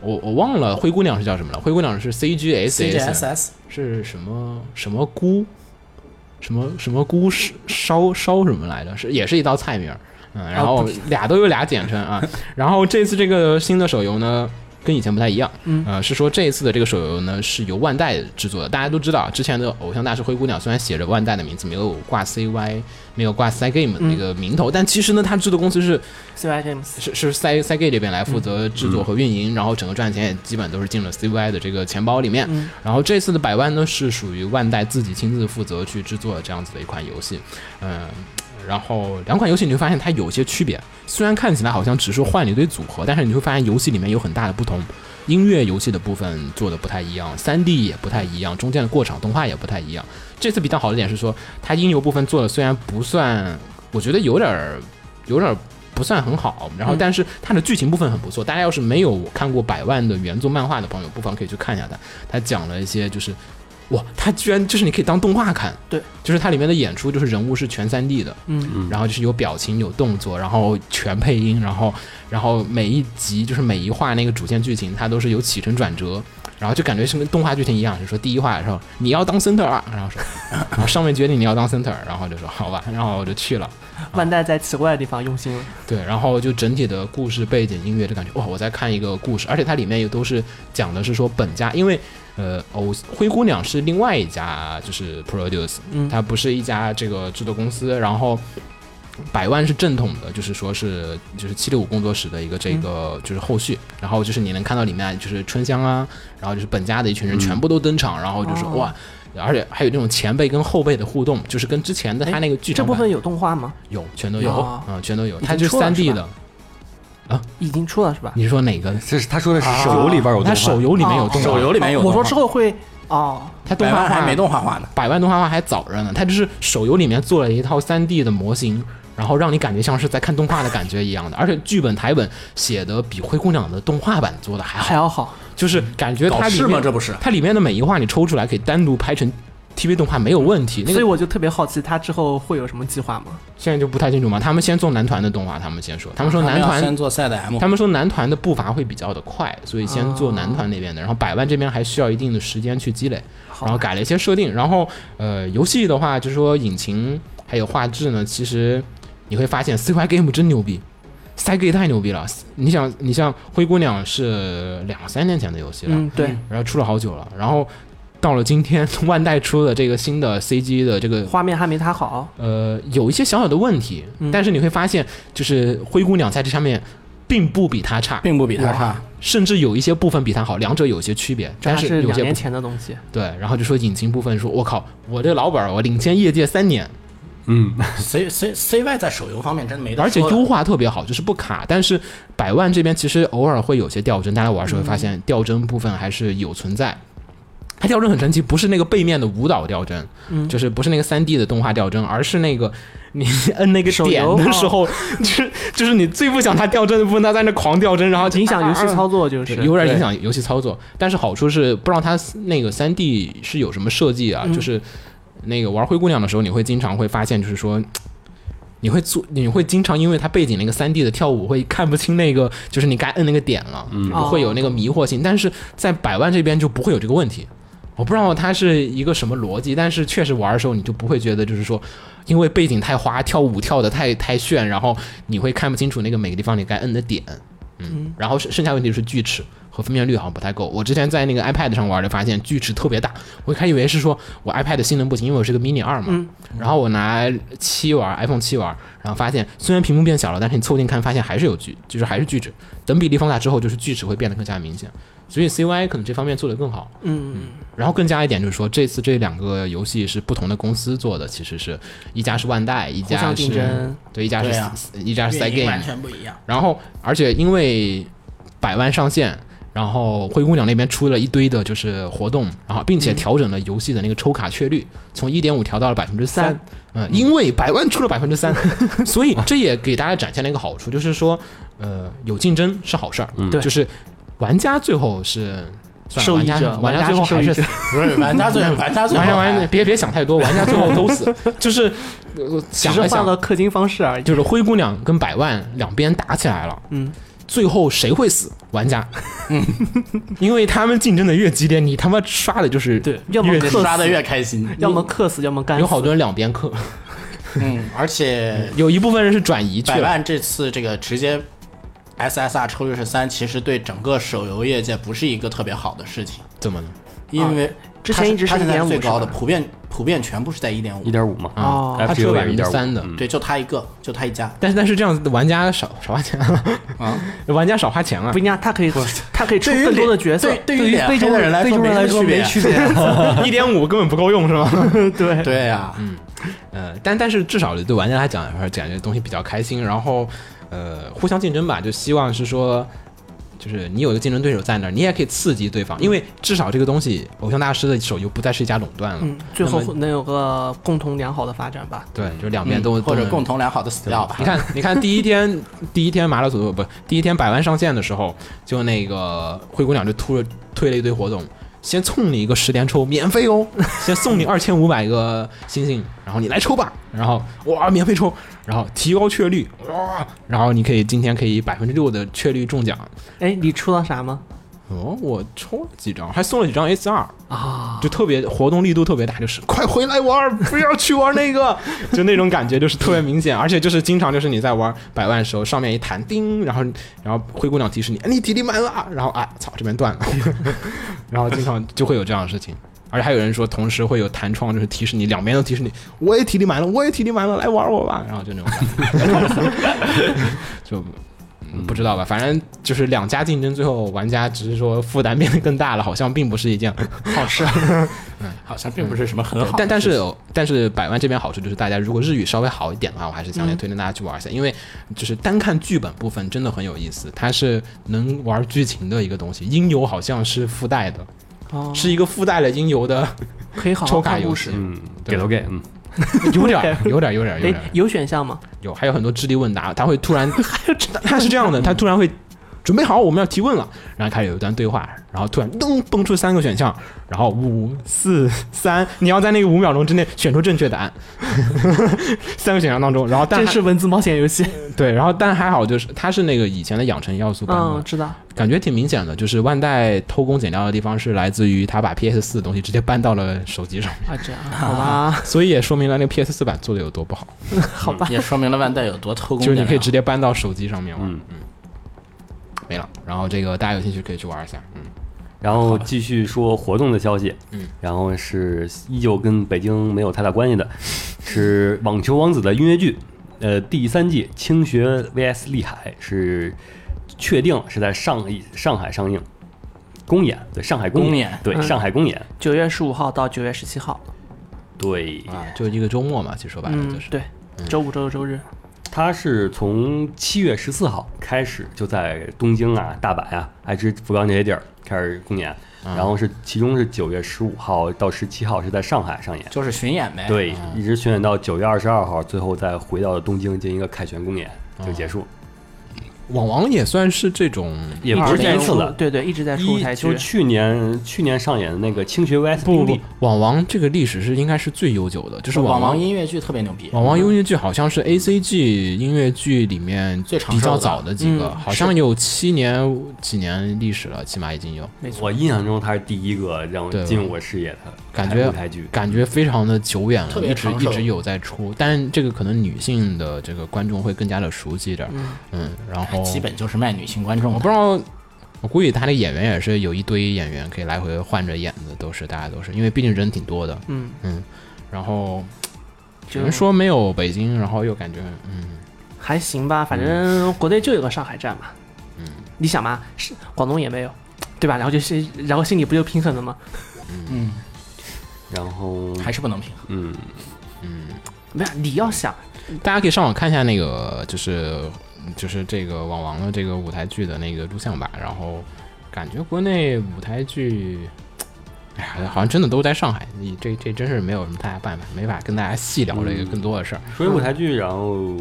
我我忘了灰姑娘是叫什么了，灰姑娘是 CGSS
CGSS
是什么什么菇，什么什么菇烧烧烧什么来着？是也是一道菜名儿。嗯，然后俩都有俩简称啊。然后这次这个新的手游呢，跟以前不太一样，嗯，呃，是说这一次的这个手游呢是由万代制作的。大家都知道，之前的《偶像大师灰姑娘》虽然写着万代的名字，没有挂 CY，没有挂 Cygame 那个名头，但其实呢，它制作公司是
CY Games
是是 Cy Cygate 这边来负责制作和运营，然后整个赚钱也基本都是进了 CY 的这个钱包里面。然后这次的百万呢，是属于万代自己亲自负责去制作这样子的一款游戏，嗯。然后两款游戏你会发现它有些区别，虽然看起来好像只是换了一堆组合，但是你会发现游戏里面有很大的不同。音乐游戏的部分做的不太一样，3D 也不太一样，中间的过场动画也不太一样。这次比较好的点是说，它音游部分做的虽然不算，我觉得有点儿有点儿不算很好，然后但是它的剧情部分很不错。大家要是没有看过百万的原作漫画的朋友，不妨可以去看一下它。它讲了一些就是。哇，它居然就是你可以当动画看，
对，
就是它里面的演出就是人物是全3 D 的，
嗯，
然后就是有表情、有动作，然后全配音，然后然后每一集就是每一话那个主线剧情，它都是有起承转折，然后就感觉是跟动画剧情一样，就说第一话的时候你要当 center 啊，然后说，然后上面决定你要当 center，然后就说好吧，然后我就去了，
万代在奇怪的地方用心了，
对，然后就整体的故事背景音乐就感觉哇，我在看一个故事，而且它里面也都是讲的是说本家，因为呃，偶灰姑娘是另外一家就是 produce，
嗯
它不是一家这个制作公司，然后。百万是正统的，就是说是就是七六五工作室的一个这
嗯
个就是后续，然后就是你能看到里面就是春香啊，然后就是本家的一群人全部都登场，然后就是、
嗯哦
哇，而且还有那种前辈跟后辈的互动，就是跟之前的他那个剧
哎这
场
部
版
分有动画吗？
有全都
有
啊、嗯全都有，
已经
它就是
出了
三 D
是吧
的，
已经出了是吧？
你说哪个？
这是他说的是手游里边有动画，
它手游里面有动画，
手游里面有
哦
动
我
画，
说之后会哦，
它动
百
画
万
化
还没，动画化呢，
百万动画化还早着呢。它就是手游里面做了一套3 D 的模型，然后让你感觉像是在看动画的感觉一样的，而且剧本台本写的比灰姑娘的动画版做的还
还
好，
要好，
就是感觉
哎搞
它里
事吗？
面
这不是
它里面的每一话你抽出来可以单独拍成 TV 动画没有问题。那
所以
个
我就特别好奇他之后会有什么计划吗？
现在就不太清楚嘛，他们先做男团的动画，他们先说，他们说
啊他
男
们要
团
先做赛的
哦
M，
他们说男团的步伐会比较的快，所以先做男团那边的，然后百万这边还需要一定的时间去积累，
哦好
然后改了一些设定，然后呃，游戏的话就是说引擎还有画质呢，其实你会发现 CY Game 真牛逼。塞 g a 太牛逼了！你想，你像灰姑娘是两三年前的游戏了，
嗯，对，
然后出了好久了，然后到了今天，万代出的这个新的 CG 的这个
画面还没他好，
呃，有一些小小的问题，
嗯
但是你会发现，就是灰姑娘在这上面并不比她差，
并不比他差，
甚至有一些部分比它好，两者有一些区别，
这还
但
是
有
两
些
年
不
前的东西，
对。然后就说引擎部分，说我靠，我这老板儿我领先业界三年，
*laughs* 嗯，
C C C Y 在手游方面真没得
而且
说了
优化特别好，就是不卡。但是百万这边其实偶尔会有些掉帧，大家玩的时候会发现
嗯
掉帧部分还是有存在。它掉帧很神奇，不是那个背面的舞蹈掉帧，
嗯
就是不是那个3 D 的动画掉帧，而是那个你摁那个
手
点
游
的
哦
时候， *laughs* 就是就是你最不想它掉帧的部分，它在那狂掉帧，然后就
影响游戏操作就
对
是
有点影响游戏操作。但是好处是，不知道它那个三 D 是有什么设计
嗯
啊？就是那个玩灰姑娘的时候，你会经常会发现，就是说。你会做，你会经常因为它背景那个三 D 的跳舞会看不清那个，就是你该摁那个点了，就
哦
会有那个迷惑性。但是在百万这边就不会有这个问题，我不知道它是一个什么逻辑，但是确实玩的时候你就不会觉得就是说，因为背景太花，跳舞跳的太太炫，然后你会看不清楚那个每个地方你该摁的点。嗯，然后剩剩下问题是锯齿，和分辨率好像不太够。我之前在那个 iPad 上玩就发现锯齿特别大，我一开始以为是说我 iPad 性能不行，因为我是个 mini 二嘛。然后我拿七玩 iPhone 七玩，然后发现虽然屏幕变小了，但是你凑近看发现还是有锯，就是还是锯齿。等比例放大之后，就是锯齿会变得更加明显。所以 CY 可能这方面做得更好。
嗯，
然后更加一点就是说，这次这两个游戏是不同的公司做的，其实是一家是万代，一
互
家
相竞
是
争，
对，一家是
对啊
一家是
运营
Cygame，
完全不一样。
然后而且因为百万上线，然后灰姑娘那边出了一堆的就是活动，然后并
嗯
且调整了游戏的那个抽卡确率，从一点五调到了百分之三
三。
嗯，因为百万出了百分之三， *laughs* 所以这也给大家展现了一个好处，就是说，呃，有竞争是好事儿，
嗯
对
就是玩家最后是。算了
受益
玩家
者
玩
玩
家
家
最后
是
还是
*laughs* 受益
不是玩家最
*laughs*
玩家最
玩家
后
玩家
还
别别想太多，玩家最
*laughs*
后都死，就是呃
只
想
是
了
换
想，
了氪金方式而已。
就是灰姑娘跟百万两边打起来了，
嗯，
最后谁会死？玩家，嗯， *laughs* 因为他们竞争的越激烈，你他妈刷的就是
对，要么
越
氪死，
刷的越开心。
要么氪死，要么干死。
有好多人两边氪，
嗯，而且
*laughs* 有一部分人是转移去
百
了，
万这次这个直接 SSR 抽六十三，其实对整个手游业界不是一个特别好的事情，
怎么了？
因为
啊之
它
前一直
它现在
1.5
最高的
是吧
普遍普遍全部是在一点五
一，点五嘛，
啊
哦
f
它
g
只有
o
百分
一
之
点
三
嗯
的，
对，就他一个，就他一家。
但是但是这样子玩家少少花钱了，
*laughs*
啊，
*laughs* 玩家少花钱啊了
不。一样，他可以他可以出更多的角色。
对于
于
脸
非洲
黑的人来
非洲人来
说
说
没
没
区啊
区
*laughs*
别，
一点五根本不够用是吗？
对，
对啊呀，
呃，但但是至少对玩家来讲，还是感觉东西比较开心，然后呃，互相竞争吧，就希望是说。就是你有一个竞争对手在那儿，你也可以刺激对方，因为至少这个东西，偶像大师的手游不再是一家垄断了。
嗯，最后
那么
能有个共同良好的发展吧。
对，就两边都、
嗯或者
都能
共同良好的死掉吧
你。看，你看，第一天，第一天麻辣土豆不，第一天百万上线的时候，就那个灰姑娘就突了推了一堆活动，先送你一个十连抽，免费哦， *laughs* 先送你二千五百个星星，然后你来抽吧，然后哇，免费抽，然后提高确率，哇，然后你可以今天可以百分之六的确率中奖。
哎，你出了啥吗？
哦，我抽了几张，还送了几张 S 二，
啊，
就特别活动力度特别大，就是快回来玩儿，不要去玩那个， *laughs* 就那种感觉就是特别明显，而且就是经常就是你在玩百万的时候，上面一弹叮，然后然后灰姑娘提示你，哎，你体力满了，然后啊，操，这边断了， *laughs* 然后经常就会有这样的事情。而且还有人说，同时会有弹窗，就是提示你，两边都提示你，我也体力满了，我也体力满了，来玩我吧，然后就那种感觉， *laughs* 就嗯不知道吧，反正就是两家竞争，最后玩家只是说负担变得更大了，好像并不是一件
*laughs*
*laughs*
好事，好像并不是什么很好的事情。
但但是但是百万这边好处就是，大家如果日语稍微好一点的话，我还是强烈推荐大家去玩一
嗯
下，因为就是单看剧本部分真的很有意思，它是能玩剧情的一个东西。音游好像是附带的，
哦，
是一个附带了音游的，
可以好
抽
好
卡
看
游
故
戏
事。
嗯，给都给，嗯，
有点儿有点儿有点儿有点
哎
儿，
有选项吗？
有，还有很多智力问答，他会突然还有他是这样的，他突然会。准备好，我们要提问了。然后开始有一段对话，然后突然噔蹦出三个选项，然后五四三，你要在那个五秒钟之内选出正确答案。 *laughs* 三个选项当中，然后但
这
还
是文字冒险游戏。
对，然后但还好，就是它是那个以前的养成要素版本，
嗯，知道。
感觉挺明显的。就是万代偷工减料的地方是来自于他把 PS 四的东西直接搬到了手机上，
啊，
*laughs*
这样好吧，
所以也说明了那个 PS 四版做的有多不好。
好吧。
也说明了万代有多偷工
就是你可以
减
直接搬到手机上面玩，嗯
嗯
没了。然后这个大家有兴趣可以去玩一下，嗯，
然后继续说活动的消息，
嗯，
然后是依旧跟北京没有太大关系的， *laughs* 是《网球王子》的音乐剧，呃，第三季《青学 VS 厉海》是确定是在上一上海上映，公演对上海公
公
演
演
对
嗯
上海公演
九月十五号到九月十七号，
对，
啊，就一个周末嘛，其实说白了就
嗯
是，，
对，周五、周六、周日，
它是从七月十四号开始就在东京啊、大阪啊、爱知、福冈这些地儿开始公演，然后是其中是九月十五号到十七号是在上海上演
料，。就是巡演
哎
呗。，
对，一直巡演到九月二十二号，最后再回到东京进行一个凯旋公演
哦
就结束，
网王也算是这种，
也不是第一次了。
对对，一直在出舞
一
台
就
剧
是。去年去年上演的那个《青学 VS
不
冰
不
力》，，
网王这个历史是应该是最悠久的，就是
网
王
王。音乐剧特别牛逼。
网王音乐剧好像是 A C G 音乐剧里面
最长
比较
寿的
早的几个，
嗯
好像有七年几年历史了，起码已经有，
我印象中他是第一个让我
对
进入我视野的
感觉
舞台剧。
感觉非常的久远
特
了，
别
一直
长
一
寿
直有在出，但这个可能女性的这个观众会更加的熟悉点儿，
嗯，
嗯，然后
基本就是卖女性观众
我
的，
不知道我估计他的演员也是有一堆演员可以来回换着演的，都是大家都是，因为毕竟人挺多的。
嗯，
然后只
就
能说没有北京，然后又感觉嗯，
还行吧，反正国内就有个上海站嘛。嗯，你想嘛，是广东也没有，对吧？然后就是，然后心里不就平衡了吗？
嗯，
然后
还是不能平衡。
嗯，
没有，你要想，
大家可以上网看一下那个就是就是这个网王的这个舞台剧的那个录像吧。然后感觉国内舞台剧，哎呀，好像真的都在上海，你这这真是没有什么太大办法，没法跟大家细聊这个
嗯
更多的事儿。
说起舞台剧，然后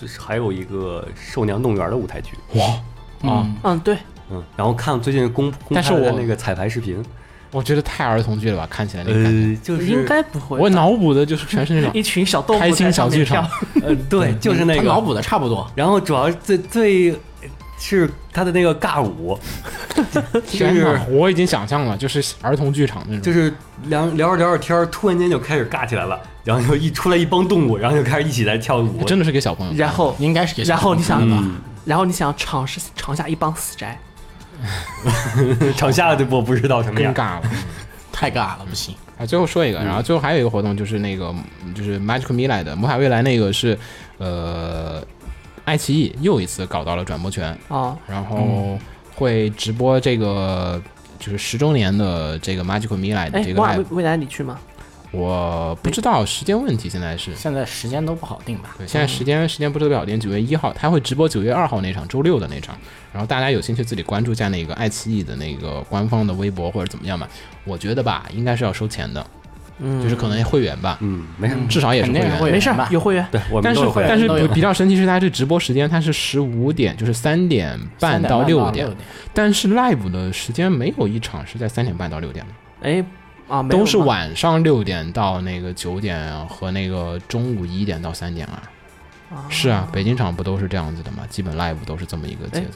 就是还有一个《寿娘动物园》的舞台剧，
啊
嗯，
嗯，对，
嗯，然后看最近公公
但是
开的
我
那个彩排视频，
我觉得太儿童剧了吧，看起来那个感觉。
呃，就是
应该不会吧。
我脑补的就是全是
*laughs*
那种
一群小动物
开心
在
小
上
剧
面
场
跳，
呃，
*laughs*
对，就是那
他脑
个，
补的差不多。
然后主要最最是他的那个尬 *laughs* 舞，就
天
是
哪！我已经想象了，就是儿童剧场那种，
就是聊聊着聊着天儿，突然间就开始尬起来了，然后就一出来一帮动物，然后就开始一起在跳舞，
真的是给小朋友看的。
然后
应该是给小
然后你想，
嗯，
然后你想尝试尝下一帮死宅，
*laughs* 场下嗯的我不知道什么
更
样，
尬了。
太尬了，不行。
啊，最后说一个，然后最后还有一个活动就是那个嗯就是 Magic m i l a 的魔法未来那个是，呃，爱奇艺又一次搞到了转播权，
哦，
然后会直播这个就是十周年的这个 Magic m i l a 的
哎
这，个
哇，未
live，
未来你去吗？
我不知道时间问题，现在是。
现在时间都不好定吧？
对，现在时间时间不是特别好定，九月一号他会直播九月二号那场，周六的那场。然后大家有兴趣自己关注一下那个爱奇艺的那个官方的微博或者怎么样吧。我觉得吧，应该是要收钱的，
嗯，
就是可能会员吧，
嗯，没什么，
至少也是
肯
会
定
员。
会
没事儿
吧，
有会员。
对我们
但
都
是
有会
但是
都有
比比较神奇是，它这直播时间它是十五点，就是三点半到
六
六点，，但是 live 的时间没有一场是在三点半到六点的，
哎，啊，没有
都是
吗
晚上六点到那个九点和那个中午一点到三点啊。
啊
是啊，北京场不都是这样子的吗？基本 live 都是这么一个节奏。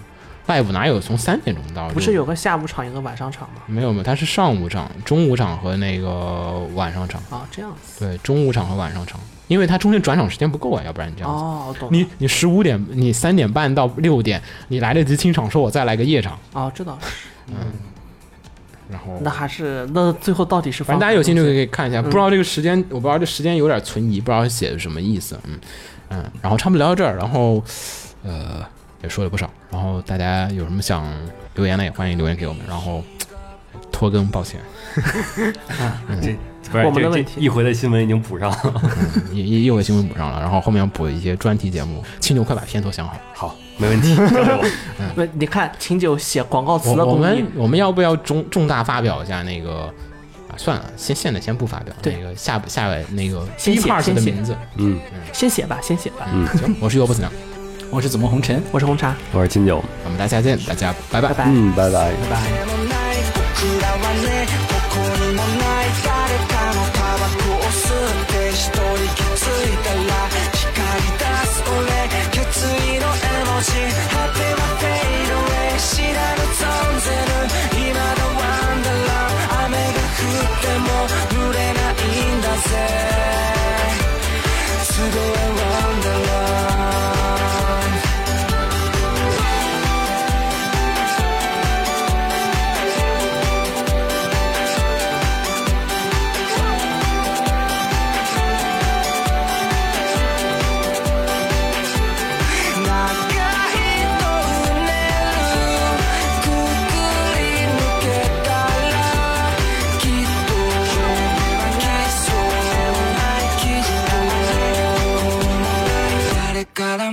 live 哪有从三点钟到？
哎不是有？个下午场，有个晚上场吗？
没有没有，它是上午场、中午场和那个晚上场。
啊，这样子。
对，中午场和晚上场，因为它中间转场时间不够啊，要不然你这样子。
哦，我懂了。
你你十五点，你三点半到六点，你来得及清场，说我再来个夜场，
哦，这倒是。
然后
那还是那最后到底是
反正
放什么东西？
大家有兴趣可以看一下，
嗯
不知道这个时间，我不知道这时间有点存疑，不知道写的什么意思，嗯嗯，然后差不多聊到这儿，然后呃也说了不少，然后大家有什么想留言的也欢迎留言给我们，然后拖更抱歉，
不是
我们的
这
问
这
题
一嗯回的新闻已经补上了，
嗯也也又给新闻补上了，然后后面要补一些专题节目，青牛快把片头想好，
*laughs* 好，没问 *laughs* 题，交给我。
不，你看秦九写广告词的
我我
功
们
力，
我们要不要重重大发表一下那个？啊，算了，先现在先不发表。
对
那个下下位那个第
先
一
写
part
先
的
写
名字，
嗯，
先写吧，先写吧。
嗯，行，我是尤不死娘，
我是怎么红尘。
我是红茶，
我是金九，
我们大家见，大家拜拜
拜。拜。
嗯，拜拜。
拜拜。
でもない僕らはねどこにもない誰かのタバコを吸って一人きついたら光り出す俺決意の絵文字果てはフェイドウェイ知らぬ存ぜぬ今のワンダーラン雨が降っても濡れないんだぜすごいワンダーラン長いとうねるくくりの抜けたらきっと泣きそうきっと誰から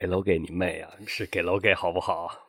给楼给你妹啊，是给楼给好不好？